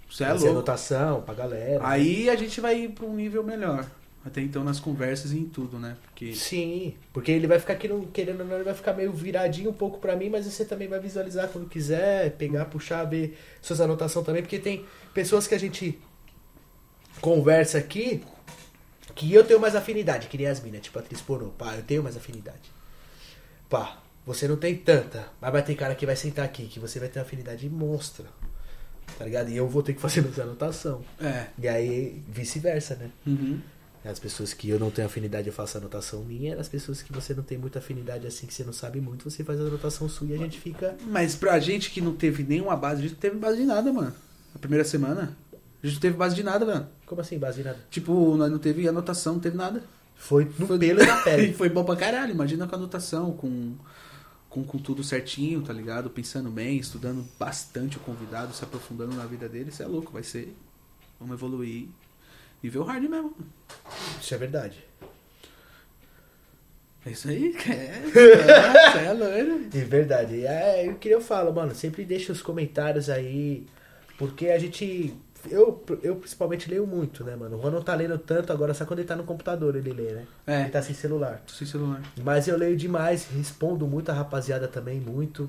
[SPEAKER 1] Você é
[SPEAKER 2] fazer
[SPEAKER 1] louco.
[SPEAKER 2] anotação pra galera.
[SPEAKER 1] Aí a gente vai ir pra um nível melhor. Até então nas conversas e em tudo, né? Porque.
[SPEAKER 2] Sim, porque ele vai ficar querendo, querendo ou não, ele vai ficar meio viradinho um pouco pra mim, mas você também vai visualizar quando quiser, pegar, puxar, ver suas anotações também, porque tem pessoas que a gente conversa aqui que eu tenho mais afinidade, que nem as minas, tipo atriz pornô, pá, eu tenho mais afinidade. Pá, você não tem tanta, mas vai ter cara que vai sentar aqui, que você vai ter uma afinidade monstra, tá ligado? E eu vou ter que fazer minhas anotação.
[SPEAKER 1] É.
[SPEAKER 2] E aí, vice-versa, né?
[SPEAKER 1] Uhum.
[SPEAKER 2] As pessoas que eu não tenho afinidade, eu faço anotação minha. As pessoas que você não tem muita afinidade, assim, que você não sabe muito, você faz a anotação sua e a gente fica.
[SPEAKER 1] Mas pra gente que não teve nenhuma base, a gente não teve base de nada, mano. Na primeira semana. A gente não teve base de nada, mano.
[SPEAKER 2] Como assim, base de nada?
[SPEAKER 1] Tipo, nós não teve anotação, não teve nada.
[SPEAKER 2] Foi no pelo e na
[SPEAKER 1] E
[SPEAKER 2] pele.
[SPEAKER 1] foi bom pra caralho, imagina com a anotação, com, com, com tudo certinho, tá ligado? Pensando bem, estudando bastante o convidado, se aprofundando na vida dele, isso é louco, vai ser. Vamos evoluir. Nível hard mesmo.
[SPEAKER 2] [laughs] Isso é verdade.
[SPEAKER 1] É isso aí, [laughs] é, é, isso aí é loiro.
[SPEAKER 2] É verdade. É, é o que eu falo, mano. Sempre deixa os comentários aí. Porque a gente. Eu, eu principalmente leio muito, né, mano? O Juan não tá lendo tanto agora, só quando ele tá no computador ele lê, né? Ele
[SPEAKER 1] É,
[SPEAKER 2] tá sem celular.
[SPEAKER 1] tô sem celular.
[SPEAKER 2] Mas eu leio demais, respondo muito a rapaziada também, muito.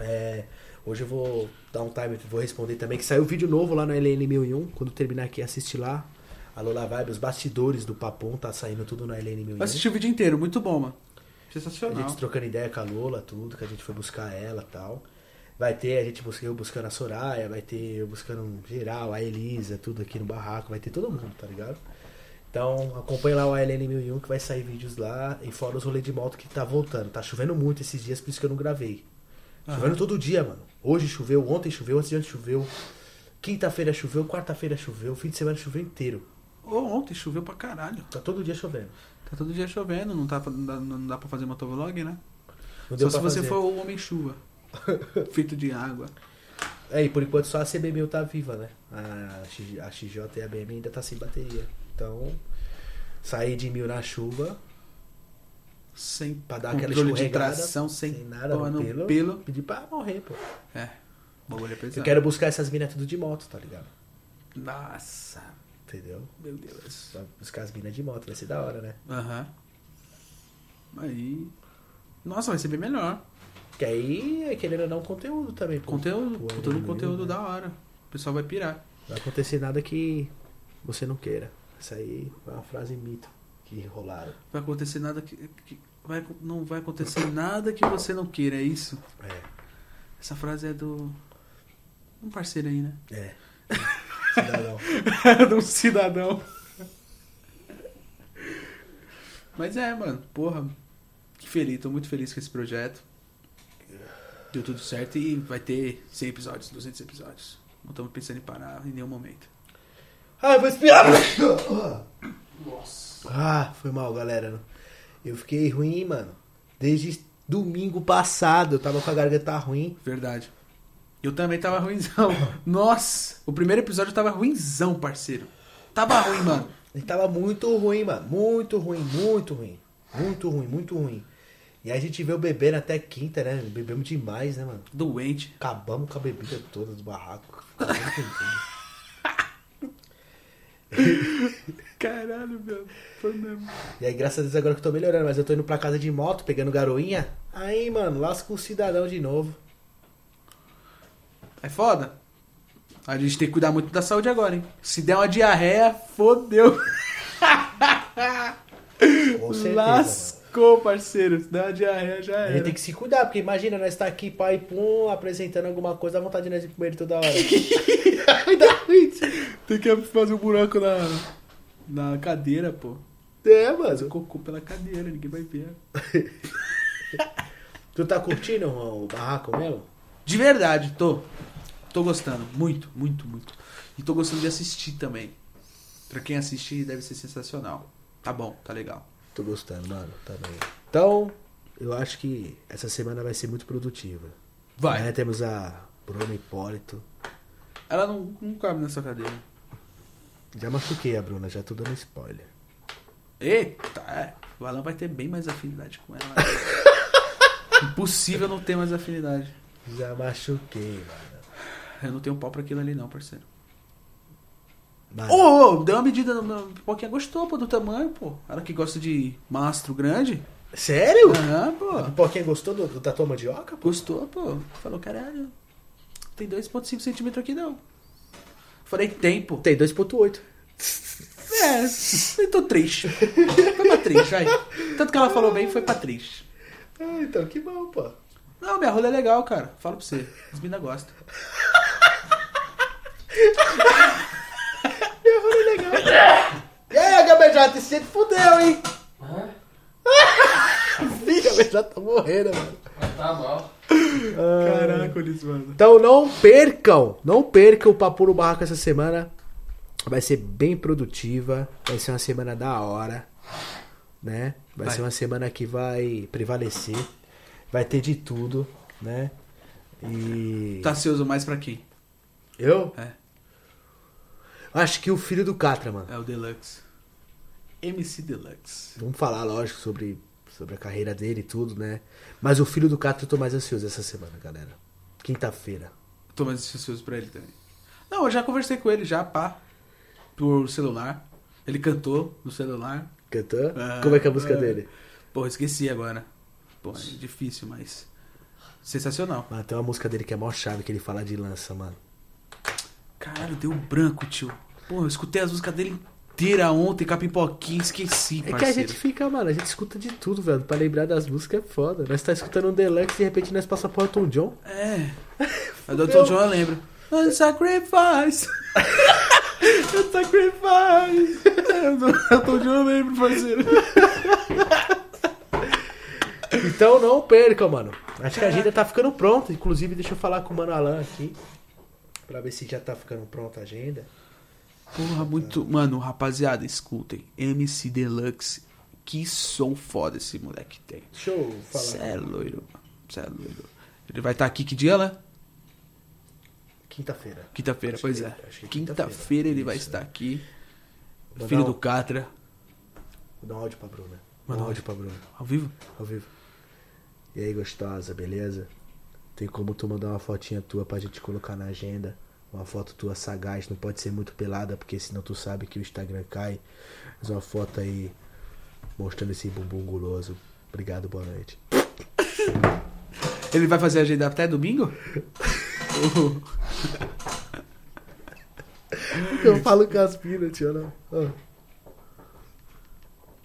[SPEAKER 2] É, hoje eu vou dar um time, vou responder também, que saiu vídeo novo lá no LN1001. Quando terminar aqui, assiste lá. Alô, lá vibe, os bastidores do Papum, tá saindo tudo no
[SPEAKER 1] Eu
[SPEAKER 2] LN1001.
[SPEAKER 1] assisti o vídeo inteiro, muito bom, mano.
[SPEAKER 2] A gente
[SPEAKER 1] Sensacional.
[SPEAKER 2] trocando ideia com a Lola, tudo, que a gente foi buscar ela e tal. Vai ter a gente bus- eu buscando a Soraya, vai ter eu buscando um geral, a Elisa, tudo aqui no barraco, vai ter todo mundo, tá ligado? Então acompanha lá o ALN1001 que vai sair vídeos lá e fora os rolês de moto que tá voltando. Tá chovendo muito esses dias, por isso que eu não gravei. Chovendo todo dia, mano. Hoje choveu, ontem choveu, antes de ontem choveu. Quinta-feira choveu, quarta-feira choveu, fim de semana choveu inteiro.
[SPEAKER 1] Ô, ontem choveu pra caralho.
[SPEAKER 2] Tá todo dia chovendo.
[SPEAKER 1] Tá todo dia chovendo, não, tá, não, dá, não dá pra fazer motovlog, né? Só
[SPEAKER 2] Não deu
[SPEAKER 1] se
[SPEAKER 2] pra
[SPEAKER 1] você
[SPEAKER 2] fazer.
[SPEAKER 1] for o Homem-Chuva. Feito de água.
[SPEAKER 2] É, e por enquanto só a CBMU tá viva, né? A, X- a XJ e a BM ainda tá sem bateria. Então, sair de mil na chuva,
[SPEAKER 1] Sem
[SPEAKER 2] Pra dar aquela
[SPEAKER 1] controle de
[SPEAKER 2] escorregada,
[SPEAKER 1] tração, sem,
[SPEAKER 2] sem nada,
[SPEAKER 1] porra
[SPEAKER 2] no
[SPEAKER 1] no
[SPEAKER 2] pelo.
[SPEAKER 1] pelo.
[SPEAKER 2] pedir pra morrer, pô.
[SPEAKER 1] É, o bagulho é pesado.
[SPEAKER 2] Eu quero buscar essas minas tudo de moto, tá ligado?
[SPEAKER 1] Nossa,
[SPEAKER 2] Entendeu?
[SPEAKER 1] meu Deus.
[SPEAKER 2] Só buscar as minas de moto, vai ser da hora, né?
[SPEAKER 1] Aham. Aí... Nossa, vai ser bem melhor.
[SPEAKER 2] Porque aí é querendo ou não conteúdo também, pô.
[SPEAKER 1] Conteúdo,
[SPEAKER 2] Pô,
[SPEAKER 1] todo
[SPEAKER 2] né?
[SPEAKER 1] conteúdo da hora. O pessoal vai pirar.
[SPEAKER 2] Não vai acontecer nada que você não queira. Isso aí é uma frase mito que rolaram.
[SPEAKER 1] Vai acontecer nada que... que- vai, não vai acontecer nada que você não queira, é isso?
[SPEAKER 2] É,
[SPEAKER 1] Essa frase é do... Um parceiro aí, né? [laughs]
[SPEAKER 2] é. Cidadão.
[SPEAKER 1] de um cidadão. Mas é, mano, porra. Que feliz, tô muito feliz com esse projeto. Deu tudo certo e vai ter 100 episódios, 200 episódios. Não estamos pensando em parar em nenhum momento.
[SPEAKER 2] Ai, Ah, vou espiar!
[SPEAKER 1] [laughs] Nossa.
[SPEAKER 2] Ah, foi mal, galera. Eu fiquei ruim, mano. Desde domingo passado, eu tava com a garganta ruim.
[SPEAKER 1] Verdade. Eu também tava ruimzão. [laughs] Nossa, o primeiro episódio eu tava ruimzão, parceiro. Tava ruim, mano.
[SPEAKER 2] E tava muito ruim, mano. Muito ruim, muito ruim. Muito ruim, muito ruim. E aí a gente veio bebendo até quinta, né? Bebemos demais, né, mano?
[SPEAKER 1] Doente.
[SPEAKER 2] Acabamos com a bebida toda do barraco. Acabamos com tudo.
[SPEAKER 1] Caralho, meu. Foi mesmo.
[SPEAKER 2] E aí, graças a Deus, agora que eu tô melhorando, mas eu tô indo pra casa de moto, pegando garoinha. Aí, mano, lasca o cidadão de novo.
[SPEAKER 1] É foda. A gente tem que cuidar muito da saúde agora, hein? Se der uma diarreia, fodeu.
[SPEAKER 2] Com certeza. mano.
[SPEAKER 1] Lascou, parceiro. Se der uma diarreia, já
[SPEAKER 2] A
[SPEAKER 1] era.
[SPEAKER 2] gente tem que se cuidar, porque imagina, nós tá aqui, pai, pum, apresentando alguma coisa, dá vontade de nós ir comer toda hora.
[SPEAKER 1] Tem que fazer um buraco na, na cadeira, pô.
[SPEAKER 2] [laughs] é,
[SPEAKER 1] Fazer o
[SPEAKER 2] mano.
[SPEAKER 1] cocô pela cadeira, ninguém vai ver.
[SPEAKER 2] Tu tá curtindo o o barraco mesmo?
[SPEAKER 1] De verdade, tô. Tô gostando. Muito, muito, muito. E tô gostando de assistir também. Pra quem assistir, deve ser sensacional. Tá bom, tá legal.
[SPEAKER 2] Tô gostando, mano, também. Então, eu acho que essa semana vai ser muito produtiva.
[SPEAKER 1] Vai.
[SPEAKER 2] Amanhã temos a Bruna Hipólito.
[SPEAKER 1] Ela não, não cabe nessa cadeira.
[SPEAKER 2] Já machuquei a Bruna, já tô dando spoiler.
[SPEAKER 1] Eita, é. o Alan vai ter bem mais afinidade com [laughs] ela. Impossível não ter mais afinidade.
[SPEAKER 2] Já machuquei, mano.
[SPEAKER 1] Eu não tenho pau pra aquilo ali, não, parceiro.
[SPEAKER 2] Mas-
[SPEAKER 1] Ô, ô, deu uma medida no- no pipoquinha. Gostou, pô, do tamanho, pô. Ela que gosta de mastro grande.
[SPEAKER 2] Sério?
[SPEAKER 1] Aham,
[SPEAKER 2] A
[SPEAKER 1] pô.
[SPEAKER 2] pipoquinha gostou do, do tatu mandioca? pô?
[SPEAKER 1] Gostou, pô. Falou, caralho. Tem 2,5 centímetros aqui, não. Falei, tempo.
[SPEAKER 2] Tem 2.8.
[SPEAKER 1] É, eu tô triste. Foi pra triste, vai. Tanto que ela falou bem, foi pra triste.
[SPEAKER 2] Ah, então que bom, pô.
[SPEAKER 1] Não, minha rola é legal, cara. Falo pra você. As meninas gostam.
[SPEAKER 2] [laughs] E aí, HBJ, esse jeito fudeu, hein?
[SPEAKER 4] Hã?
[SPEAKER 2] Ih, HBJ tá morrendo, mano.
[SPEAKER 4] Mas tá mal.
[SPEAKER 1] Caraca, eles, mano.
[SPEAKER 2] Ah. Então não percam, não percam o Papo no Barraco essa semana. Vai ser bem produtiva, vai ser uma semana da hora, né? Vai,
[SPEAKER 1] Vai.
[SPEAKER 2] ser uma semana que vai prevalecer, vai ter de tudo, né? E
[SPEAKER 1] Tá ansioso mais pra quem?
[SPEAKER 2] eu
[SPEAKER 1] É,
[SPEAKER 2] acho que o filho do Catra, mano.
[SPEAKER 1] é o Deluxe. MC Deluxe.
[SPEAKER 2] Vamos falar, lógico, sobre sobre a carreira dele e tudo, né? Mas o filho do Catra eu tô mais ansioso essa semana, galera. Quinta-feira.
[SPEAKER 1] Tô mais ansioso pra ele também. Não, eu já conversei com ele, já, pá. Por celular. Ele cantou no celular.
[SPEAKER 2] Cantou?
[SPEAKER 1] Ah,
[SPEAKER 2] Como é que é a música
[SPEAKER 1] ah.
[SPEAKER 2] dele?
[SPEAKER 1] Pô, esqueci agora. Pô, é difícil, mas... Sensacional.
[SPEAKER 2] Mano, tem uma música dele que é mó chave que ele fala de lança, mano.
[SPEAKER 1] Caralho, deu um branco, tio. Pô, eu escutei as músicas dele inteira ontem, com a pipoquinha, esqueci,
[SPEAKER 2] É
[SPEAKER 1] parceiro.
[SPEAKER 2] que a gente fica, mano, a gente escuta de tudo, velho. Pra lembrar das músicas é foda. Nós tá escutando um deluxe e de repente nós passa pro
[SPEAKER 1] [laughs]
[SPEAKER 2] Elton John. [laughs]
[SPEAKER 1] É. A do Elton John eu lembro. I sacrifice. I sacrifice. [laughs] É, do Elton John eu lembro, parceiro.
[SPEAKER 2] Então não perca, mano. Acho que a agenda tá ficando pronta. Inclusive, deixa eu falar com o Mano Alan aqui. Pra ver se já tá ficando pronta a agenda.
[SPEAKER 1] Porra, muito. Mano, rapaziada, escutem. MC Deluxe. Que som foda esse moleque tem.
[SPEAKER 2] Deixa eu falar.
[SPEAKER 1] Cê é loiro, mano. Cê é loiro. Ele vai estar aqui que dia, né?
[SPEAKER 2] Quinta-feira.
[SPEAKER 1] Quinta-feira,
[SPEAKER 2] Acho
[SPEAKER 1] pois
[SPEAKER 2] que-
[SPEAKER 1] é.
[SPEAKER 2] acho que é quinta-feira.
[SPEAKER 1] Quinta-feira ele vai
[SPEAKER 2] Isso,
[SPEAKER 1] estar aqui.
[SPEAKER 2] Mandar
[SPEAKER 1] Filho
[SPEAKER 2] um-
[SPEAKER 1] do Catra.
[SPEAKER 2] Vou dar um áudio pra Bruna. Manda
[SPEAKER 1] Manda
[SPEAKER 2] um
[SPEAKER 1] um
[SPEAKER 2] áudio pra Bruna.
[SPEAKER 1] Ao vivo?
[SPEAKER 2] Ao vivo. E aí, gostosa, beleza? Tem como tu mandar uma fotinha tua pra gente colocar na agenda? Uma foto tua sagaz, não pode ser muito pelada, porque senão tu sabe que o Instagram cai. Mas uma foto aí mostrando esse bumbum guloso. Obrigado, boa noite.
[SPEAKER 1] Ele vai fazer a agenda até
[SPEAKER 2] [laughs]
[SPEAKER 1] domingo?
[SPEAKER 2] [laughs] Eu falo com as minas, tio, né? Ah. não.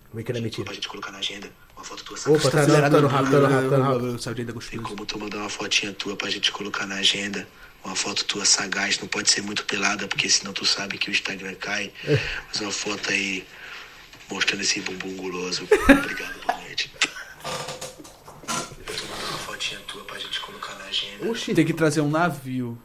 [SPEAKER 2] Como é que era
[SPEAKER 5] Pra
[SPEAKER 2] mentira?
[SPEAKER 5] gente colocar na agenda uma foto tua sabe?
[SPEAKER 2] Opa, tá dando
[SPEAKER 1] né?
[SPEAKER 2] rápido, tá rápido, tá rápido.
[SPEAKER 1] Essa agenda é
[SPEAKER 5] Tem
[SPEAKER 1] gostosa.
[SPEAKER 5] como tu mandar uma fotinha tua pra gente colocar na agenda? Uma foto tua sagaz, não pode ser muito pelada, porque senão tu sabe que o Instagram cai. Mas uma foto aí mostrando esse bumbum guloso. Obrigado, boa noite. Uma fotinha tua pra gente colocar na agenda.
[SPEAKER 2] Oxi.
[SPEAKER 1] Tem que trazer um navio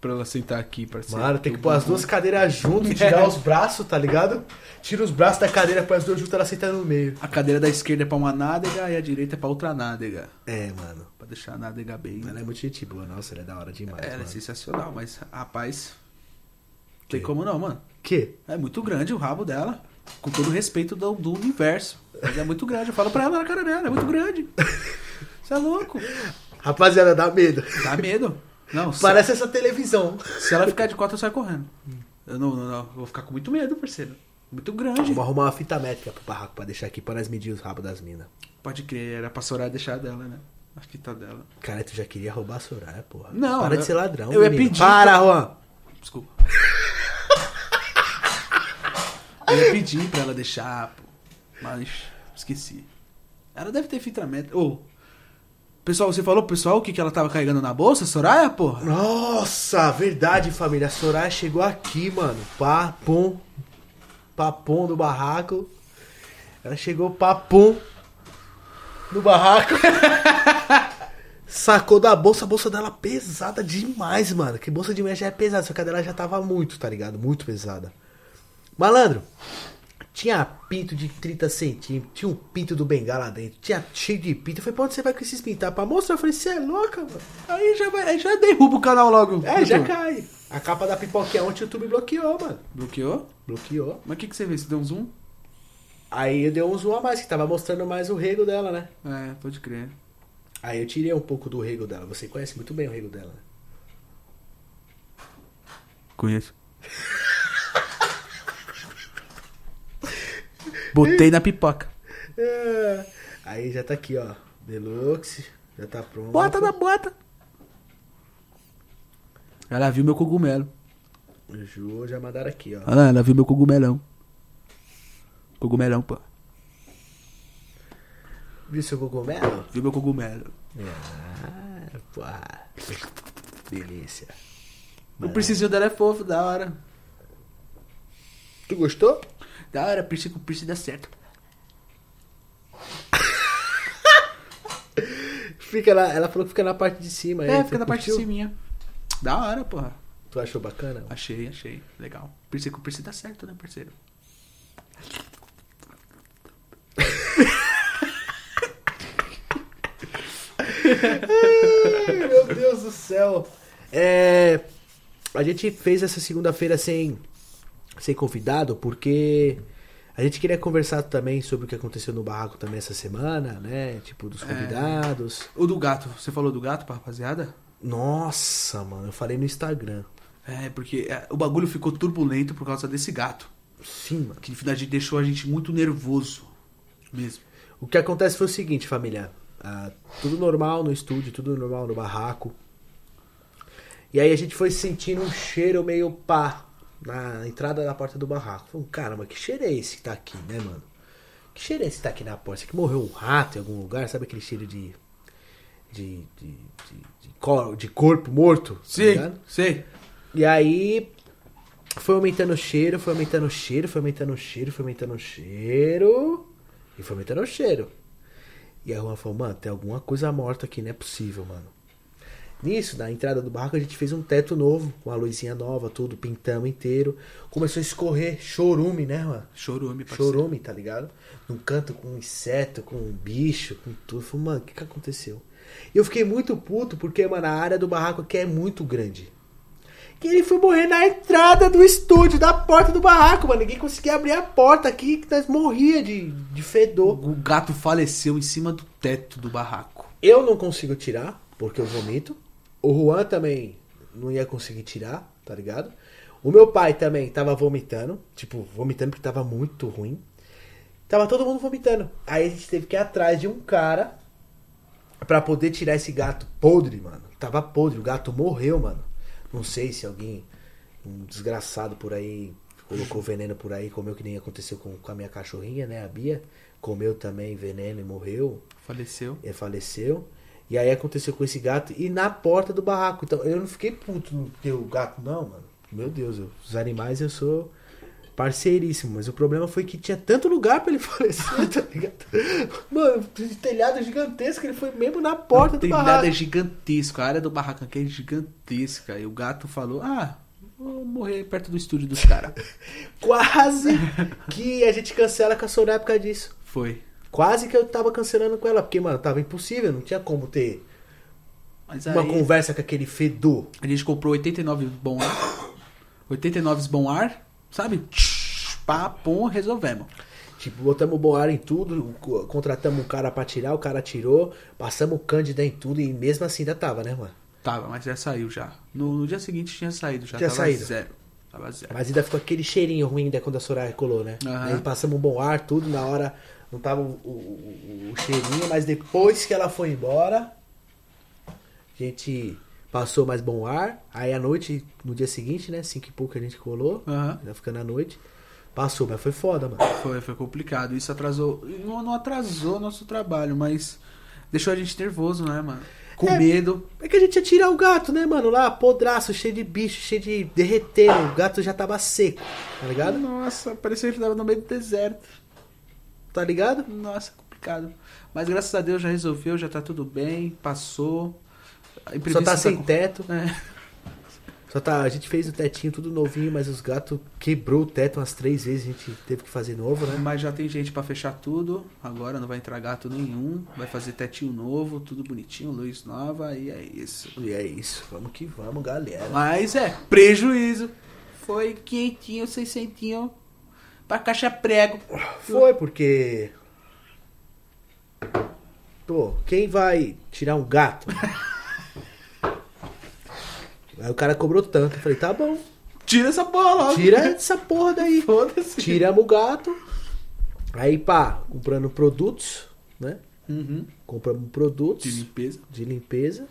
[SPEAKER 1] pra ela sentar aqui, parceiro.
[SPEAKER 2] é Mano, tem que pôr as duas cadeiras junto e [laughs] tirar os braços, tá ligado? Tira os braços da cadeira, põe as duas juntas, ela senta no meio.
[SPEAKER 1] A cadeira da esquerda é pra uma nádega e a direita é pra outra nádega.
[SPEAKER 2] É, mano.
[SPEAKER 1] Pra deixar a nádega bem.
[SPEAKER 2] Ela é muito gente boa, nossa, ela é da hora demais.
[SPEAKER 1] É, ela é
[SPEAKER 2] mano.
[SPEAKER 1] sensacional, mas, rapaz. Não tem como não, mano.
[SPEAKER 2] Que?
[SPEAKER 1] É muito grande o rabo dela. Com todo o respeito do, do universo. Mas é muito grande. Eu falo pra ela na cara dela, é muito grande. Você é louco.
[SPEAKER 2] Rapaziada, dá medo.
[SPEAKER 1] Dá medo. Não, se-
[SPEAKER 2] Parece essa televisão.
[SPEAKER 1] Se ela ficar de quatro, eu saio correndo. Eu não, não, não. Eu vou ficar com muito medo, parceiro. Muito grande.
[SPEAKER 2] Vamos arrumar uma fita métrica pro barraco pra deixar aqui pra nós medir os rabos das minas.
[SPEAKER 1] Pode crer, era pra Soraya deixar dela, né? A fita dela.
[SPEAKER 2] Cara, tu já queria roubar a Soraya, porra.
[SPEAKER 1] Não,
[SPEAKER 2] Para
[SPEAKER 1] eu-
[SPEAKER 2] de ser ladrão.
[SPEAKER 1] eu ia
[SPEAKER 2] menino.
[SPEAKER 1] pedir
[SPEAKER 2] Para, Juan.
[SPEAKER 1] Desculpa. Eu ia pedir pra ela deixar, pô. Mas esqueci. Ela deve ter fita métrica. Ô. Pessoal, você falou pro pessoal o que, que ela tava carregando na bolsa, Soraya, porra?
[SPEAKER 2] Nossa, verdade, família. A Soraya chegou aqui, mano. Papum. Papum do barraco. Ela chegou papum no barraco. [laughs] Sacou da bolsa, a bolsa dela pesada demais, mano. Que bolsa de meia já é pesada, só que a dela já tava muito, tá ligado? Muito pesada. Malandro, tinha pinto de 30 centímetros, tinha um pinto do bengala dentro, tinha cheio de pinto. Eu falei, pra onde você vai com esses pintar? Pra mostrar? Eu falei, você é louca, mano.
[SPEAKER 1] Aí já, vai, aí já derruba o canal logo.
[SPEAKER 2] É, já
[SPEAKER 1] YouTube.
[SPEAKER 2] cai. A capa da pipoquinha ontem o YouTube bloqueou, mano.
[SPEAKER 1] Bloqueou?
[SPEAKER 2] Bloqueou.
[SPEAKER 1] Mas o que, que você vê? Você deu um zoom?
[SPEAKER 2] Aí eu dei um zoom a mais, que tava mostrando mais o rego dela, né?
[SPEAKER 1] É, pode crer.
[SPEAKER 2] Aí eu tirei um pouco do rego dela. Você conhece muito bem o rego dela, né?
[SPEAKER 1] Conheço. [laughs] Botei na pipoca.
[SPEAKER 2] É. Aí já tá aqui, ó. Deluxe. Já tá pronto.
[SPEAKER 1] Bota na bota. Ela viu meu cogumelo.
[SPEAKER 2] Ju, já mandaram aqui, ó.
[SPEAKER 1] Olha lá, Ah, ela viu meu cogumelão. Cogumelão, pô.
[SPEAKER 2] Viu seu cogumelo?
[SPEAKER 1] Viu meu cogumelo.
[SPEAKER 2] Ah, porra. Delícia.
[SPEAKER 1] O piercing dela é fofo, da hora.
[SPEAKER 2] Tu gostou?
[SPEAKER 1] Da hora, piercing com piercing dá certo.
[SPEAKER 2] Fica lá, ela falou que fica na parte de cima.
[SPEAKER 1] É,
[SPEAKER 2] aí,
[SPEAKER 1] fica
[SPEAKER 2] tu
[SPEAKER 1] na parte de
[SPEAKER 2] curtiu?
[SPEAKER 1] cima. Da hora, porra.
[SPEAKER 2] Tu achou bacana?
[SPEAKER 1] Achei, achei. Legal. Piercing com piercing dá certo, né, parceiro?
[SPEAKER 2] Ai, meu Deus do céu. É, a gente fez essa segunda-feira sem, sem convidado, porque a gente queria conversar também sobre o que aconteceu no barraco também essa semana, né? Tipo, dos convidados.
[SPEAKER 1] O do gato. Você falou do gato pra rapaziada?
[SPEAKER 2] Nossa, mano, eu falei no Instagram.
[SPEAKER 1] É, porque é, o bagulho ficou turbulento por causa desse gato.
[SPEAKER 2] Sim, mano.
[SPEAKER 1] Que no final de- deixou a gente muito nervoso. Mesmo.
[SPEAKER 2] O que acontece foi o seguinte, família. Ah, tudo normal no estúdio, tudo normal no barraco. E aí a gente foi sentindo um cheiro meio pá na entrada da porta do barraco. Falei, caramba, que cheiro é esse que tá aqui, né, mano? Que cheiro é esse que tá aqui na porta? Será Que morreu um rato em algum lugar? Sabe aquele cheiro de. de. de, de, de cor- de corpo morto? tá ligado?
[SPEAKER 1] sei.
[SPEAKER 2] E aí foi aumentando o cheiro, foi aumentando o cheiro, foi aumentando o cheiro, foi aumentando o cheiro. E foi aumentando o cheiro. E a Juan falou, mano, tem alguma coisa morta aqui, não é possível, mano. Nisso, na entrada do barraco, a gente fez um teto novo, com a luzinha nova, tudo, pintamos inteiro. Começou a escorrer chorume, né, mano?
[SPEAKER 1] Chorume, parceiro.
[SPEAKER 2] Chorume, tá ligado? Num canto com um inseto, com bicho, com tudo. Eu Falei, mano, o que, que aconteceu? E eu fiquei muito puto porque, mano, a área do barraco aqui é muito grande. Que ele foi morrer na entrada do estúdio, da porta do barraco, mano. Ninguém conseguia abrir a porta aqui, que nós morria de, de fedor.
[SPEAKER 1] O gato faleceu em cima do teto do barraco.
[SPEAKER 2] Eu não consigo tirar, porque eu vomito. O Juan também não ia conseguir tirar, tá ligado? O meu pai também tava vomitando, tipo, vomitando porque tava muito ruim. Tava todo mundo vomitando. Aí a gente teve que ir atrás de um cara pra poder tirar esse gato podre, mano. Tava podre, o gato morreu, mano. Não sei se alguém, um desgraçado por aí, colocou veneno por aí, comeu que nem aconteceu com, com a minha cachorrinha, né, a Bia. Comeu também veneno e morreu
[SPEAKER 1] Faleceu.
[SPEAKER 2] ele É, faleceu. E aí aconteceu com esse gato e na porta do barraco. Então eu não fiquei puto no teu gato, não, mano. Meu Deus, eu- os animais eu sou parceiríssimo. Mas o problema foi que tinha tanto lugar pra ele [laughs] falecer, tá ligado? Mano, um telhado gigantesco, ele foi mesmo na porta
[SPEAKER 1] Não
[SPEAKER 2] do
[SPEAKER 1] tem
[SPEAKER 2] barraco.
[SPEAKER 1] nada é gigantesco. A área do barraco aqui é gigantesca. E o gato falou: Ah, vou morrer perto do estúdio dos
[SPEAKER 2] [laughs]
[SPEAKER 1] caras.
[SPEAKER 2] Quase que a gente cancela com a Soraya por causa disso.
[SPEAKER 1] Foi.
[SPEAKER 2] Quase que eu tava cancelando com ela, porque, mano, tava impossível, não tinha como ter
[SPEAKER 1] Mas
[SPEAKER 2] uma
[SPEAKER 1] aí
[SPEAKER 2] conversa com aquele fedor.
[SPEAKER 1] a gente comprou 89 bom ar. 89 bom ar, sabe? Tch, Pá, pom, resolvemos.
[SPEAKER 2] Tipo, botamos boar em tudo, co- contratamos um cara pra tirar, o cara tirou, passamos o Cândida em tudo e mesmo assim ainda tava, né, mano?
[SPEAKER 1] Tava, mas já saiu já. No, no dia seguinte tinha saído já.
[SPEAKER 2] Tinha
[SPEAKER 1] tava
[SPEAKER 2] saído.
[SPEAKER 1] zero. Tava zero.
[SPEAKER 2] Mas ainda ficou aquele cheirinho ruim ainda quando a Soraya colou, né?
[SPEAKER 1] Aham.
[SPEAKER 2] Aí passamos um bom ar, tudo, na hora não tava o, o- o- o cheirinho, mas depois que ela foi embora, a gente passou mais bom ar, aí à noite, no dia seguinte, né, cinco e pouco a gente colou,
[SPEAKER 1] Aham.
[SPEAKER 2] ainda ficando à noite, passou, mas foi foda, mano.
[SPEAKER 1] Foi, foi complicado. Isso atrasou. Não, não atrasou nosso trabalho, mas deixou a gente nervoso, né, mano? Com
[SPEAKER 2] É.
[SPEAKER 1] medo.
[SPEAKER 2] É que a gente ia tirar o gato, né, mano? Lá, podraço, cheio de bicho, cheio de derreter. O gato já tava seco, tá ligado?
[SPEAKER 1] Nossa, parecia que tava no meio do deserto.
[SPEAKER 2] Tá ligado?
[SPEAKER 1] Nossa, é complicado. Mas graças a Deus já resolveu, já tá tudo bem, passou. A
[SPEAKER 2] Só
[SPEAKER 1] imprevisto
[SPEAKER 2] tá sem né?
[SPEAKER 1] com-
[SPEAKER 2] teto.
[SPEAKER 1] É.
[SPEAKER 2] Só tá. A gente fez o tetinho tudo novinho, mas os gatos quebrou o teto umas três vezes. A gente teve que fazer novo, né?
[SPEAKER 1] Mas já tem gente pra fechar tudo. Agora não vai entrar gato nenhum. um, Vai fazer tetinho novo, tudo bonitinho, luz nova e é isso.
[SPEAKER 2] E é isso. Vamos que vamos, galera.
[SPEAKER 1] Mas é, prejuízo. Foi quentinho, seiscentinho. pra caixa prego.
[SPEAKER 2] Foi porque. Pô, quem vai tirar um gato? Aí o cara cobrou tanto. Eu falei, tá bom,
[SPEAKER 1] Tira essa porra logo.
[SPEAKER 2] tira essa porra daí.
[SPEAKER 1] [laughs] Foda-se.
[SPEAKER 2] Tiramos o gato. Aí, pá, comprando produtos, né?
[SPEAKER 1] Uhum.
[SPEAKER 2] Compramos produtos
[SPEAKER 1] De limpeza.
[SPEAKER 2] de limpeza.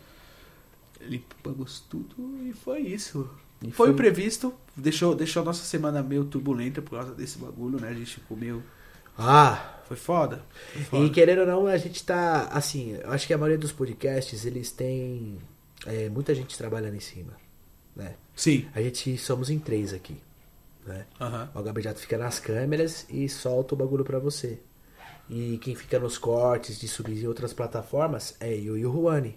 [SPEAKER 1] Limpamos tudo e foi isso.
[SPEAKER 2] E
[SPEAKER 1] foi
[SPEAKER 2] foi.
[SPEAKER 1] o previsto. Deixou, deixou a nossa semana meio turbulenta por causa desse bagulho, né? A gente comeu.
[SPEAKER 2] Ah,
[SPEAKER 1] Foi foda. Foi foda.
[SPEAKER 2] E querendo ou não, a gente tá. Assim, eu acho que a maioria dos podcasts, eles têm é, muita gente trabalhando em cima. Né?
[SPEAKER 1] Sim.
[SPEAKER 2] A gente somos em três aqui. Né?
[SPEAKER 1] Aham.
[SPEAKER 2] O Gabejato fica nas câmeras e solta o bagulho pra você. E quem fica nos cortes de subir em outras plataformas é eu e o Juani.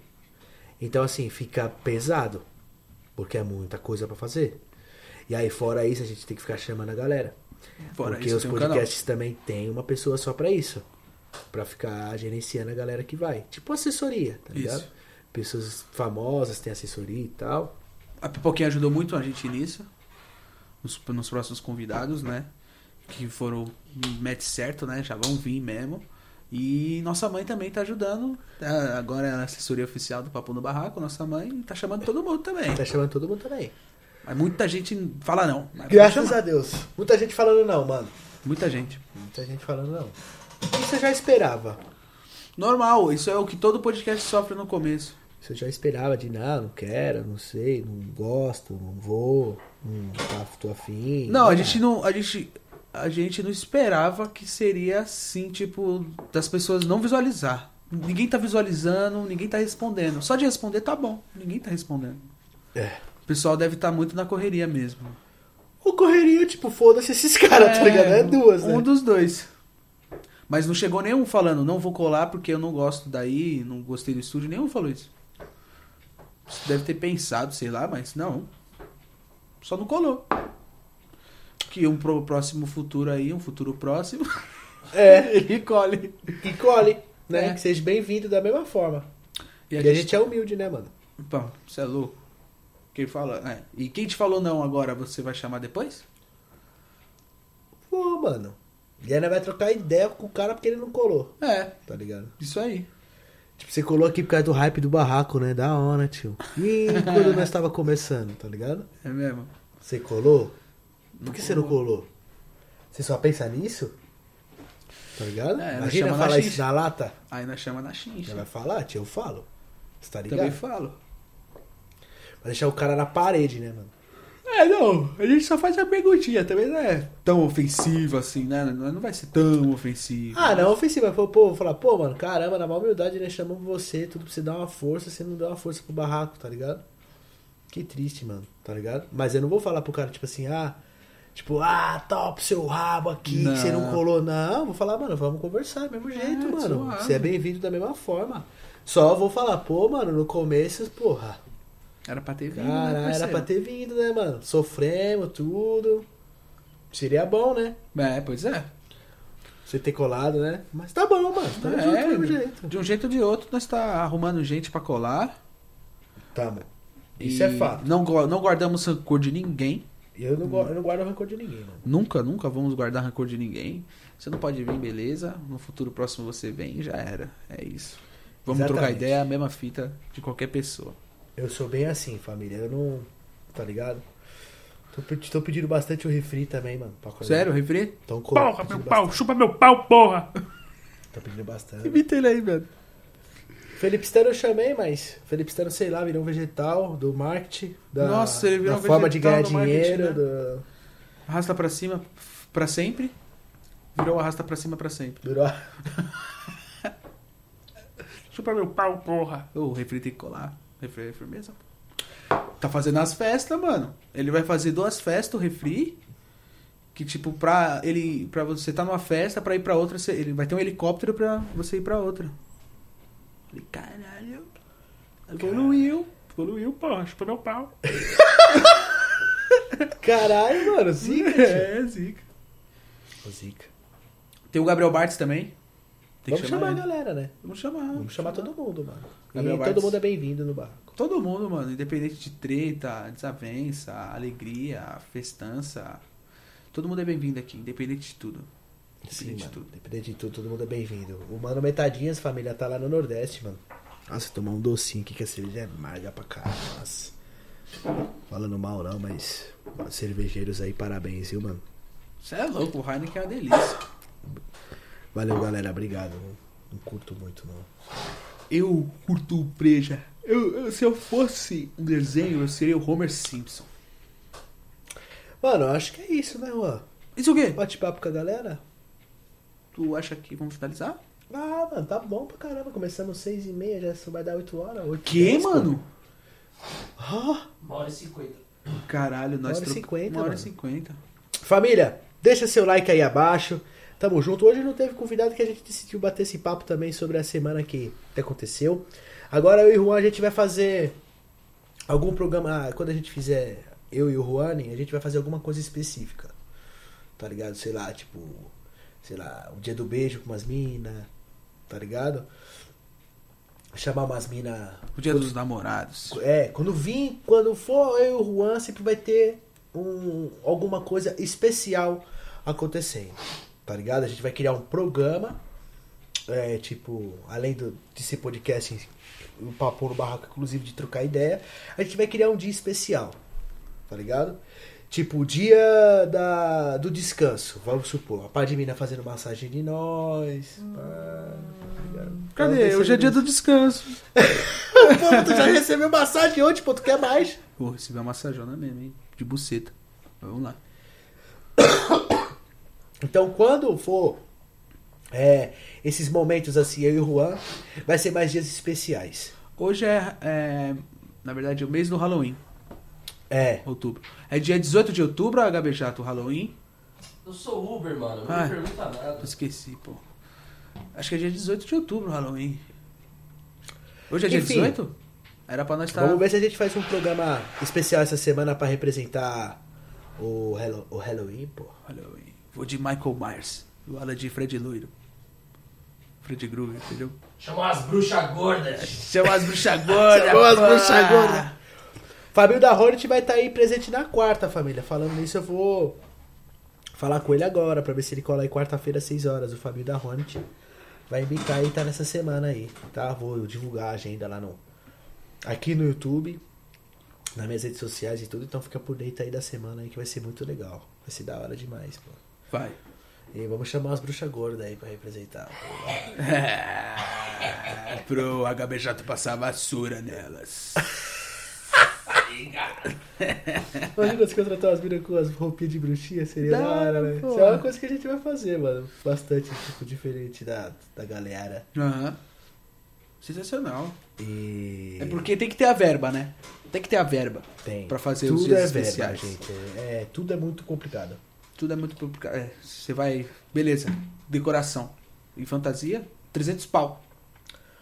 [SPEAKER 2] Então, assim, fica pesado. Porque é muita coisa pra fazer. E aí, fora isso, a gente tem que ficar chamando a galera.
[SPEAKER 1] Fora
[SPEAKER 2] Porque
[SPEAKER 1] isso,
[SPEAKER 2] os
[SPEAKER 1] tem um canal.
[SPEAKER 2] podcasts também tem uma pessoa só pra isso. Pra ficar gerenciando a galera que vai. Tipo assessoria, tá
[SPEAKER 1] Isso.
[SPEAKER 2] ligado? Pessoas famosas têm assessoria e tal.
[SPEAKER 1] A Pipoquinha ajudou muito a gente nisso. Nos, nos próximos convidados, né? Que foram match certo, né? Já vão vir mesmo. E nossa mãe também tá ajudando. Tá- Agora é a assessoria oficial do Papo no Barraco, nossa mãe tá chamando todo mundo também.
[SPEAKER 2] Tá chamando todo mundo também.
[SPEAKER 1] Mas muita gente fala não. Mas
[SPEAKER 2] Graças
[SPEAKER 1] chama.
[SPEAKER 2] a Deus. Muita gente falando não, mano.
[SPEAKER 1] Muita gente.
[SPEAKER 2] Muita gente falando não. Isso eu já esperava.
[SPEAKER 1] Normal, isso é o que todo podcast sofre no começo.
[SPEAKER 2] Isso eu já esperava de não, não quero, não sei, não gosto, não vou, não tá, tô afim.
[SPEAKER 1] Não, a
[SPEAKER 2] Ah,
[SPEAKER 1] gente não. A gente, a gente não esperava que seria assim, tipo, das pessoas não visualizar. Ninguém tá visualizando, ninguém tá respondendo. Só de responder tá bom. Ninguém tá respondendo.
[SPEAKER 2] É.
[SPEAKER 1] O pessoal deve estar muito na correria mesmo.
[SPEAKER 2] O correria, tipo, foda-se esses [laughs] caras, tá ligado? É duas, né?
[SPEAKER 1] Um dos dois. Mas não chegou nenhum falando, não vou colar porque eu não gosto daí, não gostei do estúdio, nenhum falou isso. Você deve ter pensado, sei lá, mas não. Só não colou. Que um pro- próximo futuro aí, um futuro próximo, [laughs]
[SPEAKER 2] É.
[SPEAKER 1] ele colhe.
[SPEAKER 2] E colhe, né?
[SPEAKER 1] É.
[SPEAKER 2] Que seja bem-vindo da mesma forma.
[SPEAKER 1] E
[SPEAKER 2] E
[SPEAKER 1] a
[SPEAKER 2] a
[SPEAKER 1] gente.
[SPEAKER 2] gente é humilde, né, mano?
[SPEAKER 1] Pão, você é louco. Quem fala. é. E quem te falou não agora, você vai chamar depois?
[SPEAKER 2] Pô, mano. E ainda vai trocar ideia com o cara porque ele não colou,
[SPEAKER 1] É,
[SPEAKER 2] tá ligado?
[SPEAKER 1] isso aí.
[SPEAKER 2] Tipo, você colou aqui por causa do hype do barraco, né? Da hora, tio. E quando nós tava começando, tá ligado?
[SPEAKER 1] É mesmo.
[SPEAKER 2] Você colou? Por que você não colou? Você só pensa nisso? Tá ligado?
[SPEAKER 1] É, ela
[SPEAKER 2] Imagina
[SPEAKER 1] chama na
[SPEAKER 2] falar
[SPEAKER 1] xincha.
[SPEAKER 2] isso na lata.
[SPEAKER 1] Aí nós chama na chincha.
[SPEAKER 2] Ela tá vai falar, tio, eu falo. Você tá ligado?
[SPEAKER 1] Também falo.
[SPEAKER 2] Vai deixar o cara na parede, né, mano?
[SPEAKER 1] É, não, a gente só faz a perguntinha, também não é tão ofensivo assim, né? Não não vai ser tão ofensivo.
[SPEAKER 2] Ah, não, ofensiva. Pô, pô, vou falar, pô, mano, caramba, na maior humildade, né? Chamamos você, tudo pra você dar uma força, você não deu uma força pro barraco, tá ligado? Que triste, mano, tá ligado? Mas eu não vou falar pro cara, tipo assim, ah, tipo, ah, top seu rabo aqui,
[SPEAKER 1] Não.
[SPEAKER 2] que você não colou, não. Vou falar, mano, vamos conversar, do mesmo jeito, mano.
[SPEAKER 1] suave.
[SPEAKER 2] Você é bem-vindo da mesma forma. Só vou falar, pô, mano, no começo, porra,
[SPEAKER 1] Era pra ter
[SPEAKER 2] é
[SPEAKER 1] vindo, né,
[SPEAKER 2] cara, era
[SPEAKER 1] parceiro?
[SPEAKER 2] pra ter vindo, né, mano? Sofremos, tudo. Seria bom, né?
[SPEAKER 1] É, pois é.
[SPEAKER 2] Você ter colado, né? Mas tá bom, mano. Tamo
[SPEAKER 1] É,
[SPEAKER 2] junto do mesmo jeito.
[SPEAKER 1] De um jeito ou de outro, nós tá arrumando gente pra colar.
[SPEAKER 2] Tá, mano.
[SPEAKER 1] E
[SPEAKER 2] Isso é fato. Hum.
[SPEAKER 1] Não, go- não guardamos rancor de ninguém.
[SPEAKER 2] Eu não, guardo, eu não guardo rancor de ninguém, mano.
[SPEAKER 1] Nunca, nunca vamos guardar rancor de ninguém. Você não pode vir, beleza. No futuro próximo você vem, já era. É isso. Vamos trocar
[SPEAKER 2] Exatamente.
[SPEAKER 1] ideia, a mesma fita de qualquer pessoa.
[SPEAKER 2] Eu sou bem assim, família. Eu não. Tá ligado? Tô, pe- tô pedindo bastante o refri também, mano. pra colar.
[SPEAKER 1] Sério, refri?
[SPEAKER 2] Tão co-
[SPEAKER 6] Porra,
[SPEAKER 2] pedindo
[SPEAKER 6] meu
[SPEAKER 2] bastante.
[SPEAKER 6] pau, chupa meu pau, porra!
[SPEAKER 2] Tô pedindo bastante.
[SPEAKER 1] Imita ele aí, velho.
[SPEAKER 2] Felipe Stano eu chamei, mas. Felipe Stano, sei lá, virou um vegetal do marketing. Da,
[SPEAKER 1] Nossa, ele virou
[SPEAKER 2] da
[SPEAKER 1] um
[SPEAKER 2] forma de ganhar
[SPEAKER 1] vegetal do marketing,
[SPEAKER 2] dinheiro.
[SPEAKER 1] né?
[SPEAKER 2] do-
[SPEAKER 1] Arrasta pra cima pra sempre. Virou arrasta pra cima pra sempre.
[SPEAKER 2] Virou.
[SPEAKER 6] Chupa meu pau, porra!
[SPEAKER 1] Ô, O refri tem que colar. Refri é firmeza. Tá fazendo as festas, mano. Ele vai fazer duas festas, o refri. Que tipo, pra ele. Pra você tá numa festa, pra ir pra outra, você- ele vai ter um helicóptero pra você ir pra outra. Falei, caralho. Evoluiu.
[SPEAKER 6] Evoluiu, porra, chupa meu pau!
[SPEAKER 2] [laughs] Caralho, mano.
[SPEAKER 6] [laughs]
[SPEAKER 2] Zica,
[SPEAKER 1] [laughs]
[SPEAKER 2] tio.
[SPEAKER 1] É, zica.
[SPEAKER 2] Ô, Zica.
[SPEAKER 1] Tem o Gabriel Bartz também. Tem
[SPEAKER 2] Vamos chamar a
[SPEAKER 1] ele.
[SPEAKER 2] galera, né?
[SPEAKER 1] Vamos chamar.
[SPEAKER 2] Vamos chamar todo mundo, mano. E
[SPEAKER 1] Gabriel
[SPEAKER 2] todo
[SPEAKER 1] Bartz.
[SPEAKER 2] mundo é bem-vindo no barco.
[SPEAKER 1] Todo mundo, mano, independente de treta, desavença, alegria, festança, Todo mundo é bem-vindo aqui, independente de tudo.
[SPEAKER 2] Sim,
[SPEAKER 1] Independente de
[SPEAKER 2] mano.
[SPEAKER 1] tudo.
[SPEAKER 2] Independente de tudo, todo mundo é bem-vindo. O Mano Metadinhas, família, tá lá no Nordeste, mano. Nossa, tomar um docinho aqui, que a cerveja é amarga pra caralho, nossa. Falando mal não, mas os cervejeiros aí, parabéns, viu, mano?
[SPEAKER 1] Você é louco, o Heineken é uma delícia.
[SPEAKER 2] Valeu, galera, obrigado. Não, não curto muito, não.
[SPEAKER 1] Eu curto breja. Eu, eu- se eu fosse um desenho, eu seria o Homer Simpson.
[SPEAKER 2] Mano, eu acho que é isso, né, Juan?
[SPEAKER 1] Isso o quê?
[SPEAKER 2] Bate-papo com a galera?
[SPEAKER 1] Tu acha que vamos finalizar?
[SPEAKER 2] Ah, mano, tá bom pra caramba. Começamos seis e meia, já só vai dar 8 horas. oito e
[SPEAKER 1] Que,
[SPEAKER 2] dez, pô.
[SPEAKER 1] mano?
[SPEAKER 2] Ah,
[SPEAKER 4] Uma hora e cinquenta.
[SPEAKER 1] Caralho, nós...
[SPEAKER 2] Uma hora e
[SPEAKER 1] tro-
[SPEAKER 2] cinquenta,
[SPEAKER 1] Uma hora e
[SPEAKER 2] mano.
[SPEAKER 1] cinquenta.
[SPEAKER 2] Família, deixa seu like aí abaixo. Tamo junto. Hoje não teve convidado que a gente decidiu bater esse papo também sobre a semana que aconteceu. Agora eu e o Juan a gente vai fazer algum programa. ah, Quando a gente fizer eu e o Juan, a gente vai fazer alguma coisa específica. Tá ligado? Sei lá, tipo. Sei lá, o dia do beijo com umas minas. Tá ligado? Chamar umas minas.
[SPEAKER 1] O dia dos namorados.
[SPEAKER 2] É, quando vir, quando for eu e o Juan, sempre vai ter um, alguma coisa especial acontecendo, tá ligado? A gente vai criar um programa, é, tipo, além do, desse podcast, o Papo no Barraco, inclusive, de trocar ideia, a gente vai criar um dia especial, tá ligado? Tipo, o dia da, do descanso, vamos supor. A pá de mina fazendo massagem de nós. pá, tá ligado?
[SPEAKER 1] Cadê?
[SPEAKER 2] Então,
[SPEAKER 1] Hoje é dia do descanso.
[SPEAKER 2] Pô, tu já recebeu massagem hoje, pô, tu quer mais?
[SPEAKER 1] Vou receber uma massajona mesmo, hein? De buceta. Vamos lá.
[SPEAKER 2] Então, quando for é, esses momentos assim, eu e o Juan, vai ser mais dias especiais.
[SPEAKER 1] Hoje é, é, na verdade, é o mês do Halloween,
[SPEAKER 2] É.
[SPEAKER 1] outubro. É dia 18 de outubro, HB Jato, o Halloween?
[SPEAKER 4] Eu sou Uber, mano.
[SPEAKER 1] Ah.
[SPEAKER 4] Não me pergunta nada.
[SPEAKER 1] Eu esqueci, pô. Acho que é dia 18 de outubro, o Halloween. Hoje é dia
[SPEAKER 2] Enfim.
[SPEAKER 1] 18? Era pra nós tá estar...
[SPEAKER 2] Vamos ver se a gente faz um programa especial essa semana pra representar o, Hello- o Halloween, pô.
[SPEAKER 1] Halloween. Vou de Michael Myers. E o Alan de Fred Loiro. Fred Krueger, entendeu?
[SPEAKER 4] Chamar as bruxas gordas.
[SPEAKER 1] Chama as bruxas gordas,
[SPEAKER 2] Chama as
[SPEAKER 1] pá!
[SPEAKER 2] bruxas gordas. Fabio da Hornet vai estar aí presente na quarta, família. Falando nisso, eu vou falar com ele agora pra ver se ele cola aí quarta-feira às 6 horas. O Fabio da Hornet vai embicar aí, tá nessa semana aí, tá? Vou divulgar a agenda lá no aqui no YouTube, nas minhas redes sociais e tudo. Então fica por dentro aí da semana aí que vai ser muito legal. Vai ser da hora demais, pô.
[SPEAKER 1] Vai. [laughs]
[SPEAKER 2] E vamos chamar as bruxas gordas aí pra representar.
[SPEAKER 1] Pro HB Jato passar vassoura
[SPEAKER 2] [laughs]
[SPEAKER 1] nelas.
[SPEAKER 2] Imagina se contratar umas minas com as roupinhas de bruxinha, seria da,
[SPEAKER 1] Da
[SPEAKER 2] hora,
[SPEAKER 1] hora,
[SPEAKER 2] né?
[SPEAKER 1] pô.
[SPEAKER 2] Isso é uma coisa que a gente vai fazer, mano. Bastante, tipo, diferente da, da galera.
[SPEAKER 1] Aham. Sensacional.
[SPEAKER 2] E.
[SPEAKER 1] É porque tem que ter a verba, né? Tem que ter a verba.
[SPEAKER 2] Tem.
[SPEAKER 1] pra fazer
[SPEAKER 2] tudo
[SPEAKER 1] os dias
[SPEAKER 2] é verba,
[SPEAKER 1] especiais.
[SPEAKER 2] gente. É, é, tudo é muito complicado.
[SPEAKER 1] Tudo é muito complicado. É, você vai. Beleza. Decoração. E fantasia, 300 pau.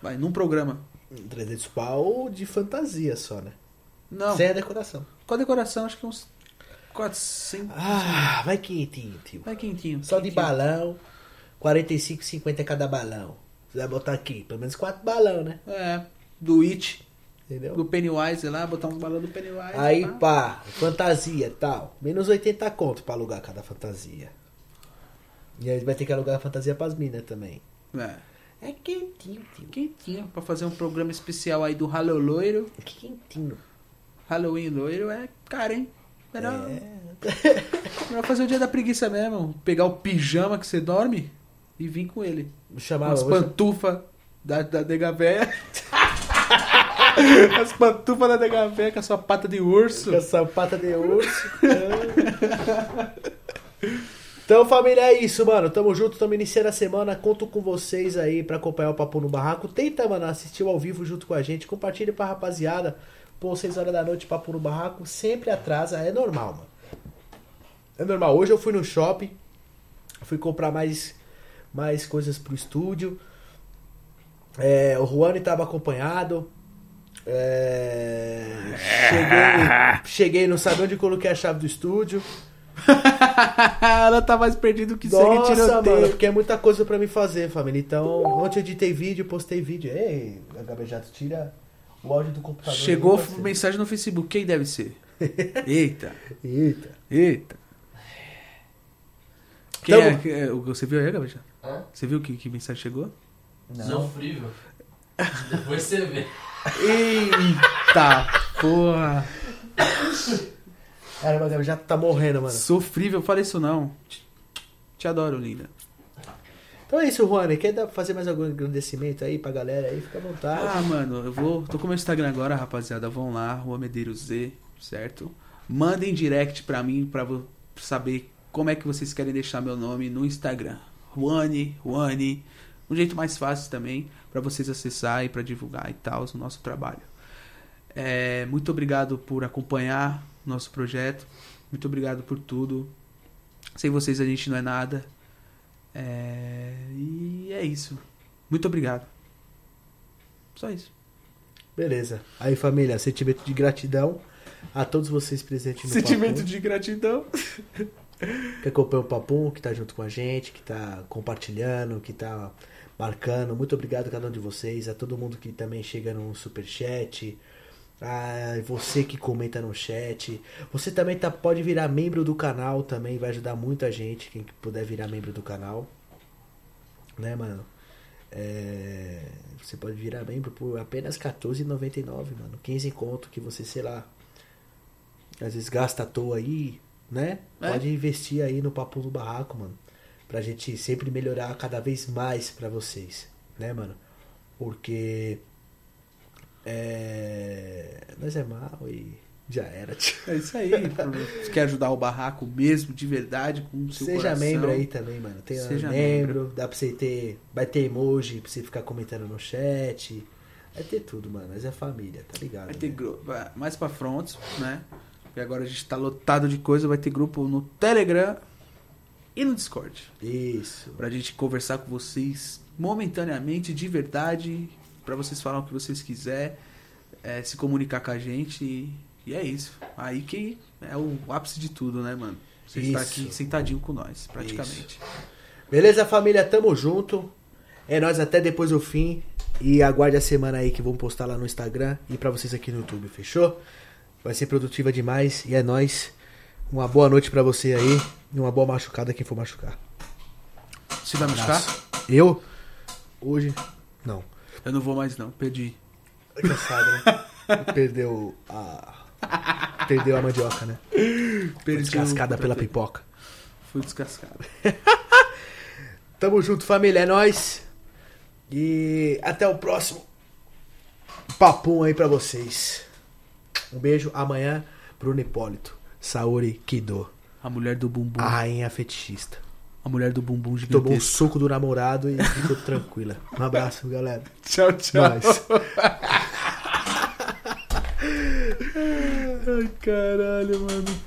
[SPEAKER 1] Vai, num programa.
[SPEAKER 2] 300 pau de fantasia só, né?
[SPEAKER 1] Não.
[SPEAKER 2] Sem a decoração.
[SPEAKER 1] Com a decoração, acho que uns 400.
[SPEAKER 2] Ah, vai quentinho, tio.
[SPEAKER 1] Vai quentinho.
[SPEAKER 2] Só de
[SPEAKER 1] quentinho.
[SPEAKER 2] balão, 45, 50 cada balão. Você vai botar aqui, pelo menos quatro balão, né?
[SPEAKER 1] É. Do It,
[SPEAKER 2] Entendeu?
[SPEAKER 1] do Pennywise lá, botar uns balão do Pennywise.
[SPEAKER 2] Aí,
[SPEAKER 1] pá.
[SPEAKER 2] pá, fantasia e tal. Menos 80 conto pra alugar cada fantasia. E aí vai ter que alugar a fantasia pras minas também.
[SPEAKER 1] É.
[SPEAKER 2] É quentinho, tio.
[SPEAKER 1] Quentinho. Pra fazer um programa especial aí do Halloween loiro.
[SPEAKER 2] É Quentinho.
[SPEAKER 1] Halloween loiro é caro, hein? Melhor,
[SPEAKER 2] É. [laughs]
[SPEAKER 1] melhor fazer o dia da preguiça mesmo. Pegar o pijama que você dorme e vir com ele.
[SPEAKER 2] Vou
[SPEAKER 1] Com
[SPEAKER 2] chamar,
[SPEAKER 1] as
[SPEAKER 2] vou chamar-
[SPEAKER 1] pantufas da, da nega véia.
[SPEAKER 2] [laughs]
[SPEAKER 1] As pantufas da nega véia com a sua pata de urso.
[SPEAKER 2] Com a sapata de urso. então, família, é isso, mano. Tamo junto, tamo iniciando a semana. Conto com vocês aí pra acompanhar o Papo no Barraco. Tenta, mano, assistir ao vivo junto com a gente. Compartilha pra rapaziada. Pô, 6 horas da noite, Papo no Barraco. Sempre atrasa, é normal, mano. É normal. Hoje eu fui no shopping. Fui comprar mais, mais coisas pro estúdio. É, o Juane tava acompanhado. É,
[SPEAKER 1] [laughs]
[SPEAKER 2] cheguei, cheguei, não sabia onde coloquei a chave do estúdio.
[SPEAKER 1] Ela tá mais perdida que sangue
[SPEAKER 2] Nossa, mano,
[SPEAKER 1] tiroteio.
[SPEAKER 2] porque é muita coisa pra me fazer, família. Então, ontem eu editei vídeo, postei vídeo. Ei, HB Jato, tira o áudio do computador.
[SPEAKER 1] Tá Chegou
[SPEAKER 2] aí, parceiro.
[SPEAKER 1] mensagem no Facebook. Quem deve ser? Eita,
[SPEAKER 2] Eita.
[SPEAKER 1] eita. Quem
[SPEAKER 2] Tamo-
[SPEAKER 1] é, quem é- você viu aí, Gabriel?
[SPEAKER 4] Hã?
[SPEAKER 1] Você viu que, que mensagem chegou?
[SPEAKER 2] [laughs]
[SPEAKER 4] Sofrível. Depois você vê.
[SPEAKER 1] Eita porra!
[SPEAKER 2] Caramba, Gabi, já tá morrendo, mano.
[SPEAKER 1] Sofrível, fala isso não. Te- Te adoro, linda.
[SPEAKER 2] Então é isso, Juan. Quer dar- fazer mais algum agradecimento aí pra galera aí? Fica à vontade.
[SPEAKER 1] Ah, mano, eu vou. Tô com o meu Instagram agora, rapaziada. Vão lá, Rua Medeiros Z, certo? Mandem direct pra mim pra vo- saber como é que vocês querem deixar meu nome no Instagram. Juane, Juane. Um jeito mais fácil também pra vocês acessar e pra divulgar e tal o nosso trabalho. É, muito obrigado por acompanhar o nosso projeto. Muito obrigado por tudo. Sem vocês a gente não é nada. É, e é isso. Muito obrigado. Só isso.
[SPEAKER 2] Beleza. Aí, família, sentimento de gratidão a todos vocês presentes no
[SPEAKER 1] Sentimento
[SPEAKER 2] Papum,
[SPEAKER 1] de gratidão.
[SPEAKER 2] que acompanha o Papum, que tá junto com a gente, que tá compartilhando, que tá marcando. Muito obrigado a cada um de vocês, a todo mundo que também chega no superchat. A você que comenta no chat. Você também tá, pode virar membro do canal também, vai ajudar muita gente, quem puder virar membro do canal. Né, mano? É, você pode virar membro por apenas R$14,99, mano. 15 conto que você, sei lá, às vezes gasta à toa aí, né?
[SPEAKER 1] É.
[SPEAKER 2] Pode investir aí no Papo do Barraco, mano. Pra gente sempre melhorar cada vez mais pra vocês, né, mano? Porque. É. Nós é mal e já era, tio.
[SPEAKER 1] É isso aí. Se quer ajudar o barraco mesmo, de verdade, com o seu
[SPEAKER 2] Seja
[SPEAKER 1] coração.
[SPEAKER 2] membro aí também, mano. Tem
[SPEAKER 1] Seja
[SPEAKER 2] Seja membro, dá pra você ter. Vai ter emoji pra você ficar comentando no chat. Vai ter tudo, mano. Mas é família, tá ligado?
[SPEAKER 1] Vai ter
[SPEAKER 2] né?
[SPEAKER 1] grupo. Mais pra front, né? Porque agora a gente tá lotado de coisa. Vai ter grupo no Telegram e no Discord.
[SPEAKER 2] Isso.
[SPEAKER 1] Pra gente conversar com vocês momentaneamente, de verdade. Pra vocês falar o que vocês quiser. é, se comunicar com a gente. E, e é isso. Aí que é o ápice de tudo, né, mano? Você está
[SPEAKER 2] Isso.
[SPEAKER 1] aqui sentadinho com nós, praticamente.
[SPEAKER 2] Beleza, família? Tamo junto. É nóis até depois do fim. E aguarde a semana aí que vamos postar lá no Instagram e pra vocês aqui no YouTube, fechou? Vai ser produtiva demais e é nóis. Uma boa noite pra você aí e uma boa machucada quem for machucar.
[SPEAKER 1] Você vai me buscar?
[SPEAKER 2] Eu? Hoje? Não.
[SPEAKER 1] Eu não vou mais, não. Perdi.
[SPEAKER 2] É Cansado, né? Perdeu a. Perdeu a mandioca, né? Foi
[SPEAKER 1] Perdi
[SPEAKER 2] descascada
[SPEAKER 1] o-
[SPEAKER 2] pela pipoca.
[SPEAKER 1] Fui descascado.
[SPEAKER 2] Tamo junto, família. É nóis. E até o próximo papum aí pra vocês. Um beijo. Amanhã, Bruno Hipólito. Saori Kido.
[SPEAKER 1] A mulher do bumbum.
[SPEAKER 2] A rainha fetichista.
[SPEAKER 1] A mulher do bumbum gigantesco.
[SPEAKER 2] Tomou o soco do namorado e ficou tranquila. Um abraço, galera.
[SPEAKER 1] Tchau, tchau.
[SPEAKER 2] Nós.
[SPEAKER 1] [laughs] Ai, caralho, mano.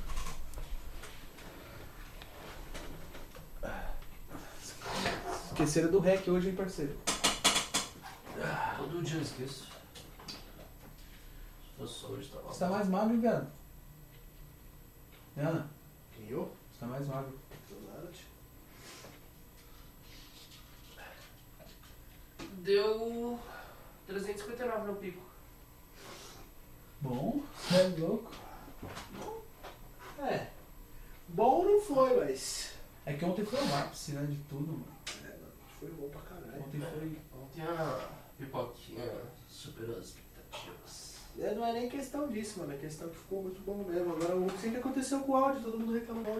[SPEAKER 1] Esqueceram do REC hoje, hein, parceiro?
[SPEAKER 4] Todo dia eu esqueço. Eu sou hoje, tá bom.
[SPEAKER 1] Você tá mais magro, hein, Viana? Viana,
[SPEAKER 2] Eu?
[SPEAKER 1] você tá mais magro.
[SPEAKER 4] Deu 359 no pico.
[SPEAKER 1] Bom, [laughs] você é louco.
[SPEAKER 2] É. Bom não foi, mas.
[SPEAKER 1] É que ontem foi o ápice, né, de tudo, mano.
[SPEAKER 2] Foi bom pra caralho.
[SPEAKER 1] Ontem foi...
[SPEAKER 4] Ontem a pipoquinha superou as expectativas.
[SPEAKER 2] É, Não é nem questão disso, mano. É questão que ficou muito bom mesmo. Agora, o que sempre aconteceu com o áudio, todo mundo reclamou